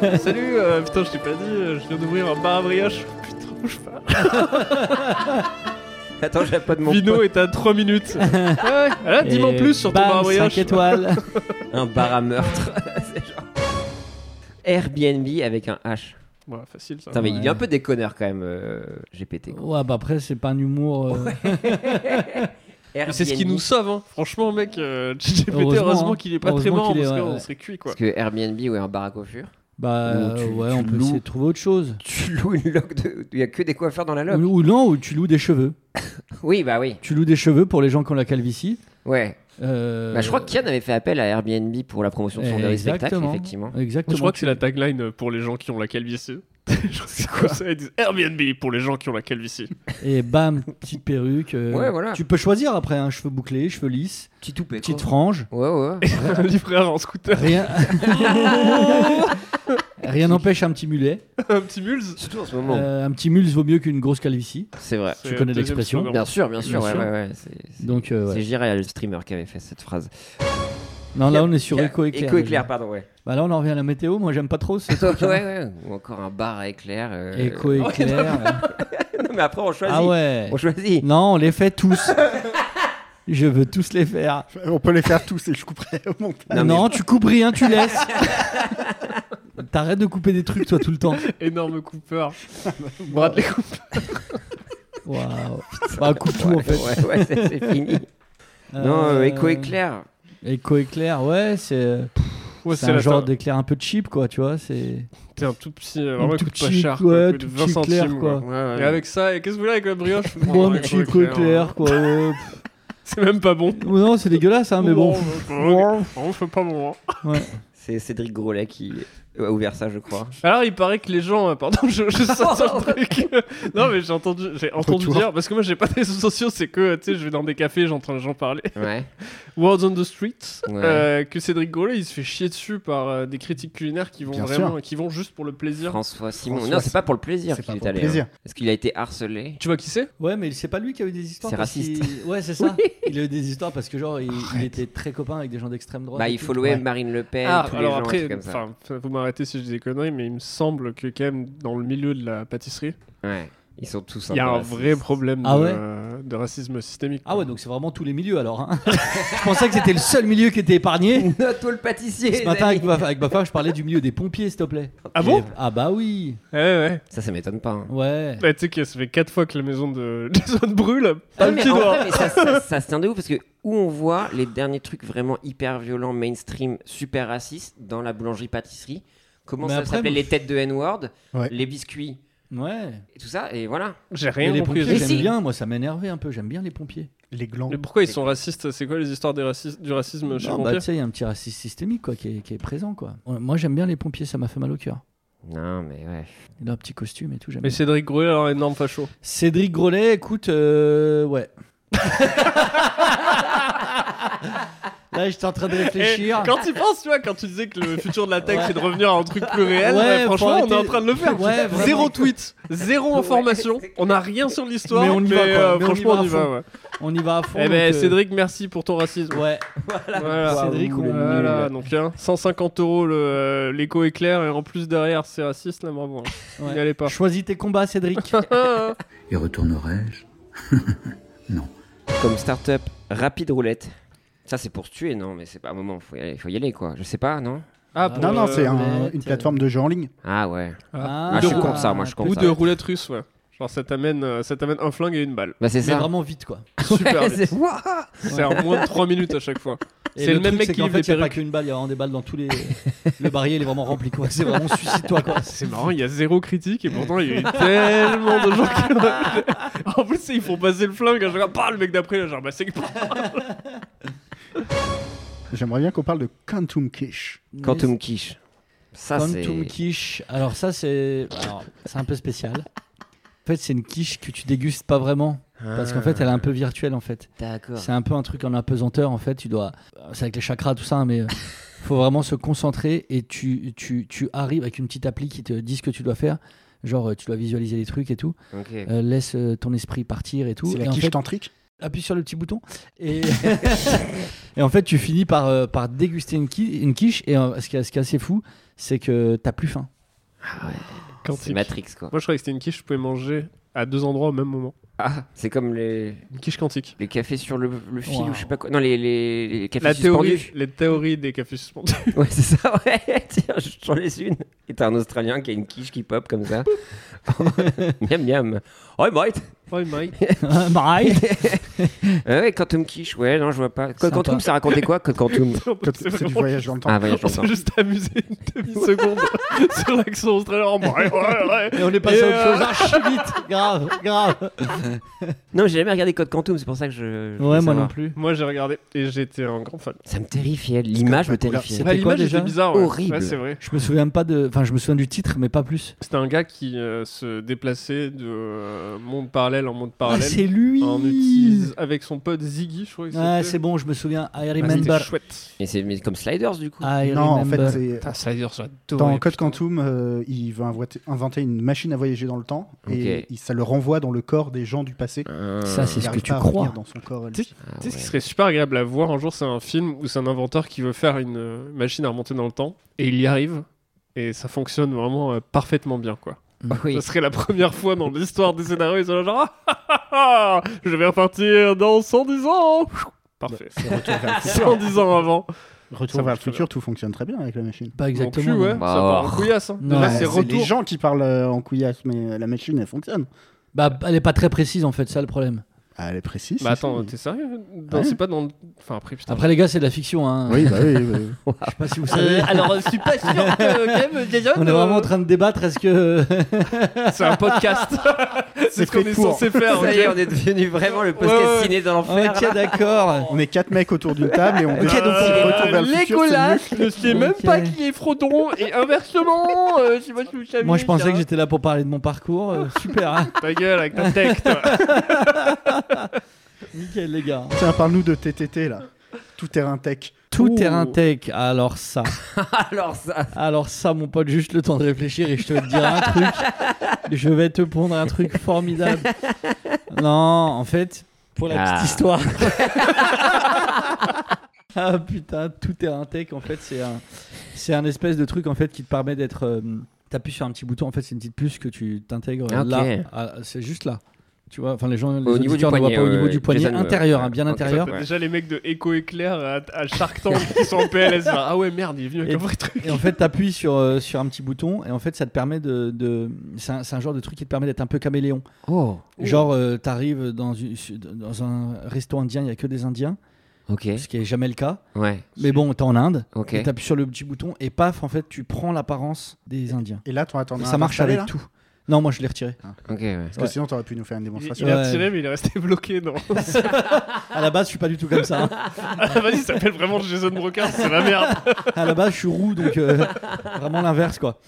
[SPEAKER 4] euh, Salut, euh, putain, je t'ai pas dit, euh, je viens d'ouvrir un bar à brioche. Putain, bouge pas.
[SPEAKER 3] Attends, j'ai pas de mon
[SPEAKER 4] Vino est à 3 minutes. ouais, voilà, dis-moi en
[SPEAKER 2] et
[SPEAKER 4] plus sur ton
[SPEAKER 2] bam,
[SPEAKER 4] bar à brioche.
[SPEAKER 2] cinq étoiles.
[SPEAKER 3] un bar à meurtre. C'est genre. Eh, Airbnb avec un H.
[SPEAKER 4] Ouais, facile ça.
[SPEAKER 3] Putain, mais il est un
[SPEAKER 2] Ouais.
[SPEAKER 3] peu déconneur quand même, euh, GPT. quoi.
[SPEAKER 2] Ouais, bah après, c'est pas un humour. euh,
[SPEAKER 4] Mais c'est ce qui
[SPEAKER 3] Airbnb.
[SPEAKER 4] nous sauve, hein. franchement, mec. euh, ChatGPT,
[SPEAKER 2] Heureusement,
[SPEAKER 4] heureusement,
[SPEAKER 2] hein.
[SPEAKER 4] qu'il est pas très
[SPEAKER 2] Heureusement
[SPEAKER 4] mort,
[SPEAKER 2] qu'il est-
[SPEAKER 4] parce qu'on
[SPEAKER 2] ouais, ouais.
[SPEAKER 4] serait cuit, quoi.
[SPEAKER 3] Parce que Airbnb, ouais, un bar à coiffure.
[SPEAKER 2] bah
[SPEAKER 3] Ou tu-
[SPEAKER 2] ouais,
[SPEAKER 3] tu
[SPEAKER 2] on peut
[SPEAKER 3] loues.
[SPEAKER 2] essayer de trouver autre chose.
[SPEAKER 3] Tu loues une loque de. Il y a que des coiffeurs dans la
[SPEAKER 2] Ou,
[SPEAKER 3] loque.
[SPEAKER 2] ou non, ou tu loues des cheveux.
[SPEAKER 3] Oui, bah oui.
[SPEAKER 2] Tu loues des cheveux pour les gens qui ont la calvitie.
[SPEAKER 3] Ouais.
[SPEAKER 2] Euh,
[SPEAKER 3] Bah, je crois que Kian avait fait appel à Airbnb pour la promotion de son dernier spectacle,
[SPEAKER 2] Exactement.
[SPEAKER 3] effectivement.
[SPEAKER 2] Exactement.
[SPEAKER 4] Je crois que c'est la tagline euh, pour les gens qui ont la calvitie. Je sais quoi ça, ils disent Airbnb pour les gens qui ont la calvitie.
[SPEAKER 2] Et bam, petite perruque. euh,
[SPEAKER 3] Ouais, voilà.
[SPEAKER 2] Tu peux choisir après un cheveux bouclés, cheveux lisses,
[SPEAKER 3] Petit toupet.
[SPEAKER 2] petite frange.
[SPEAKER 3] Ouais, ouais.
[SPEAKER 4] Un livreur en scooter,
[SPEAKER 2] Rien. Rien n'empêche un petit mulet.
[SPEAKER 4] un petit mulz.
[SPEAKER 3] Surtout en ce moment.
[SPEAKER 2] Euh, un petit mulse vaut mieux qu'une grosse calvitie.
[SPEAKER 3] C'est vrai.
[SPEAKER 4] C'est
[SPEAKER 2] tu
[SPEAKER 4] le
[SPEAKER 2] connais
[SPEAKER 4] deuxième
[SPEAKER 2] l'expression.
[SPEAKER 4] slogan.
[SPEAKER 3] Bien sûr, bien sûr.
[SPEAKER 2] Bien
[SPEAKER 3] ouais,
[SPEAKER 2] sûr.
[SPEAKER 3] ouais, ouais. C'est- c'est-
[SPEAKER 2] Donc euh, ouais.
[SPEAKER 3] C'est Jiraya, le streamer, qui avait fait cette phrase.
[SPEAKER 2] non, là on est sur
[SPEAKER 3] Éco-
[SPEAKER 2] éco éclair.
[SPEAKER 3] Éco-éclair, pardon, ouais.
[SPEAKER 2] Bah là on en revient à la météo. Moi j'aime pas trop ce
[SPEAKER 3] ouais,
[SPEAKER 2] truc.
[SPEAKER 3] ouais. Ou encore un bar à éclair. euh,
[SPEAKER 2] Éco éclair.
[SPEAKER 3] Non, mais après, on choisit.
[SPEAKER 2] Ah ouais.
[SPEAKER 3] On choisit.
[SPEAKER 2] Non, on les fait tous. Je veux tous les faire.
[SPEAKER 5] On peut les faire tous et je couperai au montage.
[SPEAKER 3] Non,
[SPEAKER 2] Non,
[SPEAKER 3] mais-
[SPEAKER 2] tu coupes rien, tu laisses. T'arrêtes de couper des trucs toi tout le temps.
[SPEAKER 4] Énorme Cooper. Bradley Cooper.
[SPEAKER 2] Waouh. Bah coupe tout en
[SPEAKER 3] Ouais,
[SPEAKER 2] fait.
[SPEAKER 3] ouais, ouais, c'est c'est fini. Non, euh,
[SPEAKER 2] Euh,
[SPEAKER 3] éco-éclair.
[SPEAKER 2] Éco-éclair, ouais, c'est
[SPEAKER 4] Ouais,
[SPEAKER 2] c'est un
[SPEAKER 4] la
[SPEAKER 2] genre
[SPEAKER 4] ta-
[SPEAKER 2] d'éclair un peu cheap, quoi, tu vois. C'est
[SPEAKER 4] T'es un tout petit, euh, vraiment
[SPEAKER 2] tout
[SPEAKER 4] coûte pas
[SPEAKER 2] petit,
[SPEAKER 4] cher.
[SPEAKER 2] ouais,
[SPEAKER 4] coûte
[SPEAKER 2] tout
[SPEAKER 4] 20
[SPEAKER 2] petit éclair,
[SPEAKER 4] centimes,
[SPEAKER 2] quoi.
[SPEAKER 4] quoi. Et avec ça, et qu'est-ce que vous voulez avec la brioche
[SPEAKER 2] Bon, un petit
[SPEAKER 4] éco
[SPEAKER 2] éco-éclair, quoi. ouais.
[SPEAKER 4] C'est même pas bon. Oh,
[SPEAKER 2] Pff, non, c'est dégueulasse, hein, mais bon.
[SPEAKER 3] Oh.
[SPEAKER 4] bon. On fait pas bon. hein.
[SPEAKER 3] C'est Cédric Grolet qui a ouvert ça, je crois.
[SPEAKER 4] Alors, il paraît que les gens. euh, Pardon, je, je sors un truc. Non, mais j'ai entendu, j'ai entendu
[SPEAKER 5] Retour.
[SPEAKER 4] dire. Parce que moi, j'ai pas des réseaux sociaux. C'est que, euh, tu sais, je vais dans des cafés, j'entends les gens parler.
[SPEAKER 3] Ouais.
[SPEAKER 4] Words on the Street.
[SPEAKER 3] Ouais.
[SPEAKER 4] euh, que Cédric Grolet, il se fait chier dessus par euh, des critiques culinaires qui vont
[SPEAKER 5] Bien
[SPEAKER 4] vraiment. Qui vont juste pour le plaisir.
[SPEAKER 3] François Simon.
[SPEAKER 5] François
[SPEAKER 3] non, c'est pas pour le plaisir
[SPEAKER 5] C'est
[SPEAKER 3] qu'il
[SPEAKER 5] pas
[SPEAKER 3] est
[SPEAKER 5] pour le
[SPEAKER 3] allé.
[SPEAKER 5] plaisir.
[SPEAKER 3] hein. Parce qu'il a été harcelé.
[SPEAKER 4] Tu vois qui c'est
[SPEAKER 2] Ouais, mais c'est pas lui qui a eu des histoires.
[SPEAKER 3] C'est
[SPEAKER 2] parce
[SPEAKER 3] raciste.
[SPEAKER 2] qu'il- Ouais, c'est ça. Il a eu des histoires parce que, genre, il, il était très copain avec des gens d'extrême droite.
[SPEAKER 3] Bah,
[SPEAKER 2] et
[SPEAKER 3] il
[SPEAKER 2] tout.
[SPEAKER 3] followait
[SPEAKER 2] Ouais.
[SPEAKER 3] Marine Le Pen,
[SPEAKER 4] Ah,
[SPEAKER 3] tous les
[SPEAKER 4] alors
[SPEAKER 3] gens, un
[SPEAKER 4] après,
[SPEAKER 3] truc comme ça.
[SPEAKER 4] enfin, vous m'arrêtez si je dis des conneries, mais il me semble que, quand même, dans le milieu de la pâtisserie,
[SPEAKER 3] Ouais. Ils sont tous
[SPEAKER 4] il y a
[SPEAKER 3] peu
[SPEAKER 4] un
[SPEAKER 3] racistes.
[SPEAKER 4] vrai problème
[SPEAKER 2] Ah
[SPEAKER 4] de,
[SPEAKER 2] ouais
[SPEAKER 4] euh, de racisme systémique.
[SPEAKER 2] Ah ouais, donc c'est vraiment tous les milieux alors. hein. je pensais que c'était le seul milieu qui était épargné.
[SPEAKER 3] Noto le pâtissier.
[SPEAKER 2] Ce
[SPEAKER 3] les
[SPEAKER 2] matin,
[SPEAKER 3] amis.
[SPEAKER 2] avec ma, avec ma femme, je parlais du milieu des pompiers, s'il te plaît.
[SPEAKER 4] Ah bon
[SPEAKER 2] Ah bah oui.
[SPEAKER 4] Ouais, ouais.
[SPEAKER 3] Ça, ça m'étonne pas. hein.
[SPEAKER 2] Ouais.
[SPEAKER 4] Bah, tu sais que ça fait 4 fois que la maison de Jason brûle. Pas
[SPEAKER 3] Ouais,
[SPEAKER 4] le
[SPEAKER 3] mais
[SPEAKER 4] petit
[SPEAKER 3] en
[SPEAKER 4] doigt.
[SPEAKER 3] vrai, mais ça, ça- ça se tient de ouf parce que où on voit les derniers trucs vraiment hyper violents, mainstream, super racistes dans la boulangerie-pâtisserie. Comment
[SPEAKER 2] Mais
[SPEAKER 3] ça
[SPEAKER 2] après,
[SPEAKER 3] s'appelait
[SPEAKER 2] moi-
[SPEAKER 3] les têtes de N-word,
[SPEAKER 5] Ouais.
[SPEAKER 3] les biscuits
[SPEAKER 2] Ouais.
[SPEAKER 3] et tout ça et voilà.
[SPEAKER 4] J'ai
[SPEAKER 2] Et
[SPEAKER 4] rien
[SPEAKER 2] les
[SPEAKER 4] compris.
[SPEAKER 2] pompiers,
[SPEAKER 4] Mais
[SPEAKER 2] j'aime
[SPEAKER 4] si.
[SPEAKER 2] bien. Moi, ça m'énervait un peu. J'aime bien les pompiers.
[SPEAKER 5] Les glands.
[SPEAKER 4] Mais pourquoi ils sont racistes C'est quoi les histoires des racistes, du racisme chez
[SPEAKER 2] Non,
[SPEAKER 4] les
[SPEAKER 2] bah,
[SPEAKER 4] pompiers
[SPEAKER 2] tu sais, il y a un petit racisme systémique quoi, qui, est, qui est présent. quoi. Ouais, Moi, j'aime bien les pompiers, ça m'a fait mal au cœur.
[SPEAKER 3] Non mais ouais.
[SPEAKER 2] Il a un petit costume et tout, j'aime
[SPEAKER 4] Mais
[SPEAKER 2] bien.
[SPEAKER 4] Cédric Grolet,
[SPEAKER 2] hein,
[SPEAKER 4] alors énorme facho.
[SPEAKER 2] Cédric Grolet, écoute, euh, ouais. Là, j'étais en train de réfléchir.
[SPEAKER 4] Et Eh, quand tu penses, tu vois, quand tu disais que le futur de la tech
[SPEAKER 2] Ouais.
[SPEAKER 4] c'est de revenir à un truc plus réel,
[SPEAKER 2] Ouais,
[SPEAKER 4] bah, franchement,
[SPEAKER 2] faut
[SPEAKER 4] on est en
[SPEAKER 2] arrêter-
[SPEAKER 4] train de le faire.
[SPEAKER 2] Ouais, vraiment.
[SPEAKER 4] zéro tweet, zéro information, on n'a rien sur l'histoire,
[SPEAKER 2] Mais on y va, quoi.
[SPEAKER 4] euh,
[SPEAKER 2] Mais on y
[SPEAKER 4] franchement,
[SPEAKER 2] va à
[SPEAKER 4] on y va.
[SPEAKER 2] fond.
[SPEAKER 4] ouais.
[SPEAKER 2] On y va à fond.
[SPEAKER 4] Eh ben,
[SPEAKER 2] donc, euh,
[SPEAKER 4] Cédric, merci pour ton racisme.
[SPEAKER 2] Ouais.
[SPEAKER 4] Voilà.
[SPEAKER 2] Cédric, on-
[SPEAKER 4] Voilà, donc hein, 150 euros le, euh, l'écho éclair et en plus derrière c'est raciste là, bravo. hein.
[SPEAKER 2] Ouais.
[SPEAKER 4] N'y allez pas.
[SPEAKER 2] Choisis tes combats, Cédric.
[SPEAKER 10] Et retournerai-je
[SPEAKER 3] Comme start-up, rapide roulette. Ça c'est pour se tuer non mais c'est pas un moment faut y aller faut y aller quoi. Je sais pas non.
[SPEAKER 4] Ah,
[SPEAKER 2] Non,
[SPEAKER 4] pour,
[SPEAKER 5] Non, non,
[SPEAKER 4] euh,
[SPEAKER 5] c'est un-
[SPEAKER 2] roulette,
[SPEAKER 5] une plateforme de jeu en ligne.
[SPEAKER 3] Ah ouais.
[SPEAKER 2] Ah,
[SPEAKER 3] Ah, je suis contre ça, moi, je suis contre
[SPEAKER 4] Ou
[SPEAKER 3] ça.
[SPEAKER 4] de roulette russe, ouais. Genre ça t'amène, euh, ça t'amène un flingue et une balle.
[SPEAKER 3] Bah c'est
[SPEAKER 2] Mais
[SPEAKER 3] ça.
[SPEAKER 2] vraiment vite, quoi.
[SPEAKER 4] Super vite.
[SPEAKER 3] C'est- Wouah
[SPEAKER 4] C'est en moins de 3 minutes à chaque fois.
[SPEAKER 2] Et
[SPEAKER 4] C'est le même
[SPEAKER 2] truc,
[SPEAKER 4] mec
[SPEAKER 2] c'est
[SPEAKER 4] qui
[SPEAKER 2] qu'en
[SPEAKER 4] livre
[SPEAKER 2] fait, il
[SPEAKER 4] les
[SPEAKER 2] n'y a pas
[SPEAKER 4] perruques.
[SPEAKER 2] qu'une balle, il y a vraiment des balles dans tous les. Le barrier, il est vraiment rempli, quoi. C'est vraiment suicide-toi, quoi.
[SPEAKER 4] C'est marrant, il y a zéro critique et pourtant il y a eu tellement de gens qui l'ont- En plus, ils font passer le flingue, genre, bah, le mec d'après, là, genre, bah, c'est que.
[SPEAKER 5] J'aimerais bien qu'on parle de Quantum Kish.
[SPEAKER 3] Quantum quiche. Ça c'est.
[SPEAKER 2] Quantum quiche. Alors ça c'est alors, c'est un peu spécial. En fait, c'est une quiche que tu dégustes pas vraiment parce qu'en fait, elle est un peu virtuelle en fait.
[SPEAKER 3] D'accord.
[SPEAKER 2] C'est un peu un truc en apesanteur en fait, tu dois c'est avec les chakras tout ça hein, mais euh, faut vraiment se concentrer et tu, tu tu arrives avec une petite appli qui te dit ce que tu dois faire. Genre euh, tu dois visualiser les trucs et tout.
[SPEAKER 3] Ok.
[SPEAKER 2] Euh, laisse euh, ton esprit partir et tout.
[SPEAKER 5] C'est
[SPEAKER 2] Et
[SPEAKER 5] la
[SPEAKER 2] en
[SPEAKER 5] quiche
[SPEAKER 2] fait,
[SPEAKER 5] tantrique
[SPEAKER 2] appuie sur le petit bouton et, et en fait tu finis par, euh, par déguster une, qui- une quiche et euh, ce, qui est, ce qui est assez fou c'est que t'as plus faim
[SPEAKER 3] C'est Matrix quoi.
[SPEAKER 4] Moi, je croyais que c'était une quiche, je pouvais manger à deux endroits au même moment.
[SPEAKER 3] Ah, c'est comme les.
[SPEAKER 4] quiche quantique.
[SPEAKER 3] Les cafés sur le, le fil ou je sais pas quoi. Non, les, les, les cafés
[SPEAKER 4] La théorie,
[SPEAKER 3] suspendus.
[SPEAKER 4] les théories des cafés suspendus.
[SPEAKER 3] Ouais, c'est ça, ouais. Tiens, je- j'en laisse une. Et t'as un Australien qui a une quiche qui pop comme ça. miam, miam. Oh, Oi, mate.
[SPEAKER 4] Oi, mate.
[SPEAKER 2] Bye.
[SPEAKER 3] Ah ouais, ouais, Quantum quiche, ouais, non, je vois pas. Code
[SPEAKER 4] Sympa.
[SPEAKER 3] Quantum, ça racontait quoi, Code Quantum
[SPEAKER 4] C'est vraiment juste-
[SPEAKER 3] Ah, voyage dans
[SPEAKER 4] On
[SPEAKER 3] le temps.
[SPEAKER 4] s'est juste amusé une demi-seconde sur l'accent australien. en vrai, ouais, ouais.
[SPEAKER 2] Et on est passé à autre chose
[SPEAKER 4] euh,
[SPEAKER 5] Ah,
[SPEAKER 2] archi vite. Grave, grave.
[SPEAKER 3] non, j'ai jamais regardé Code Quantum, c'est pour ça que je. je voulais savoir.
[SPEAKER 4] plus. Moi, j'ai regardé et j'étais un grand fan.
[SPEAKER 3] Ça me terrifiait. L'image me terrifiait.
[SPEAKER 4] Bah, L'image était bizarre. ouais.
[SPEAKER 3] Horrible.
[SPEAKER 4] Ouais, c'est vrai.
[SPEAKER 2] Je me souviens pas de. Enfin, je me souviens du titre, mais pas plus.
[SPEAKER 4] C'était un gars qui euh, se déplaçait de euh, monde parallèle en monde parallèle.
[SPEAKER 2] Ah, c'est lui
[SPEAKER 4] En utilise avec son pote Ziggy, je crois. que
[SPEAKER 2] Ah,
[SPEAKER 4] c'était.
[SPEAKER 2] c'est bon, je me souviens. I
[SPEAKER 4] Ah, c'était
[SPEAKER 2] remember.
[SPEAKER 4] chouette.
[SPEAKER 3] Mais c'est mais comme Sliders du coup.
[SPEAKER 2] I
[SPEAKER 5] Non, en
[SPEAKER 2] remember.
[SPEAKER 5] fait, c'est.
[SPEAKER 4] Ah, Sliders, j'ai adoré,
[SPEAKER 5] Dans Code Quantum, euh, il veut inventer- inventer une machine à voyager dans le temps et
[SPEAKER 3] Ok.
[SPEAKER 5] il- ça le renvoie dans le corps des gens du passé.
[SPEAKER 3] Ça, c'est
[SPEAKER 5] Il
[SPEAKER 3] ce que
[SPEAKER 5] arrive pas
[SPEAKER 3] tu
[SPEAKER 5] à revenir
[SPEAKER 3] crois.
[SPEAKER 5] Dans son corps, elle.
[SPEAKER 4] Tu sais
[SPEAKER 3] ah
[SPEAKER 4] tu sais ce qui serait super agréable à voir un jour, c'est un film où c'est un inventeur qui veut faire une euh, machine à remonter dans le temps et il y arrive et ça fonctionne vraiment euh, parfaitement bien quoi.
[SPEAKER 3] Ah Oui.
[SPEAKER 4] Ça serait la première fois dans l'histoire des scénarios, ils sont là genre Ah, ah, ah, ah, je vais repartir dans 110 ans. Parfait.
[SPEAKER 5] Bah, Retour vers le futur.
[SPEAKER 4] 110 ans avant.
[SPEAKER 5] Retour
[SPEAKER 4] Ça
[SPEAKER 5] vers le
[SPEAKER 4] marche très
[SPEAKER 5] futur, tout fonctionne très bien avec la machine.
[SPEAKER 2] Pas
[SPEAKER 4] Mon cul, ouais, ça
[SPEAKER 3] Bah,
[SPEAKER 4] part en
[SPEAKER 3] alors.
[SPEAKER 4] couillasse. hein.
[SPEAKER 2] Non.
[SPEAKER 4] Là,
[SPEAKER 5] Ouais,
[SPEAKER 4] c'est
[SPEAKER 5] c'est les
[SPEAKER 4] retour.
[SPEAKER 5] gens qui parlent euh, en couillasse, mais la machine elle fonctionne.
[SPEAKER 2] Bah, elle est pas très précise en fait, ça le problème.
[SPEAKER 5] Ah, elle est précise.
[SPEAKER 4] Bah
[SPEAKER 5] c'est
[SPEAKER 4] attends,
[SPEAKER 5] ça.
[SPEAKER 4] t'es sérieux Non,
[SPEAKER 5] Ouais.
[SPEAKER 4] c'est pas dans. le- Enfin après, putain.
[SPEAKER 2] Après les gars, c'est de la fiction. Hein.
[SPEAKER 5] Oui, bah oui. oui.
[SPEAKER 2] Je sais pas si vous savez.
[SPEAKER 9] alors, je suis pas sûr que quand même, Jason.
[SPEAKER 2] On est vraiment en train de débattre. Est-ce que
[SPEAKER 4] c'est un podcast. c'est ce qu'on
[SPEAKER 5] fait
[SPEAKER 4] est
[SPEAKER 5] pour.
[SPEAKER 4] censé faire.
[SPEAKER 3] Ça
[SPEAKER 4] ok
[SPEAKER 3] y est, on est devenu vraiment le podcast
[SPEAKER 4] Ouais, ouais.
[SPEAKER 3] ciné dans l'enfer.
[SPEAKER 2] Ok, d'accord.
[SPEAKER 5] On est quatre mecs autour d'une table et on décide
[SPEAKER 4] donc,
[SPEAKER 5] si
[SPEAKER 4] euh,
[SPEAKER 5] retour vers le futur. c'est
[SPEAKER 9] Legolas.
[SPEAKER 5] mieux.
[SPEAKER 4] Je sais même
[SPEAKER 2] Ok.
[SPEAKER 4] pas qui est Frodon et inversement. euh, je sais pas si vous savez,
[SPEAKER 2] Moi, je pensais
[SPEAKER 4] ça.
[SPEAKER 2] que j'étais là pour parler de mon parcours. Euh, super, hein.
[SPEAKER 4] Ta gueule avec ta tech, toi.
[SPEAKER 2] nickel les gars.
[SPEAKER 5] Tiens, parle-nous de TTT là. Tout terrain tech.
[SPEAKER 2] Tout
[SPEAKER 4] Ouh.
[SPEAKER 2] terrain tech. Alors ça.
[SPEAKER 3] Alors ça.
[SPEAKER 2] Alors ça, mon pote, juste le temps de réfléchir et je te vais te dire un truc. Je vais te pondre un truc formidable. Non, en fait, pour la
[SPEAKER 3] Ah.
[SPEAKER 2] petite histoire. ah putain, tout est un tech. En fait, c'est un, c'est un espèce de truc en fait qui te permet d'être. euh, T'appuies sur un petit bouton. En fait, c'est une petite puce que tu t'intègres euh,
[SPEAKER 3] Ok.
[SPEAKER 2] là. Ah, C'est juste là. Tu vois, enfin les gens, les
[SPEAKER 3] Au niveau du
[SPEAKER 2] auditeurs ne voient
[SPEAKER 3] poignet,
[SPEAKER 2] pas au
[SPEAKER 3] ouais,
[SPEAKER 2] niveau
[SPEAKER 3] ouais,
[SPEAKER 2] du poignet
[SPEAKER 3] Jason, ouais.
[SPEAKER 2] intérieur, hein, bien
[SPEAKER 3] Ok.
[SPEAKER 2] intérieur.
[SPEAKER 3] Ouais.
[SPEAKER 4] Déjà, les mecs de Echo Éclair à, à Shark Tank qui sont en PLS. genre, ah ouais, merde, il est venu avec
[SPEAKER 2] Et-
[SPEAKER 4] un vrai truc.
[SPEAKER 2] Et en fait, t'appuies sur, euh, sur un petit bouton et en fait, ça te permet de. de- c'est, un, c'est un genre de truc qui te permet d'être un peu caméléon.
[SPEAKER 3] Oh.
[SPEAKER 2] Genre, euh, t'arrives dans, une- su- dans un resto indien, il n'y a que des indiens,
[SPEAKER 3] Ok.
[SPEAKER 2] ce qui est jamais le cas.
[SPEAKER 3] Ouais.
[SPEAKER 2] Mais bon, t'es en Inde,
[SPEAKER 3] Ok.
[SPEAKER 2] et t'appuies sur le petit bouton et paf, en fait, tu prends l'apparence des indiens.
[SPEAKER 5] Et là, t'en attends.
[SPEAKER 2] ça marche avec tout. Non, moi, je l'ai retiré.
[SPEAKER 3] Ok. Ouais.
[SPEAKER 5] Parce que sinon, t'aurais pu nous faire une
[SPEAKER 4] Il,
[SPEAKER 5] démonstration.
[SPEAKER 4] il a
[SPEAKER 2] Ouais.
[SPEAKER 4] tiré, mais il est resté bloqué. Non.
[SPEAKER 3] Ah.
[SPEAKER 2] À la base, je suis pas du tout comme ça. hein.
[SPEAKER 4] Ah, Vas-y, il s'appelle vraiment Jason Broker, c'est la merde.
[SPEAKER 2] À la base, je suis roux, donc euh, vraiment l'inverse, quoi.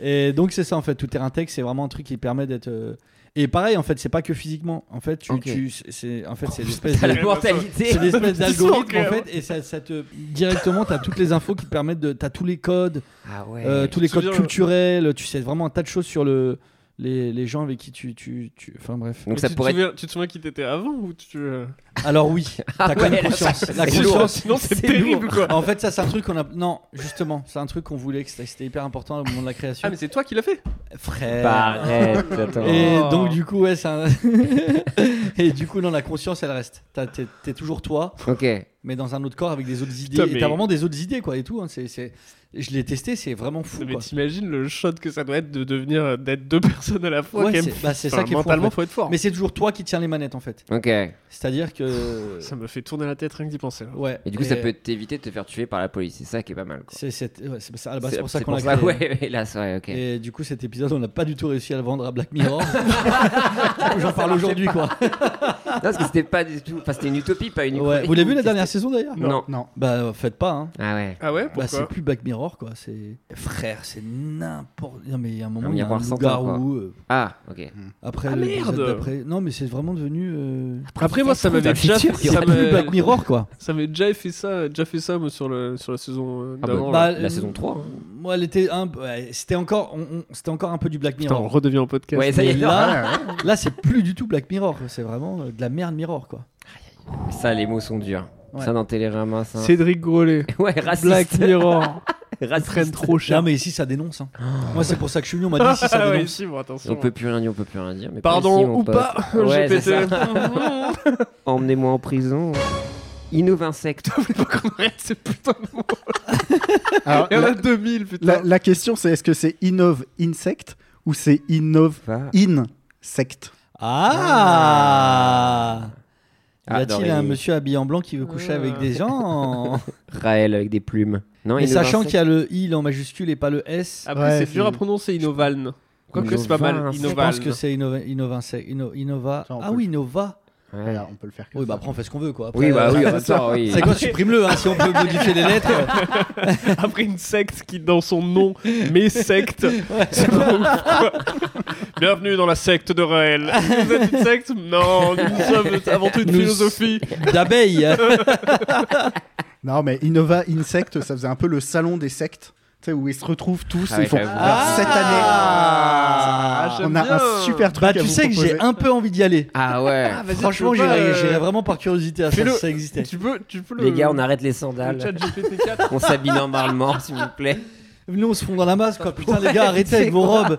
[SPEAKER 2] Et donc, c'est ça, en fait, tout terrain tech, c'est vraiment un truc qui permet d'être. euh, Et pareil, en fait, c'est pas que physiquement. En fait, tu,
[SPEAKER 3] Ok.
[SPEAKER 2] tu- c'est, en fait, c'est l'espèce
[SPEAKER 3] T'as
[SPEAKER 2] de.
[SPEAKER 3] la mortalité.
[SPEAKER 2] C'est des espèces d'algorithmes
[SPEAKER 4] Ils sont
[SPEAKER 2] en fait, et ça, ça te directement, t'as toutes les infos qui te permettent de, t'as tous les codes,
[SPEAKER 3] Ah ouais.
[SPEAKER 2] euh, tous les
[SPEAKER 4] Je
[SPEAKER 2] codes
[SPEAKER 4] me souviens,
[SPEAKER 2] culturels, tu sais vraiment un tas de choses sur le les, les gens avec qui tu tu, tu- enfin bref.
[SPEAKER 3] Donc
[SPEAKER 4] Mais
[SPEAKER 3] ça
[SPEAKER 4] tu, te
[SPEAKER 3] pourrait être.
[SPEAKER 4] souviens, tu te souviens qui t'étais avant ou tu. euh,
[SPEAKER 2] Alors oui, t'as quand
[SPEAKER 3] Ah ouais,
[SPEAKER 2] même
[SPEAKER 3] là,
[SPEAKER 2] conscience.
[SPEAKER 3] ça,
[SPEAKER 2] La
[SPEAKER 3] c'est
[SPEAKER 2] conscience.
[SPEAKER 4] Sinon, c'est
[SPEAKER 3] C'est
[SPEAKER 4] terrible
[SPEAKER 3] lourd.
[SPEAKER 4] quoi.
[SPEAKER 2] En fait, ça c'est un truc qu'on a. Non, justement, c'est un truc qu'on voulait que c'était c'était hyper important au moment de la création.
[SPEAKER 4] Ah, mais c'est toi qui l'as fait
[SPEAKER 2] Frère.
[SPEAKER 3] Bah, arrête, attends.
[SPEAKER 2] Et
[SPEAKER 4] Oh.
[SPEAKER 2] donc du coup ouais c'est un- et du coup non la conscience elle reste. T'as- T'es t'es toujours toi.
[SPEAKER 3] Ok.
[SPEAKER 2] mais dans un autre corps avec des autres idées.
[SPEAKER 4] Putain,
[SPEAKER 2] Et
[SPEAKER 4] mais-
[SPEAKER 2] T'as vraiment des autres idées, quoi, et tout. hein, c'est- c'est- Je l'ai testé, c'est vraiment fou.
[SPEAKER 4] Mais
[SPEAKER 2] quoi.
[SPEAKER 4] t'imagines le shot que ça doit être de devenir euh, d'être deux personnes à la fois.
[SPEAKER 2] Ouais,
[SPEAKER 4] quand même.
[SPEAKER 2] c'est bah, c'est
[SPEAKER 4] Enfin,
[SPEAKER 2] ça qui est fou, en
[SPEAKER 4] mentalement,
[SPEAKER 2] fait.
[SPEAKER 4] faut être fort.
[SPEAKER 2] Mais c'est toujours toi qui tiens les manettes, en fait.
[SPEAKER 3] Ok.
[SPEAKER 2] C'est-à-dire que.
[SPEAKER 4] Ça me fait tourner la tête rien que d'y penser. là.
[SPEAKER 2] Ouais.
[SPEAKER 3] Et du coup, ça peut t'éviter de te faire tuer par la police. C'est ça qui est pas mal. Quoi.
[SPEAKER 2] C'est c'est- ouais, c'est ça, à la base, Ah bah, c'est pour ça
[SPEAKER 3] c'est
[SPEAKER 2] qu'on l'a créé.
[SPEAKER 3] Ouais, ouais, là, c'est ouais, ok.
[SPEAKER 2] Et du coup, cet épisode, on n'a pas du tout réussi à le vendre à Black Mirror. J'en parle aujourd'hui, quoi.
[SPEAKER 3] Non, parce que c'était pas du tout. Enfin, c'était une utopie, pas une.
[SPEAKER 2] Ouais. Vous l'avez vu la dernière saison d'ailleurs
[SPEAKER 3] Non.
[SPEAKER 5] Non.
[SPEAKER 2] Bah, euh, faites pas, hein.
[SPEAKER 3] Ah ouais.
[SPEAKER 4] Ah ouais Pourquoi
[SPEAKER 2] Bah, c'est plus Black Mirror, quoi. C'est. Frère, c'est n'importe. Non, mais il y a un moment,
[SPEAKER 3] Un
[SPEAKER 2] il y a
[SPEAKER 3] miroir
[SPEAKER 2] un
[SPEAKER 3] sans toi, quoi.
[SPEAKER 2] loup-garou, euh,
[SPEAKER 3] Ah, ok.
[SPEAKER 2] Après,
[SPEAKER 4] Ah,
[SPEAKER 2] l'épisode
[SPEAKER 4] merde
[SPEAKER 2] d'après. Non, mais c'est vraiment devenu. euh,
[SPEAKER 4] Après, moi, ça m'avait
[SPEAKER 2] Dans le
[SPEAKER 4] déjà fait
[SPEAKER 2] futur, il y
[SPEAKER 4] ça.
[SPEAKER 2] aura plus
[SPEAKER 4] m'avait-
[SPEAKER 2] Black Mirror quoi.
[SPEAKER 4] Ça avait déjà fait ça, déjà fait ça moi, sur, le, sur la saison euh,
[SPEAKER 3] Ah bah,
[SPEAKER 4] d'avant.
[SPEAKER 3] bah,
[SPEAKER 4] là.
[SPEAKER 3] la saison 3, hein.
[SPEAKER 2] Moi, elle était un peu- ouais, c'était encore on- on- c'était encore un peu du Black
[SPEAKER 4] Putain, on
[SPEAKER 2] Mirror.
[SPEAKER 4] redevient en podcast.
[SPEAKER 3] Ouais, ça y est.
[SPEAKER 2] Mais là, là c'est plus du tout Black Mirror, c'est vraiment euh, de la merde Mirror quoi.
[SPEAKER 3] Ça, les mots sont durs.
[SPEAKER 2] Ouais.
[SPEAKER 3] Ça, dans Télérama, ça.
[SPEAKER 4] Cédric Grolet.
[SPEAKER 3] Ouais, raciste.
[SPEAKER 4] Black Mirror.
[SPEAKER 3] Raciste.
[SPEAKER 2] Non, mais ici, ça dénonce. hein. Moi, c'est pour ça que je suis venu. On m'a dit si ça
[SPEAKER 4] Ah ouais,
[SPEAKER 2] dénonce.
[SPEAKER 4] ici, bon, attention.
[SPEAKER 3] On peut plus rien dire, on peut plus rien dire. Mais
[SPEAKER 4] Pardon,
[SPEAKER 3] pas ici, mon
[SPEAKER 4] ou
[SPEAKER 3] pote.
[SPEAKER 4] pas,
[SPEAKER 3] Ouais,
[SPEAKER 4] GPT.
[SPEAKER 3] c'est ça. Emmenez-moi en prison. Innovinsecte.
[SPEAKER 4] C'est putain de mot.
[SPEAKER 5] Alors,
[SPEAKER 4] Il y en a
[SPEAKER 5] la-
[SPEAKER 4] 2000, putain.
[SPEAKER 5] La, la question, c'est est-ce que c'est Innove Insect ou c'est Innove Insect
[SPEAKER 2] Ah
[SPEAKER 3] Ah,
[SPEAKER 2] Y a-t-il
[SPEAKER 3] non,
[SPEAKER 2] un
[SPEAKER 3] il-
[SPEAKER 2] monsieur habillé en blanc qui veut coucher avec des gens
[SPEAKER 3] Raël avec des plumes. Non,
[SPEAKER 2] Mais sachant qu'il y
[SPEAKER 3] Innovinsecte.
[SPEAKER 2] a le I en majuscule et pas le S.
[SPEAKER 4] Après, c'est dur à prononcer, Innovalne. Quoique, c'est pas mal,
[SPEAKER 2] Je
[SPEAKER 4] Innovalne.
[SPEAKER 2] pense que c'est Innova. Innova, c'est- Inno- Innova.
[SPEAKER 5] on
[SPEAKER 2] Ah
[SPEAKER 5] peut-
[SPEAKER 2] oui, Innova.
[SPEAKER 3] Ouais.
[SPEAKER 5] Eh, on peut le faire.
[SPEAKER 2] Oui, bah après on fait ce qu'on veut quoi.
[SPEAKER 3] Oui, bah oui, en
[SPEAKER 2] c'est
[SPEAKER 3] même temps, oui.
[SPEAKER 2] quoi, supprime-le hein, si on peut modifier les lettres.
[SPEAKER 4] Après une secte qui, dans son nom, met secte. C'est pas ouf, quoi. Bienvenue dans la secte de Raël. Vous êtes une secte Non, nous sommes avant tout une
[SPEAKER 2] Nous-
[SPEAKER 4] philosophie.
[SPEAKER 2] D'abeille.
[SPEAKER 5] Non, mais Innova Insect, ça faisait un peu le salon des sectes. Tu sais, où ils se retrouvent tous
[SPEAKER 3] Ah
[SPEAKER 5] et
[SPEAKER 3] ouais,
[SPEAKER 5] ils font
[SPEAKER 3] j'avoue.
[SPEAKER 5] Alors, cette
[SPEAKER 2] Ah,
[SPEAKER 5] année. on a un super truc.
[SPEAKER 2] Bah
[SPEAKER 5] à
[SPEAKER 2] tu
[SPEAKER 5] vous
[SPEAKER 2] sais que
[SPEAKER 5] proposer.
[SPEAKER 2] j'ai un peu envie d'y aller.
[SPEAKER 3] Ah ouais.
[SPEAKER 4] vas-y,
[SPEAKER 2] Franchement,
[SPEAKER 4] tu peux pas,
[SPEAKER 2] j'irais
[SPEAKER 4] euh,
[SPEAKER 2] j'irais vraiment par curiosité à savoir
[SPEAKER 4] fais-le.
[SPEAKER 2] si ça existait.
[SPEAKER 4] Tu peux, tu peux le.
[SPEAKER 3] Les gars, on arrête les
[SPEAKER 4] le chat
[SPEAKER 3] sandales.
[SPEAKER 4] GPT-4.
[SPEAKER 3] On s'habille normalement, s'il vous plaît.
[SPEAKER 2] Nous on se fond dans la masse quoi. Putain les
[SPEAKER 3] Ouais,
[SPEAKER 2] gars, arrêtez avec
[SPEAKER 3] c'est
[SPEAKER 2] vos
[SPEAKER 3] quoi
[SPEAKER 2] robes.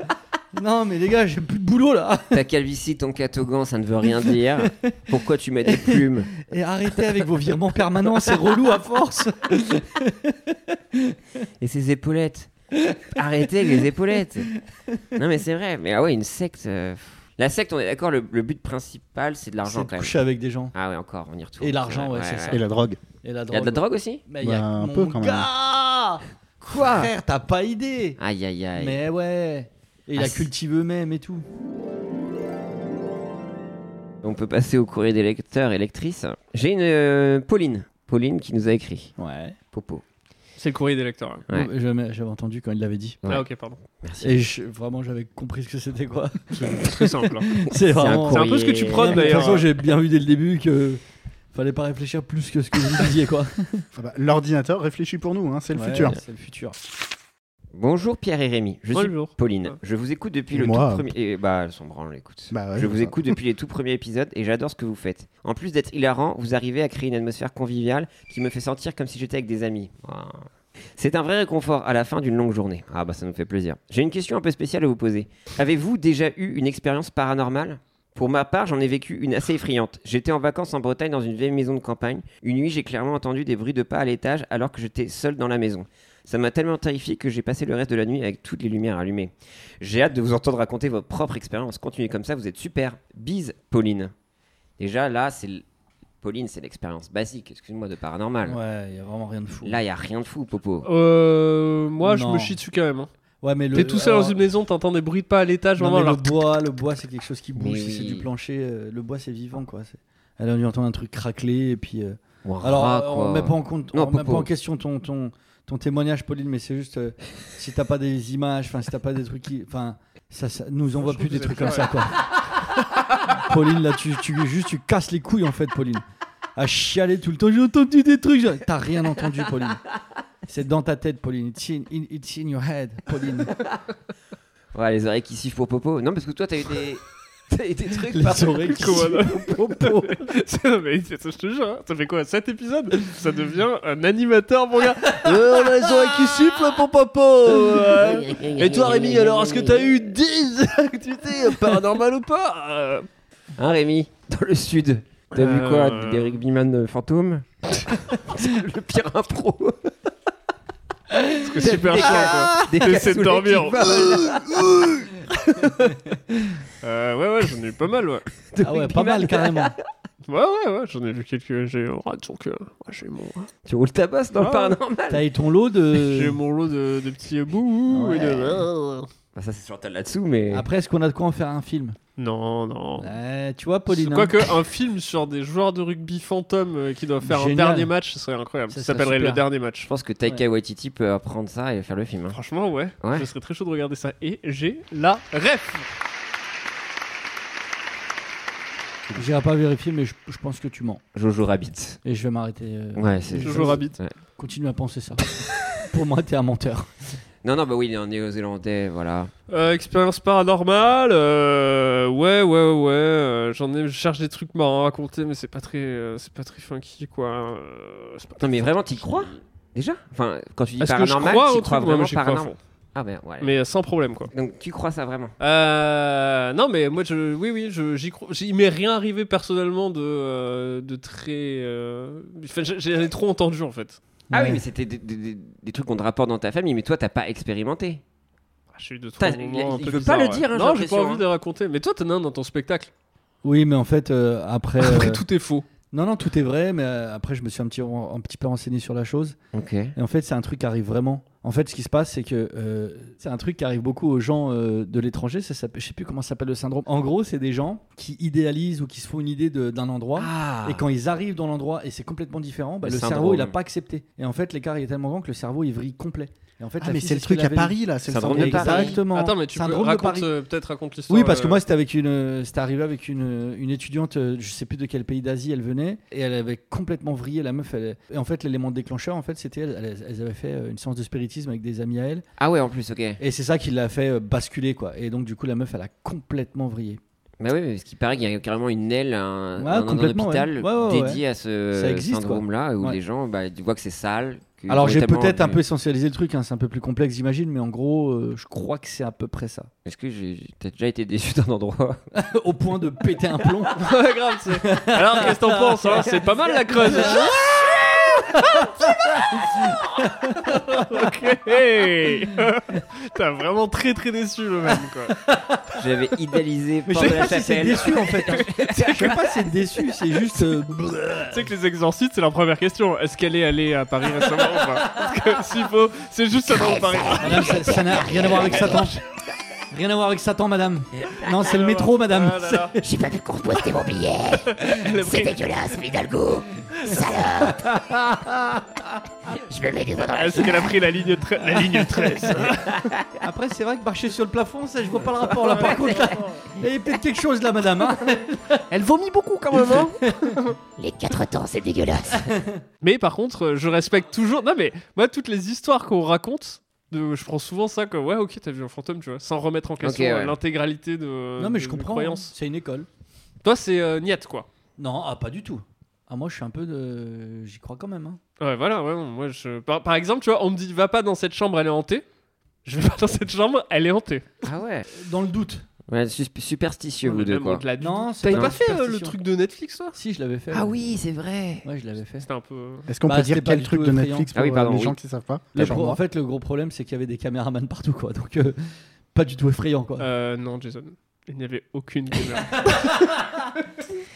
[SPEAKER 2] Non mais les gars, j'ai plus de boulot là.
[SPEAKER 3] Ta calvitie, ton catogan, ça ne veut rien dire. Pourquoi tu mets des plumes
[SPEAKER 2] Et arrêtez avec vos virements permanents, c'est relou à force.
[SPEAKER 3] Et ses épaulettes. Arrêtez avec les épaulettes. Non, mais c'est vrai. Mais ah ouais, une secte. euh, pff. La secte, on est d'accord, le, le but principal, c'est de l'argent
[SPEAKER 2] C'est de
[SPEAKER 3] quand même.
[SPEAKER 2] coucher avec des gens.
[SPEAKER 3] Ah ouais, encore, on y retourne.
[SPEAKER 2] Et l'argent, ouais, c'est ça.
[SPEAKER 5] Et la drogue.
[SPEAKER 2] Et la
[SPEAKER 3] Il y a de la drogue aussi
[SPEAKER 2] Mais il y a
[SPEAKER 5] Bah, un
[SPEAKER 2] mon
[SPEAKER 5] peu, quand même.
[SPEAKER 2] gars Quoi Frère, t'as pas idée
[SPEAKER 3] Aïe, aïe, aïe.
[SPEAKER 2] Mais ouais Et il
[SPEAKER 3] Ah,
[SPEAKER 2] la
[SPEAKER 3] c'est-
[SPEAKER 2] cultive eux-mêmes et tout.
[SPEAKER 3] On peut passer au courrier des lecteurs et lectrices. J'ai une euh, Pauline. Pauline qui nous a écrit.
[SPEAKER 2] Ouais.
[SPEAKER 3] Popo.
[SPEAKER 4] C'est le courrier des lecteurs. hein.
[SPEAKER 3] Ouais.
[SPEAKER 2] J'avais j'avais entendu quand il l'avait dit.
[SPEAKER 3] Ouais.
[SPEAKER 4] Ah, ok, pardon.
[SPEAKER 3] Merci.
[SPEAKER 2] Et je- vraiment, j'avais compris ce que c'était quoi.
[SPEAKER 4] C'est très simple. hein.
[SPEAKER 2] C'est vraiment.
[SPEAKER 3] un
[SPEAKER 4] C'est un peu ce que tu
[SPEAKER 3] courrier.
[SPEAKER 4] prônes
[SPEAKER 2] Non, mais De toute
[SPEAKER 4] d'ailleurs.
[SPEAKER 2] façon, j'ai bien vu dès le début que. Fallait pas réfléchir plus que ce que vous disiez quoi.
[SPEAKER 5] Ah bah, L'ordinateur réfléchit pour nous, hein, c'est le
[SPEAKER 2] Ouais,
[SPEAKER 5] futur.
[SPEAKER 2] C'est le futur.
[SPEAKER 3] Bonjour Pierre et Rémi. Je suis
[SPEAKER 4] Bonjour.
[SPEAKER 3] Pauline.
[SPEAKER 4] Ouais.
[SPEAKER 3] Je vous écoute depuis
[SPEAKER 5] Et
[SPEAKER 3] le
[SPEAKER 5] moi.
[SPEAKER 3] tout premier. et bah, elles sont branles, écoute.
[SPEAKER 5] Bah ouais,
[SPEAKER 3] je vous
[SPEAKER 5] ça.
[SPEAKER 3] écoute depuis les tout premiers épisodes et j'adore ce que vous faites. En plus d'être hilarant, vous arrivez à créer une atmosphère conviviale qui me fait sentir comme si j'étais avec des amis. Ah. C'est un vrai réconfort à la fin d'une longue journée. Ah bah ça nous fait plaisir. J'ai une question un peu spéciale à vous poser. Avez-vous déjà eu une expérience paranormale Pour ma part, j'en ai vécu une assez effrayante. J'étais en vacances en Bretagne dans une vieille maison de campagne. Une nuit, j'ai clairement entendu des bruits de pas à l'étage alors que j'étais seul dans la maison. Ça m'a tellement terrifié que j'ai passé le reste de la nuit avec toutes les lumières allumées. J'ai hâte de vous entendre raconter votre propre expérience. Continuez comme ça, vous êtes super. Bise, Pauline. Déjà, là, c'est. l- Pauline, c'est l'expérience basique, excuse-moi, de paranormal.
[SPEAKER 2] Ouais, y a vraiment rien de fou.
[SPEAKER 3] Là, il a rien de fou, Popo.
[SPEAKER 4] Euh, moi, je
[SPEAKER 2] Non.
[SPEAKER 4] me chie dessus quand même. hein.
[SPEAKER 2] Ouais, mais le.
[SPEAKER 4] T'es tout seul dans
[SPEAKER 2] alors-
[SPEAKER 4] une maison, t'entends des bruits de pas à l'étage,
[SPEAKER 2] Non,
[SPEAKER 4] vraiment.
[SPEAKER 2] mais le
[SPEAKER 4] alors-
[SPEAKER 2] bois, le bois, c'est quelque chose qui bouge.
[SPEAKER 3] Mais
[SPEAKER 2] si C'est
[SPEAKER 3] oui.
[SPEAKER 2] du plancher. euh, le bois, c'est vivant, quoi. C'est- Elle a dû entendre un truc craqueler et puis. euh,
[SPEAKER 3] Ou un
[SPEAKER 2] Alors,
[SPEAKER 3] rat,
[SPEAKER 2] euh,
[SPEAKER 3] quoi.
[SPEAKER 2] on met pas en compte,
[SPEAKER 3] Non,
[SPEAKER 2] on met pas
[SPEAKER 3] Popo.
[SPEAKER 2] en question ton ton ton témoignage, Pauline, mais c'est juste euh, si t'as pas des images, enfin si t'as pas des trucs qui, enfin ça, ça nous envoie
[SPEAKER 4] Franchement,
[SPEAKER 2] plus des
[SPEAKER 4] vous
[SPEAKER 2] trucs
[SPEAKER 4] êtes
[SPEAKER 2] comme ça quoi. Pauline, là, tu, tu juste tu casses les couilles en fait, Pauline. À chialer tout le temps, j'ai entendu des trucs. j'ai- T'as rien entendu, Pauline. C'est dans ta tête, Pauline. It's in, in- it's in your head, Pauline.
[SPEAKER 3] Ouais, les oreilles qui sifflent pour Popo. Non, parce que toi, t'as eu des. t'as eu des trucs. par-
[SPEAKER 2] Les oreilles qui
[SPEAKER 4] Comment-
[SPEAKER 2] sifflent au popo.
[SPEAKER 4] C'est- non, mais c'est- je te jure, hein, ça fait quoi 7 épisodes Ça devient un animateur, mon gars. Euh, on a les oreilles qui sifflent, pour popo
[SPEAKER 2] euh.
[SPEAKER 4] ouais. Et toi, Rémi, alors, est-ce que t'as eu des activités paranormales ou pas Euh,
[SPEAKER 3] Hein, Rémi Dans le sud. T'as vu quoi
[SPEAKER 4] Euh.
[SPEAKER 3] Des rugbyman euh, fantômes C'est le pire impro.
[SPEAKER 4] Parce que super chiant, quoi.
[SPEAKER 3] Des
[SPEAKER 4] T'essaies de
[SPEAKER 3] cassoulets
[SPEAKER 4] dormir.
[SPEAKER 3] qui parlent.
[SPEAKER 4] Euh, ouais, ouais, j'en ai eu pas mal, ouais.
[SPEAKER 2] Ah ouais, pas mal carrément.
[SPEAKER 4] Ouais, ouais, ouais, j'en ai vu quelques. J'ai oh, donc, euh, ouais, j'ai mon,
[SPEAKER 3] Tu roules ta bosse dans
[SPEAKER 4] Ah.
[SPEAKER 3] le paranormal.
[SPEAKER 2] T'as eu ton lot
[SPEAKER 4] j'ai
[SPEAKER 2] de.
[SPEAKER 4] mon lot de, de petits bouts et de.
[SPEAKER 3] Bah, ça, c'est Chantal là-dessous, mais.
[SPEAKER 2] Après, est-ce qu'on a de quoi en faire un film
[SPEAKER 4] Non, non.
[SPEAKER 2] Ouais, Tu vois, Pauline. hein.
[SPEAKER 4] Quoique, un film sur des joueurs de rugby fantômes euh, qui doivent faire
[SPEAKER 2] Génial.
[SPEAKER 4] un dernier match, ce serait incroyable.
[SPEAKER 2] Ça
[SPEAKER 4] Ça
[SPEAKER 2] serait
[SPEAKER 4] s'appellerait
[SPEAKER 2] super.
[SPEAKER 4] Le Dernier
[SPEAKER 3] Je
[SPEAKER 4] Match.
[SPEAKER 3] pense que Taika Waititi peut apprendre ça et faire le film. hein.
[SPEAKER 4] Franchement, ouais.
[SPEAKER 3] Ouais.
[SPEAKER 4] Je serais très chaud de regarder ça. Et j'ai la ref
[SPEAKER 2] J'irai pas vérifier, mais je, je pense que tu mens.
[SPEAKER 3] Jojo Rabbit.
[SPEAKER 2] Et je vais m'arrêter. euh,
[SPEAKER 3] Ouais, c'est.
[SPEAKER 4] Jojo Rabbit.
[SPEAKER 3] Ouais.
[SPEAKER 2] Continue à penser ça. Pour moi, t'es un menteur.
[SPEAKER 3] Non, non, bah oui, il est en néo-zélandais, voilà.
[SPEAKER 4] Euh, expérience paranormale, euh, ouais, ouais, ouais, ouais. euh, J'en ai, je cherche des trucs marrants à raconter, mais c'est pas très, euh, c'est pas très funky, quoi. euh, c'est pas
[SPEAKER 3] Non,
[SPEAKER 4] très
[SPEAKER 3] mais vraiment,
[SPEAKER 4] funky.
[SPEAKER 3] t'y crois Déjà Enfin, quand tu dis
[SPEAKER 4] Est-ce que je
[SPEAKER 3] paranormal,
[SPEAKER 4] crois
[SPEAKER 3] tu
[SPEAKER 4] au
[SPEAKER 3] crois
[SPEAKER 4] truc Ouais, moi,
[SPEAKER 3] vraiment
[SPEAKER 4] j'y crois à
[SPEAKER 3] paranormal.
[SPEAKER 4] fond.
[SPEAKER 3] Ah ben voilà.
[SPEAKER 4] Mais euh, sans problème quoi.
[SPEAKER 3] Donc tu crois ça vraiment
[SPEAKER 4] Euh, non, mais moi, je, oui, oui, je, j'y crois. j'y- Il m'est rien arrivé personnellement de, euh, de très. euh, enfin, j'ai- j'en ai trop entendu en fait.
[SPEAKER 3] Ah oui, mais c'était des, des- des- des trucs qu'on te rapporte dans ta famille, mais toi t'as pas expérimenté.
[SPEAKER 4] Ah, J'ai eu deux,
[SPEAKER 3] Putain,
[SPEAKER 4] trois moments
[SPEAKER 3] il-
[SPEAKER 4] un
[SPEAKER 3] il
[SPEAKER 4] peu
[SPEAKER 3] veut pas
[SPEAKER 4] bizarres,
[SPEAKER 3] le
[SPEAKER 4] ouais.
[SPEAKER 3] dire, hein, j'ai
[SPEAKER 4] Non, j'ai pas
[SPEAKER 3] l'impression,
[SPEAKER 4] envie
[SPEAKER 3] hein.
[SPEAKER 4] de raconter. Mais toi, t'en as un dans ton spectacle.
[SPEAKER 2] Oui, mais en fait, euh, après. Après,
[SPEAKER 4] tout est faux.
[SPEAKER 2] Non, non, tout est vrai, mais euh, après, je me suis un petit, un petit peu renseigné sur la chose.
[SPEAKER 3] Ok.
[SPEAKER 2] Et en fait, c'est un truc qui arrive vraiment. En fait, ce qui se passe, c'est que euh, c'est un truc qui arrive beaucoup aux gens euh, de l'étranger. Ça, s'appelle- je sais plus comment ça s'appelle le syndrome. En gros, c'est des gens qui idéalisent ou qui se font une idée de- d'un endroit.
[SPEAKER 3] Ah.
[SPEAKER 2] Et quand ils arrivent dans l'endroit et c'est complètement différent,
[SPEAKER 8] Ah.
[SPEAKER 2] bah,
[SPEAKER 8] Le
[SPEAKER 2] le, cerveau,
[SPEAKER 8] syndrome.
[SPEAKER 2] il n'a pas accepté. Et en fait, l'écart il est tellement grand que le cerveau, il vrille complet. Et en fait,
[SPEAKER 5] Ah,
[SPEAKER 2] la
[SPEAKER 5] mais
[SPEAKER 2] fille,
[SPEAKER 5] c'est le
[SPEAKER 2] ce
[SPEAKER 5] truc
[SPEAKER 2] qu'elle
[SPEAKER 5] à
[SPEAKER 2] avait
[SPEAKER 5] Paris,
[SPEAKER 2] dit.
[SPEAKER 5] là, c'est le syndrome de Paris.
[SPEAKER 2] Exactement.
[SPEAKER 4] Attends, mais tu peux-
[SPEAKER 2] Syndrome de
[SPEAKER 4] raconte,
[SPEAKER 2] Paris.
[SPEAKER 4] euh, peut-être raconte l'histoire.
[SPEAKER 2] Oui, parce que
[SPEAKER 4] euh,
[SPEAKER 2] moi, c'était avec une, euh, c'était arrivé avec une, une étudiante, euh, je sais plus de quel pays d'Asie elle venait, et elle avait complètement vrillé la meuf. elle- et en fait, l'élément déclencheur, en fait, c'était, elle- elle- elles avaient fait euh, une séance de spiritisme avec des amis à elle.
[SPEAKER 3] Ah ouais, en plus, ok.
[SPEAKER 2] Et c'est ça qui l'a fait euh, basculer, quoi. Et donc, du coup, la meuf, elle a complètement vrillé.
[SPEAKER 3] Bah oui, parce qu'il paraît qu'il y a carrément une aile, un,
[SPEAKER 2] Ouais,
[SPEAKER 3] un- un
[SPEAKER 2] complètement,
[SPEAKER 3] hôpital
[SPEAKER 2] ouais. Ouais, ouais,
[SPEAKER 3] dédié
[SPEAKER 2] ouais.
[SPEAKER 3] à
[SPEAKER 2] Ça
[SPEAKER 3] ce
[SPEAKER 2] existe, quoi.
[SPEAKER 3] syndrome-là où
[SPEAKER 2] Ouais.
[SPEAKER 3] les gens, bah, tu vois que c'est sale. qu'ils ont
[SPEAKER 2] Alors, j'ai
[SPEAKER 3] tellement
[SPEAKER 2] peut-être un
[SPEAKER 3] du-
[SPEAKER 2] peu essentialisé le truc, hein, c'est un peu plus complexe, j'imagine, mais en gros, euh, je crois que c'est à peu près ça.
[SPEAKER 3] Est-ce que j'ai j'ai- t'as déjà été déçu d'un endroit
[SPEAKER 2] Au point de péter un plomb.
[SPEAKER 4] Ouais, grave, c'est- Alors, qu'est-ce que t'en penses hein C'est pas mal la creuse. ok. T'as vraiment très très déçu le même quoi.
[SPEAKER 3] J'avais idéalisé
[SPEAKER 2] Mais je
[SPEAKER 3] Port
[SPEAKER 2] sais
[SPEAKER 3] de la
[SPEAKER 2] pas si c'est
[SPEAKER 3] Chapelle.
[SPEAKER 2] déçu en fait. hein. Je sais pas si c'est déçu, c'est juste. euh,
[SPEAKER 4] Tu sais que les exorcistes, c'est leur première question. Est-ce qu'elle est allée à Paris récemment ou pas Parce que s'il faut, c'est juste ça dans Paris.
[SPEAKER 2] Madame, ça- ça n'a rien à voir avec Satan. Rien à voir avec Satan, madame. Non, c'est le métro, madame.
[SPEAKER 4] Ah là là.
[SPEAKER 2] J'ai pas pu composter mon billet.
[SPEAKER 7] C'est dégueulasse, Vidalgo. Salope. Je me mets du doigt dans la
[SPEAKER 4] Est-ce qu'elle a pris la ligne, tre- la ligne 13
[SPEAKER 2] Après, c'est vrai que marcher sur le plafond, ça, je vois pas le rapport là. Par contre, là, il y a peut-être quelque chose là, madame. hein.
[SPEAKER 9] Elle vomit beaucoup quand même, hein
[SPEAKER 7] Les quatre temps, c'est dégueulasse.
[SPEAKER 4] Mais par contre, euh, je respecte toujours. Non, mais moi, toutes les histoires qu'on raconte, de- je prends souvent ça comme ouais, ok, t'as vu un fantôme, tu vois, sans remettre en question
[SPEAKER 2] Ok, ouais.
[SPEAKER 4] euh, l'intégralité de.
[SPEAKER 2] Non, mais
[SPEAKER 4] de-
[SPEAKER 2] je
[SPEAKER 4] de
[SPEAKER 2] comprends. hein.
[SPEAKER 4] croyances.
[SPEAKER 2] C'est une école.
[SPEAKER 4] Toi, c'est euh, niette, quoi.
[SPEAKER 2] Non, ah, pas du tout. Ah, moi, je suis un peu de. J'y crois quand même. hein.
[SPEAKER 4] Ouais, voilà, ouais, moi, je. Par, par exemple, tu vois, on me dit, va pas dans cette chambre, elle est hantée. Je vais pas dans cette chambre, elle est hantée.
[SPEAKER 3] Ah ouais
[SPEAKER 2] Dans le doute.
[SPEAKER 3] Ouais, sus- superstitieux, vous deux,
[SPEAKER 4] Même
[SPEAKER 3] quoi.
[SPEAKER 4] au-delà du
[SPEAKER 2] Non,
[SPEAKER 4] doute.
[SPEAKER 2] c'est
[SPEAKER 4] T'avais
[SPEAKER 2] pas
[SPEAKER 4] pas
[SPEAKER 2] une
[SPEAKER 4] fait euh, le
[SPEAKER 2] superstition.
[SPEAKER 4] truc de Netflix, toi
[SPEAKER 2] Si, je l'avais fait.
[SPEAKER 3] Ah oui, c'est vrai.
[SPEAKER 2] Ouais, je l'avais fait.
[SPEAKER 4] C'était un peu.
[SPEAKER 5] Est-ce qu'on
[SPEAKER 2] Bah,
[SPEAKER 5] peut dire
[SPEAKER 2] c'était pas
[SPEAKER 5] quel
[SPEAKER 2] du
[SPEAKER 5] truc
[SPEAKER 2] tout
[SPEAKER 5] de
[SPEAKER 2] effrayant.
[SPEAKER 5] Netflix pour euh, les gens qui savent pas
[SPEAKER 2] Le
[SPEAKER 5] Genre
[SPEAKER 2] pro-
[SPEAKER 5] moi.
[SPEAKER 2] En fait, le gros problème, c'est qu'il y avait des caméramans partout, quoi. Donc, euh, pas du tout effrayant, quoi.
[SPEAKER 4] Euh, non, Jason. Il n'y avait aucune caméra.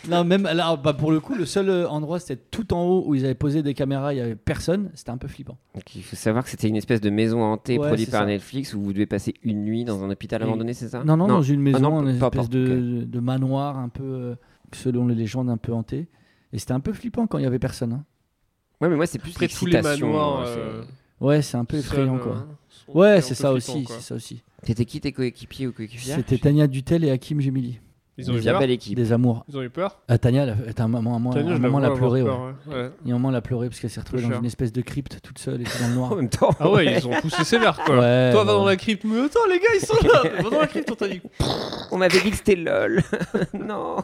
[SPEAKER 2] Non, même là, bah, pour le coup, le seul euh, endroit, c'était tout en haut où ils avaient posé des caméras, il y avait personne. C'était un peu flippant.
[SPEAKER 3] Donc, il faut savoir que c'était une espèce de maison hantée
[SPEAKER 2] Ouais,
[SPEAKER 3] produite
[SPEAKER 2] c'est
[SPEAKER 3] par
[SPEAKER 2] ça.
[SPEAKER 3] Netflix où vous devez passer une nuit dans un hôpital
[SPEAKER 2] Et-
[SPEAKER 3] abandonné, c'est ça
[SPEAKER 2] Non, Hein non, dans une
[SPEAKER 3] Ah
[SPEAKER 2] maison,
[SPEAKER 3] non,
[SPEAKER 2] une
[SPEAKER 3] peu
[SPEAKER 2] espèce
[SPEAKER 3] importe,
[SPEAKER 2] de,
[SPEAKER 3] ok.
[SPEAKER 2] de manoir un peu, euh, selon les légendes, un peu hanté. Et c'était un peu flippant quand il y avait personne. hein.
[SPEAKER 3] Ouais, mais moi, c'est plus
[SPEAKER 4] Après, tous les
[SPEAKER 3] l'excitation,
[SPEAKER 4] manoirs,
[SPEAKER 3] hein,
[SPEAKER 4] euh,
[SPEAKER 2] Ouais, c'est un peu
[SPEAKER 4] seuls,
[SPEAKER 2] effrayant, quoi.
[SPEAKER 4] hein, sont-
[SPEAKER 2] Ouais,
[SPEAKER 4] un
[SPEAKER 2] euh, c'est
[SPEAKER 4] peu
[SPEAKER 2] ça aussi,
[SPEAKER 4] flippants, quoi.
[SPEAKER 2] c'est ça aussi.
[SPEAKER 3] T'étais qui tes coéquipiers ou coéquipières
[SPEAKER 2] C'était Tania Dutel et Hakim Gemili.
[SPEAKER 4] Ils ont
[SPEAKER 3] eu
[SPEAKER 2] Des
[SPEAKER 3] peur
[SPEAKER 2] am-
[SPEAKER 3] belle équipe.
[SPEAKER 2] Des amours.
[SPEAKER 4] Ils ont eu peur
[SPEAKER 2] Ah, Tania, elle a- elle a- à un moment, à un moment,
[SPEAKER 4] Tania,
[SPEAKER 2] à un
[SPEAKER 4] je la
[SPEAKER 2] moment, elle a
[SPEAKER 4] vois avoir
[SPEAKER 2] pleuré.
[SPEAKER 4] peur,
[SPEAKER 2] ouais.
[SPEAKER 4] ouais. Ouais.
[SPEAKER 2] Il y a un moment, elle a pleuré parce qu'elle s'est retrouvée dans
[SPEAKER 4] cher.
[SPEAKER 2] une espèce de crypte toute seule et tout dans le noir.
[SPEAKER 3] En même temps,
[SPEAKER 4] Ah ouais, ils ont poussé sévère, quoi.
[SPEAKER 2] Ouais,
[SPEAKER 4] Toi, va
[SPEAKER 2] ouais,
[SPEAKER 4] dans
[SPEAKER 2] ouais.
[SPEAKER 4] la crypte. Mais attends, les gars, ils sont là. Va dans la crypte, on t'a dit.
[SPEAKER 3] On m'avait dit que c'était lol. non.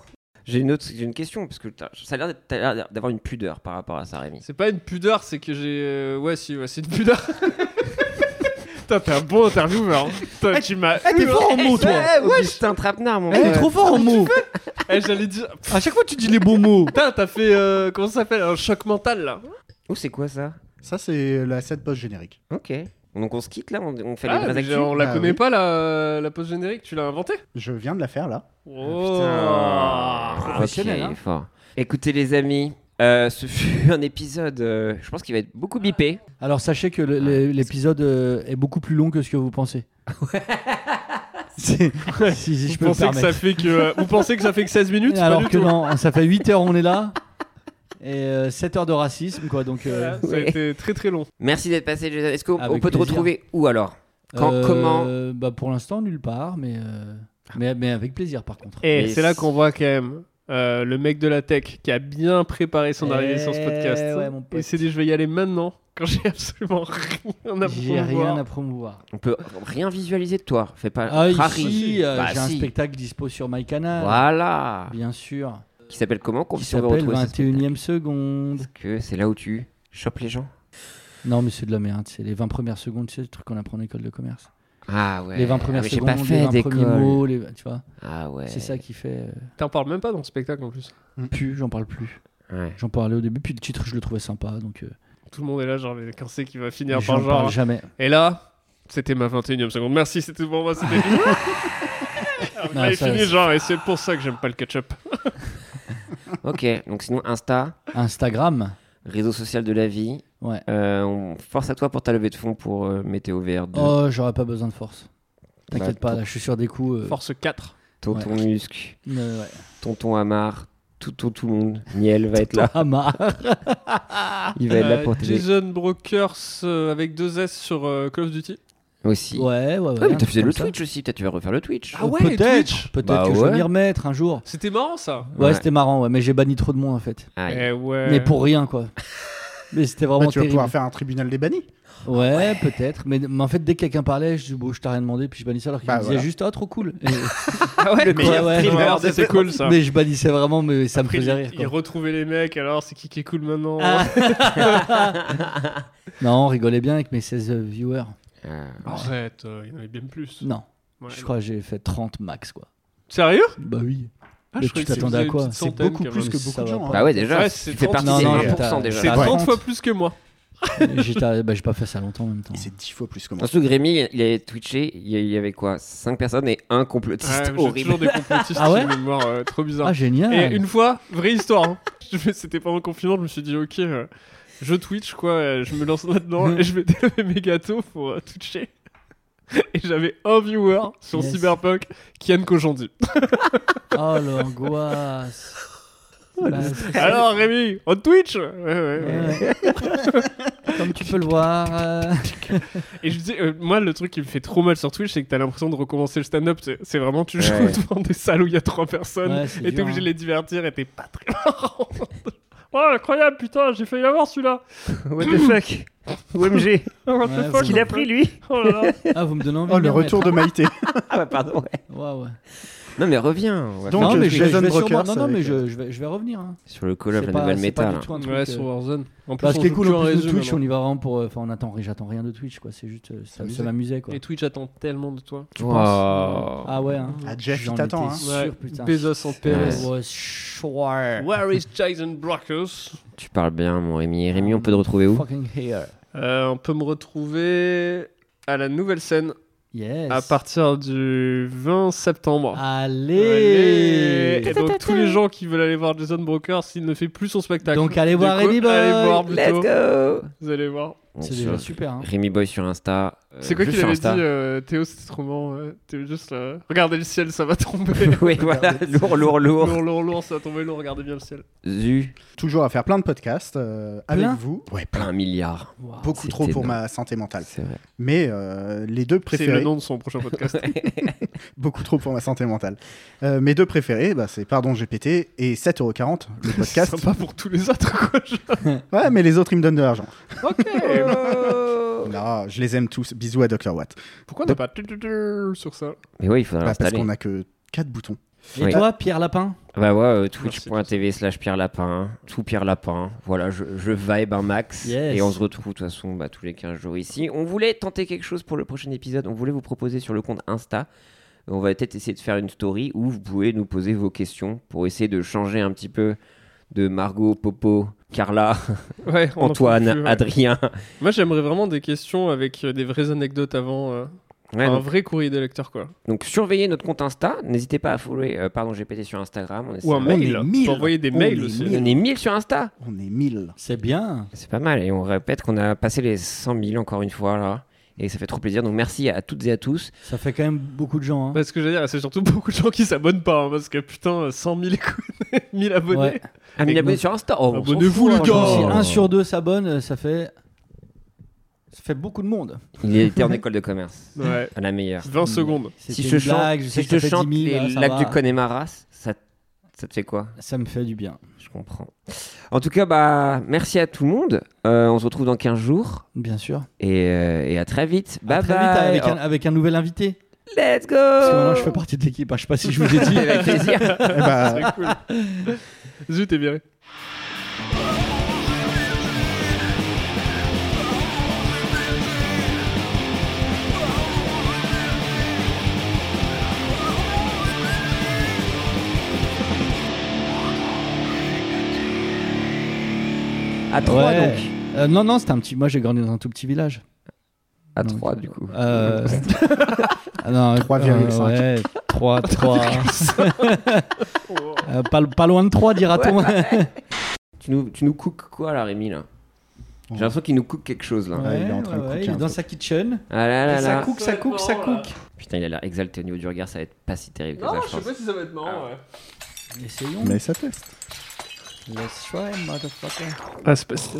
[SPEAKER 3] J'ai une autre, j'ai une question parce que t'as- ça a l'air d'être- t'as l'air d'avoir une pudeur par rapport à ça, Rémi.
[SPEAKER 4] C'est pas une pudeur, c'est que j'ai. euh, Ouais, si, ouais, c'est une pudeur. Putain, t'es un bon intervieweur. hein. Putain, tu m'as.
[SPEAKER 2] Eh, t'es
[SPEAKER 4] eu,
[SPEAKER 2] fort
[SPEAKER 4] hein.
[SPEAKER 2] en mots, toi.
[SPEAKER 3] Eh, ouais, j'étais un trapenard, mon
[SPEAKER 2] Eh, t'es
[SPEAKER 3] frère.
[SPEAKER 2] trop
[SPEAKER 4] Ah,
[SPEAKER 2] fort en mots.
[SPEAKER 4] Eh, j'allais dire.
[SPEAKER 2] À chaque fois, tu dis les beaux mots.
[SPEAKER 4] Putain, t'as fait. euh, Comment ça s'appelle Un choc mental, là.
[SPEAKER 3] Oh, c'est quoi ça
[SPEAKER 5] Ça, c'est la 7 post-générique.
[SPEAKER 3] Ok. Donc on se quitte là, on, on fait
[SPEAKER 4] Ah,
[SPEAKER 3] les vraies
[SPEAKER 4] mais
[SPEAKER 3] actus.
[SPEAKER 4] on la
[SPEAKER 5] Ah,
[SPEAKER 4] connaît
[SPEAKER 5] oui.
[SPEAKER 4] pas, la, la pause générique Tu l'as inventée
[SPEAKER 5] Je viens de la faire, là.
[SPEAKER 4] Oh.
[SPEAKER 2] Professionnel,
[SPEAKER 3] Ok,
[SPEAKER 2] hein.
[SPEAKER 3] fort. Écoutez les amis, euh, ce fut un épisode, euh, je pense qu'il va être beaucoup bipé.
[SPEAKER 2] Alors sachez que le- le- l'épisode euh, est beaucoup plus long que ce que vous pensez. si, si- si je
[SPEAKER 4] Vous
[SPEAKER 2] peux me
[SPEAKER 4] pensez, que ça
[SPEAKER 2] permettre.
[SPEAKER 4] fait que, euh, vous pensez que ça fait que 16 minutes Pas
[SPEAKER 2] Alors
[SPEAKER 4] du
[SPEAKER 2] que
[SPEAKER 4] tout.
[SPEAKER 2] non, ça fait 8 heures on est là et 7 heures de racisme quoi donc euh,
[SPEAKER 4] Ça a été très très long.
[SPEAKER 3] Merci d'être passé, Jason. Est-ce qu'on on
[SPEAKER 2] Ah, Avec
[SPEAKER 3] peut te
[SPEAKER 2] plaisir.
[SPEAKER 3] retrouver où alors Quand,
[SPEAKER 2] euh,
[SPEAKER 3] comment
[SPEAKER 2] bah, pour l'instant nulle part mais, euh, mais mais avec plaisir par contre.
[SPEAKER 4] Et
[SPEAKER 3] Et
[SPEAKER 4] c'est là
[SPEAKER 3] c'est-
[SPEAKER 4] qu'on voit quand même euh, le mec de la tech qui a bien préparé son arrivée sur ce
[SPEAKER 2] Eh
[SPEAKER 4] podcast.
[SPEAKER 2] ouais, mon pote.
[SPEAKER 4] il s'est dit je vais y aller maintenant quand j'ai absolument rien à
[SPEAKER 2] J'ai
[SPEAKER 4] promouvoir.
[SPEAKER 2] rien à promouvoir.
[SPEAKER 3] On peut rien visualiser de toi. Fais pas.
[SPEAKER 2] Ah
[SPEAKER 3] Rari.
[SPEAKER 2] ici, euh,
[SPEAKER 3] Bah,
[SPEAKER 2] j'ai un
[SPEAKER 3] si.
[SPEAKER 2] spectacle dispo sur my canal.
[SPEAKER 3] Voilà.
[SPEAKER 2] Bien sûr.
[SPEAKER 3] Qui s'appelle comment Qu'on
[SPEAKER 2] Qui
[SPEAKER 3] puisse le
[SPEAKER 2] s'appelle
[SPEAKER 3] retrouver. ce
[SPEAKER 2] 21 e seconde.
[SPEAKER 3] que c'est là où tu chopes les gens.
[SPEAKER 2] Non, mais c'est de la merde. C'est les 20 premières secondes, c'est le truc qu'on apprend en école de commerce.
[SPEAKER 3] Ah ouais.
[SPEAKER 2] Les 20 premières
[SPEAKER 3] Ah, mais j'ai
[SPEAKER 2] secondes,
[SPEAKER 3] pas fait
[SPEAKER 2] les 20 premiers
[SPEAKER 3] d'école.
[SPEAKER 2] mots, les- tu vois.
[SPEAKER 3] Ah ouais.
[SPEAKER 2] C'est ça qui fait. euh,
[SPEAKER 4] T'en parles même pas dans le spectacle en plus.
[SPEAKER 2] Plus, j'en parle plus.
[SPEAKER 3] Ouais.
[SPEAKER 2] J'en parlais au début, puis le titre, je le trouvais sympa. Donc, euh,
[SPEAKER 4] Tout le monde est là, genre, mais quand c'est qu'il va finir
[SPEAKER 2] Mais
[SPEAKER 4] par
[SPEAKER 2] j'en
[SPEAKER 4] genre.
[SPEAKER 2] parle jamais.
[SPEAKER 4] Et là, c'était ma 21 e seconde. Merci, c'était pour moi, c'était fini. Alors,
[SPEAKER 2] Ah,
[SPEAKER 3] Non,
[SPEAKER 4] j'avais
[SPEAKER 3] ça,
[SPEAKER 4] Ah, fini,
[SPEAKER 3] c'est-
[SPEAKER 4] genre, et c'est pour ça que j'aime pas le ketchup.
[SPEAKER 3] Ok, donc sinon Insta.
[SPEAKER 2] Instagram.
[SPEAKER 3] Réseau social de la vie.
[SPEAKER 2] Ouais.
[SPEAKER 3] Euh, on force à toi pour ta levée de fonds pour euh, Météo VR2.
[SPEAKER 2] Oh, j'aurais pas besoin de force. T'inquiète
[SPEAKER 3] Bah,
[SPEAKER 2] pas, là, je suis sur des coups. euh,
[SPEAKER 4] Force 4.
[SPEAKER 3] Tonton
[SPEAKER 2] Ouais.
[SPEAKER 3] Musc.
[SPEAKER 2] Euh, ouais.
[SPEAKER 3] Tonton Amar. Tout, tout, tout le monde. Miel va être là.
[SPEAKER 2] Tonton Amar.
[SPEAKER 3] Il va être là
[SPEAKER 4] Euh,
[SPEAKER 3] pour t'aider.
[SPEAKER 4] Jason Brokers euh, avec deux S sur euh, Call of Duty.
[SPEAKER 3] Aussi.
[SPEAKER 2] Ouais, ouais, ouais.
[SPEAKER 3] mais
[SPEAKER 2] un
[SPEAKER 3] t'as
[SPEAKER 2] truc
[SPEAKER 3] fait le
[SPEAKER 2] comme ça.
[SPEAKER 3] Twitch aussi. Peut-être tu vas refaire le Twitch.
[SPEAKER 4] Ah ouais,
[SPEAKER 2] peut-être,
[SPEAKER 4] Twitch.
[SPEAKER 2] peut-être
[SPEAKER 3] Bah
[SPEAKER 2] que je vais
[SPEAKER 3] ouais.
[SPEAKER 2] m'y remettre un jour.
[SPEAKER 4] C'était marrant ça.
[SPEAKER 2] Ouais,
[SPEAKER 3] Ouais.
[SPEAKER 2] c'était marrant, ouais, mais j'ai banni trop de monde en fait.
[SPEAKER 3] Aïe.
[SPEAKER 4] Eh ouais.
[SPEAKER 2] Mais pour rien quoi. mais c'était vraiment
[SPEAKER 5] Bah, tu vas
[SPEAKER 2] terrible.
[SPEAKER 5] pouvoir faire un tribunal des bannis.
[SPEAKER 2] Ouais, peut-être. Mais, mais en fait, dès que quelqu'un parlait, je dis bon, je t'ai rien demandé, puis je bannissais alors qu'il
[SPEAKER 5] Bah,
[SPEAKER 2] me disait
[SPEAKER 5] voilà.
[SPEAKER 2] juste ah trop cool. Et-
[SPEAKER 4] Ah ouais,
[SPEAKER 2] Le
[SPEAKER 4] mais
[SPEAKER 2] quoi,
[SPEAKER 4] il a
[SPEAKER 2] ouais.
[SPEAKER 4] pris le verre, c'est cool ça.
[SPEAKER 2] Mais je bannissais vraiment, mais ça me
[SPEAKER 4] Après,
[SPEAKER 2] faisait
[SPEAKER 4] il-
[SPEAKER 2] rire.
[SPEAKER 4] Il
[SPEAKER 2] quoi. Ah.
[SPEAKER 4] retrouvait les mecs, alors c'est qui qui est cool maintenant
[SPEAKER 2] Non, on rigolait bien avec mes 16 viewers.
[SPEAKER 3] Ah,
[SPEAKER 4] Arrête, euh, il y en avait bien plus.
[SPEAKER 2] Non,
[SPEAKER 4] Ouais,
[SPEAKER 2] je crois que j'ai fait 30 max quoi.
[SPEAKER 4] Sérieux
[SPEAKER 2] Bah oui.
[SPEAKER 4] Ah,
[SPEAKER 2] mais
[SPEAKER 4] je
[SPEAKER 2] tu
[SPEAKER 4] croyais que
[SPEAKER 2] t'attendais
[SPEAKER 4] c'était
[SPEAKER 2] à
[SPEAKER 4] une
[SPEAKER 2] quoi
[SPEAKER 4] petite centaine, quand même.
[SPEAKER 5] beaucoup de gens, hein.
[SPEAKER 3] Bah ouais, déjà.
[SPEAKER 4] Ouais, c'est
[SPEAKER 3] tu fais
[SPEAKER 4] 30.
[SPEAKER 3] partie
[SPEAKER 2] Non,
[SPEAKER 3] des
[SPEAKER 2] non,
[SPEAKER 3] 1%
[SPEAKER 2] t'as-
[SPEAKER 3] déjà.
[SPEAKER 4] C'est
[SPEAKER 2] Ouais.
[SPEAKER 4] 30 fois plus que moi.
[SPEAKER 2] J'étais- bah, j'ai pas fait ça longtemps en même temps.
[SPEAKER 5] C'est dix fois plus que moi.
[SPEAKER 3] Surtout Grémy, il a twitché, il y avait quoi 5 personnes et un complotiste
[SPEAKER 4] Ouais, J'ai
[SPEAKER 3] horrible.
[SPEAKER 4] toujours des complotistes
[SPEAKER 2] Ah ouais
[SPEAKER 4] qui me mémoire euh, trop bizarre.
[SPEAKER 2] Ah génial.
[SPEAKER 4] Et une fois, vraie histoire, hein. Je me- c'était pendant le confinement, je me suis dit, ok, euh, je Twitch, quoi, euh, je me lance là-dedans
[SPEAKER 2] Mm.
[SPEAKER 4] et je vais délever mes gâteaux pour euh, Twitcher. Et j'avais un viewer sur
[SPEAKER 2] Yes.
[SPEAKER 4] Cyberpunk, Kian Kojandi.
[SPEAKER 2] Oh l'angoisse. Bah, c'est-
[SPEAKER 4] Alors Rémi, on Twitch Ouais, ouais, ouais.
[SPEAKER 2] Ouais. Comme tu peux le voir. euh,
[SPEAKER 4] Et je dis, euh, moi, le truc qui me fait trop mal sur Twitch, c'est que t'as l'impression de recommencer le stand-up. C'est- C'est vraiment, tu joues
[SPEAKER 3] Ouais.
[SPEAKER 4] devant des salles où il y a trois personnes
[SPEAKER 2] Ouais, c'est
[SPEAKER 4] et t'es
[SPEAKER 2] dur,
[SPEAKER 4] obligé
[SPEAKER 2] hein.
[SPEAKER 4] de les divertir et t'es pas très marrant. oh, incroyable, putain, j'ai failli l'avoir celui-là.
[SPEAKER 3] What the fuck OMG
[SPEAKER 4] Oh, what the
[SPEAKER 2] Ouais,
[SPEAKER 4] fuck,
[SPEAKER 2] vous-
[SPEAKER 4] what the
[SPEAKER 3] lui
[SPEAKER 4] fuck. Oh là là.
[SPEAKER 2] Ah, vous me donnez envie.
[SPEAKER 5] Oh,
[SPEAKER 2] de m'y
[SPEAKER 5] le retour de
[SPEAKER 2] remettre.
[SPEAKER 5] Maïté.
[SPEAKER 3] Ah bah pardon, ouais.
[SPEAKER 2] Ouais, ouais.
[SPEAKER 3] Non mais reviens on va
[SPEAKER 5] Donc,
[SPEAKER 3] faire-
[SPEAKER 2] non,
[SPEAKER 5] euh,
[SPEAKER 2] mais je, je
[SPEAKER 5] Jason
[SPEAKER 2] vais sûrement-
[SPEAKER 5] Brokers
[SPEAKER 2] non, non, mais
[SPEAKER 5] avec,
[SPEAKER 2] je,
[SPEAKER 5] euh,
[SPEAKER 2] je vais, je vais revenir. hein.
[SPEAKER 3] sur le call of
[SPEAKER 2] C'est
[SPEAKER 3] la
[SPEAKER 2] pas-
[SPEAKER 3] nouvelle
[SPEAKER 2] c'est pas
[SPEAKER 3] méta
[SPEAKER 2] du
[SPEAKER 3] là.
[SPEAKER 2] tout un truc,
[SPEAKER 4] Ouais,
[SPEAKER 2] euh,
[SPEAKER 4] sur Warzone. En plus,
[SPEAKER 2] Bah, ce
[SPEAKER 4] on
[SPEAKER 2] qui est
[SPEAKER 4] joue
[SPEAKER 2] cool,
[SPEAKER 4] que
[SPEAKER 2] en
[SPEAKER 4] en
[SPEAKER 2] plus, nous,
[SPEAKER 4] réseau,
[SPEAKER 2] Twitch, on
[SPEAKER 4] maintenant.
[SPEAKER 2] y va vraiment pour. euh, Enfin, on attend, j'attends rien de Twitch, quoi. C'est juste. euh, ça ça m'amusait, quoi.
[SPEAKER 4] Et Twitch attend tellement de toi.
[SPEAKER 3] Wow. Oh,
[SPEAKER 2] Ah ouais, hein.
[SPEAKER 5] Ah, Jeff,
[SPEAKER 2] J'en
[SPEAKER 5] il t'attend,
[SPEAKER 2] étais
[SPEAKER 5] hein.
[SPEAKER 2] sûr, putain.
[SPEAKER 4] Bezos en PS.
[SPEAKER 2] Ouais, sure.
[SPEAKER 4] Where is Jason Brockers
[SPEAKER 3] Tu parles bien mon Rémi. Rémi on peut te retrouver où
[SPEAKER 2] Fucking here.
[SPEAKER 4] Euh, On peut me retrouver à la nouvelle scène
[SPEAKER 2] Yes. Ah.
[SPEAKER 4] à partir du 20 septembre.
[SPEAKER 2] Allez.
[SPEAKER 4] Et donc tous les gens qui veulent aller voir Jason Broker, s'il ne fait plus son spectacle.
[SPEAKER 2] Donc, allez
[SPEAKER 4] Du
[SPEAKER 2] voir
[SPEAKER 4] coup,
[SPEAKER 2] Rémi Boy. Euh,
[SPEAKER 4] Allez voir plutôt.
[SPEAKER 3] go
[SPEAKER 4] Vous allez voir.
[SPEAKER 2] C'est déjà super, hein.
[SPEAKER 3] Rémi Boy sur Insta. euh,
[SPEAKER 4] C'est quoi
[SPEAKER 3] je
[SPEAKER 4] qu'il
[SPEAKER 3] suis
[SPEAKER 4] avait dit
[SPEAKER 3] Insta.
[SPEAKER 4] euh, Théo c'était trop marrant, euh, Théo juste là. Regardez le ciel, ça va tomber.
[SPEAKER 3] Oui voilà, lourd lourd lourd.
[SPEAKER 4] lourd, lourd, lourd, ça va tomber lourd, regardez bien le ciel.
[SPEAKER 3] Zu,
[SPEAKER 5] Toujours à faire plein de podcasts euh, avec
[SPEAKER 2] Plein
[SPEAKER 5] vous. Ouais,
[SPEAKER 3] un milliard.
[SPEAKER 2] Wow.
[SPEAKER 5] Beaucoup
[SPEAKER 3] C'est
[SPEAKER 5] trop pour
[SPEAKER 3] énorme.
[SPEAKER 5] ma santé mentale.
[SPEAKER 3] C'est vrai.
[SPEAKER 5] Mais euh, les deux
[SPEAKER 4] C'est le
[SPEAKER 5] préférés,
[SPEAKER 4] nom de son prochain podcast.
[SPEAKER 5] beaucoup trop pour ma santé mentale. Euh, mes deux préférés, bah, c'est Pardon GPT et 7,40€ le
[SPEAKER 4] C'est
[SPEAKER 5] podcast.
[SPEAKER 4] sympa pour tous les autres quoi.
[SPEAKER 5] ouais, mais les autres, ils me donnent de l'argent.
[SPEAKER 4] Ok. bah.
[SPEAKER 5] Là, je les aime tous. Bisous à Dr. Watt.
[SPEAKER 4] Pourquoi on n'a pas tu- tu- tu sur ça
[SPEAKER 3] Mais ouais, il faudra
[SPEAKER 5] Bah, parce
[SPEAKER 3] l'installer.
[SPEAKER 5] qu'on a que 4 boutons.
[SPEAKER 2] Et
[SPEAKER 3] Oui.
[SPEAKER 2] toi, Pierre Lapin
[SPEAKER 3] Bah ouais, euh,
[SPEAKER 4] Merci,
[SPEAKER 3] twitch.tv slash Pierre Lapin, tout Pierre Lapin. Voilà, je, je vibe un max.
[SPEAKER 2] Yes.
[SPEAKER 3] Et on se retrouve de toute façon bah, tous les 15 jours ici. On voulait tenter quelque chose pour le prochain épisode. On voulait vous proposer sur le compte Insta. On va peut-être essayer de faire une story où vous pouvez nous poser vos questions pour essayer de changer un petit peu de Margot, Popo, Carla,
[SPEAKER 4] Ouais, on en
[SPEAKER 3] Antoine,
[SPEAKER 4] peut plus, ouais.
[SPEAKER 3] Adrien.
[SPEAKER 4] Moi j'aimerais vraiment des questions avec euh, des vraies anecdotes avant. euh,
[SPEAKER 3] Ouais,
[SPEAKER 4] un
[SPEAKER 3] donc,
[SPEAKER 4] vrai courrier des lecteurs quoi.
[SPEAKER 3] donc surveillez notre compte Insta. N'hésitez pas à follower, euh, pardon, GPT sur Instagram. On, essaie-
[SPEAKER 4] Ou un
[SPEAKER 5] est
[SPEAKER 4] mail.
[SPEAKER 5] mille.
[SPEAKER 4] Faut envoyer des
[SPEAKER 5] On
[SPEAKER 4] mails
[SPEAKER 5] est
[SPEAKER 4] aussi.
[SPEAKER 5] mille.
[SPEAKER 3] on est 1000 sur Insta.
[SPEAKER 5] On est 1000.
[SPEAKER 2] C'est bien.
[SPEAKER 3] C'est pas mal. Et on répète qu'on a passé les 100 000 encore une fois là. Et ça fait trop plaisir. Donc merci à toutes et à tous.
[SPEAKER 2] Ça fait quand même beaucoup de gens. hein.
[SPEAKER 4] Parce que j'allais dire, c'est surtout beaucoup de gens qui s'abonnent pas, hein, parce que putain, 100 000 écoutes, 1000 abonnés.
[SPEAKER 2] Ouais.
[SPEAKER 3] Ah, mais
[SPEAKER 4] Et
[SPEAKER 3] abonnés
[SPEAKER 4] nous-
[SPEAKER 3] sur Insta. Oh, on s'en
[SPEAKER 4] Abonnez-vous,
[SPEAKER 3] fout,
[SPEAKER 4] les
[SPEAKER 3] hein,
[SPEAKER 4] gars.
[SPEAKER 2] Si
[SPEAKER 3] franchement.
[SPEAKER 2] un sur deux s'abonne, euh, ça fait. Ça fait beaucoup de monde.
[SPEAKER 3] Il était en école de commerce.
[SPEAKER 4] Ouais.
[SPEAKER 3] À la meilleure.
[SPEAKER 4] 20 secondes.
[SPEAKER 3] Si je
[SPEAKER 2] C'était
[SPEAKER 3] te
[SPEAKER 2] une
[SPEAKER 3] chante,
[SPEAKER 2] blague, je
[SPEAKER 3] si
[SPEAKER 2] sais
[SPEAKER 3] je
[SPEAKER 2] que
[SPEAKER 3] te
[SPEAKER 2] ça fait
[SPEAKER 3] chante
[SPEAKER 2] 10 000,
[SPEAKER 3] les
[SPEAKER 2] là, ça
[SPEAKER 3] lacs
[SPEAKER 2] va.
[SPEAKER 3] du Connemara, ça, ça te fait quoi
[SPEAKER 2] Ça me fait du bien.
[SPEAKER 3] Je comprends. En tout cas, bah, merci à tout le monde. Euh, on se retrouve dans 15 jours.
[SPEAKER 2] Bien sûr.
[SPEAKER 3] Et, euh, et à très vite. Bye
[SPEAKER 2] À très
[SPEAKER 3] bye.
[SPEAKER 2] vite avec, un, avec un nouvel invité.
[SPEAKER 3] Oh, Let's go.
[SPEAKER 2] Parce que maintenant, je fais partie de l'équipe. hein. Je sais pas si je vous ai dit.
[SPEAKER 3] Avec plaisir.
[SPEAKER 5] Eh bah,
[SPEAKER 4] C'est cool. Zut, t'es viré.
[SPEAKER 3] À trois,
[SPEAKER 2] Ouais.
[SPEAKER 3] donc.
[SPEAKER 2] Euh, Non, non, c'était un petit. Moi, j'ai grandi dans un tout petit village.
[SPEAKER 3] À 3 du coup.
[SPEAKER 2] Euh... ah non,
[SPEAKER 5] 3,5.
[SPEAKER 2] euh, ouais, 3, 3. Euh, pas, pas loin de 3, dira-t-on.
[SPEAKER 3] tu, nous, tu nous cooks quoi là, Rémi là J'ai l'impression qu'il nous cook quelque chose là.
[SPEAKER 2] Ouais, ouais, ouais, il est dans sa kitchen.
[SPEAKER 3] Ah là là
[SPEAKER 2] Et ça
[SPEAKER 3] là.
[SPEAKER 2] cook, ça cook, ça cook.
[SPEAKER 3] Putain, il a l'air exalté au niveau du regard, ça va être pas si terrible que
[SPEAKER 1] Non,
[SPEAKER 3] ça,
[SPEAKER 1] je sais
[SPEAKER 3] pense.
[SPEAKER 1] pas si ça va être marrant, ouais.
[SPEAKER 2] Essayons.
[SPEAKER 5] Mais ça teste.
[SPEAKER 2] Let's try, motherfucker.
[SPEAKER 4] Ah, c'est pas si-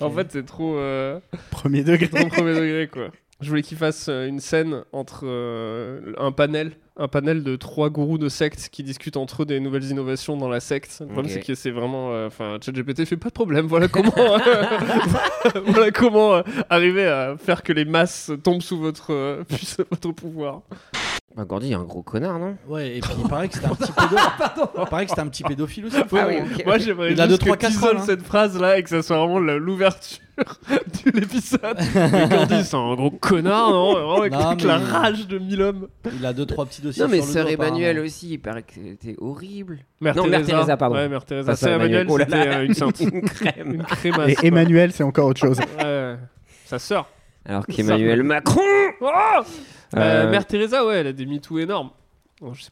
[SPEAKER 4] En fait, c'est trop. euh,
[SPEAKER 5] Premier degré.
[SPEAKER 4] trop premier degré, quoi. Je voulais qu'il fasse euh, une scène entre euh, un panel, un panel de trois gourous de sectes qui discutent entre eux des nouvelles innovations dans la secte. Le problème,
[SPEAKER 3] Ok.
[SPEAKER 4] c'est que c'est vraiment. euh, Enfin, ChatGPT fait pas de problème. Voilà comment. euh, voilà comment euh, arriver à faire que les masses tombent sous votre, euh, puissance- votre pouvoir.
[SPEAKER 3] Bah, Gordy, il est un gros connard, non
[SPEAKER 2] Ouais, et puis il paraît que c'était un petit pédophile. il paraît que c'était un petit pédophile aussi.
[SPEAKER 4] Ouais,
[SPEAKER 3] Ah oui,
[SPEAKER 4] bon,
[SPEAKER 3] ok.
[SPEAKER 4] Moi, j'aimerais
[SPEAKER 2] Il a deux,
[SPEAKER 4] juste
[SPEAKER 2] trois
[SPEAKER 4] que t'isoles
[SPEAKER 2] casseroles. hein.
[SPEAKER 4] cette phrase-là et que ça soit vraiment la- l'ouverture de l'épisode. Et qu'on dise, c'est un gros connard, non Vraiment, avec
[SPEAKER 2] Non,
[SPEAKER 4] toute la
[SPEAKER 2] mais-
[SPEAKER 4] rage de mille hommes.
[SPEAKER 2] Il a deux, trois petits dossiers.
[SPEAKER 3] Non, mais
[SPEAKER 2] sur le
[SPEAKER 3] Sœur
[SPEAKER 2] dos,
[SPEAKER 3] Emmanuel
[SPEAKER 2] apparemment.
[SPEAKER 3] aussi, il paraît que c'était horrible.
[SPEAKER 4] Mère
[SPEAKER 3] non, Mère
[SPEAKER 4] Teresa.
[SPEAKER 3] Teresa, pardon.
[SPEAKER 4] Ouais, Mère Teresa.
[SPEAKER 3] Pas Sœur
[SPEAKER 4] Sœur Emmanuel,
[SPEAKER 3] Oh là là.
[SPEAKER 4] c'était, euh, une sainte.
[SPEAKER 3] une crème.
[SPEAKER 4] Une crémasse.
[SPEAKER 5] Et
[SPEAKER 4] quoi.
[SPEAKER 5] Emmanuel, c'est encore autre chose.
[SPEAKER 4] Ouais. Sa sœur.
[SPEAKER 3] Alors qu'Emmanuel Macron
[SPEAKER 4] Oh Euh,
[SPEAKER 3] Euh,
[SPEAKER 4] Mère Teresa, ouais, elle a des MeToo énormes. Oh, je sais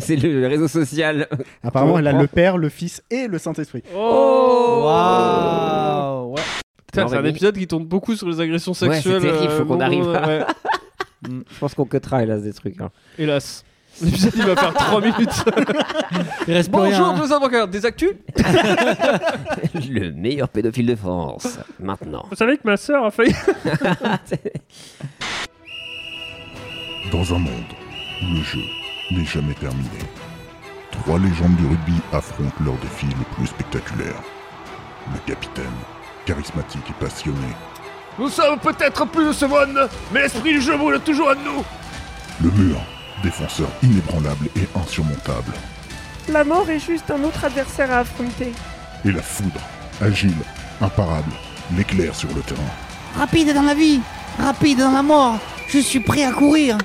[SPEAKER 3] C'est le le réseau social.
[SPEAKER 5] Apparemment,
[SPEAKER 3] On
[SPEAKER 5] elle a
[SPEAKER 3] prend.
[SPEAKER 5] le Père, le Fils et le Saint-Esprit.
[SPEAKER 4] Oh
[SPEAKER 3] Oh.
[SPEAKER 2] Waouh ouais.
[SPEAKER 4] Putain, C'est un
[SPEAKER 3] Rémi.
[SPEAKER 4] épisode qui tourne beaucoup sur les agressions
[SPEAKER 3] Ouais, c'est
[SPEAKER 4] sexuelles.
[SPEAKER 3] terrible, faut
[SPEAKER 4] euh,
[SPEAKER 3] qu'on arrive.
[SPEAKER 4] mondiales, ouais.
[SPEAKER 3] Mm. Je pense qu'on cutera, hélas, des trucs. hein.
[SPEAKER 4] Hélas. L'épisode, il va faire 3 minutes.
[SPEAKER 2] Il reste plus rien,
[SPEAKER 4] Bonjour,
[SPEAKER 2] hein.
[SPEAKER 4] Vincent Brocard, des actus
[SPEAKER 3] le meilleur pédophile de France. Maintenant.
[SPEAKER 4] Vous savez que ma sœur a failli
[SPEAKER 11] Dans un monde où le jeu n'est jamais terminé, trois légendes du rugby affrontent leur défi le plus spectaculaire. Le capitaine, charismatique et passionné,
[SPEAKER 4] Nous sommes peut-être plus de ce monde, mais l'esprit du jeu brûle toujours à nous.
[SPEAKER 11] le mur, défenseur inébranlable et insurmontable,
[SPEAKER 12] La mort est juste un autre adversaire à affronter.
[SPEAKER 11] et la foudre, agile, imparable, l'éclair sur le terrain.
[SPEAKER 13] Rapide dans la vie, rapide dans la mort, je suis prêt à courir.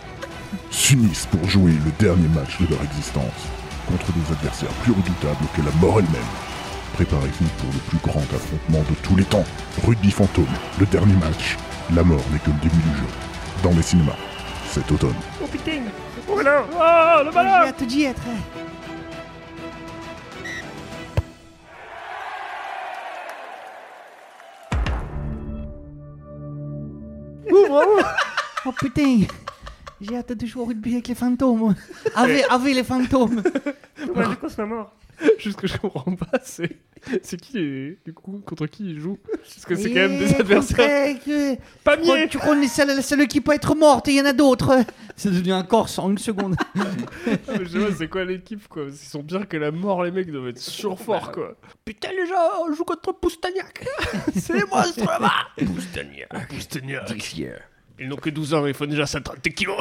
[SPEAKER 11] s'unissent pour jouer le dernier match de leur existence contre des adversaires plus redoutables que la mort elle-même. Préparez-vous pour le plus grand affrontement de tous les temps. Rugby Fantôme, le dernier match. La mort n'est que le début du jeu. Dans les cinémas, cet automne.
[SPEAKER 12] Oh putain Oh là Oh le ballon
[SPEAKER 13] J'ai hâte d'y être. Oh putain, j'ai hâte de jouer au rugby avec les fantômes. Avec, avec les fantômes.
[SPEAKER 12] Moi je cause la mort.
[SPEAKER 4] Juste que je comprends pas, c'est c'est qui les- du coup contre qui ils jouent Parce que c'est
[SPEAKER 13] Et
[SPEAKER 4] quand même des adversaires.
[SPEAKER 13] contraire que-
[SPEAKER 4] Pas mieux.
[SPEAKER 13] Tu connais celle, celle qui peut être morte, il y en a d'autres. C'est devenu un corse en une seconde.
[SPEAKER 4] Mais je sais pas, c'est quoi l'équipe quoi Parce qu'ils sont pires que la mort, les mecs doivent être surforts quoi.
[SPEAKER 9] Bah, Putain, les gens, on joue contre Poustagnac. C'est les monstres là-bas.
[SPEAKER 4] Boustagnac Ils n'ont que 12 ans, ils font déjà 130 kilos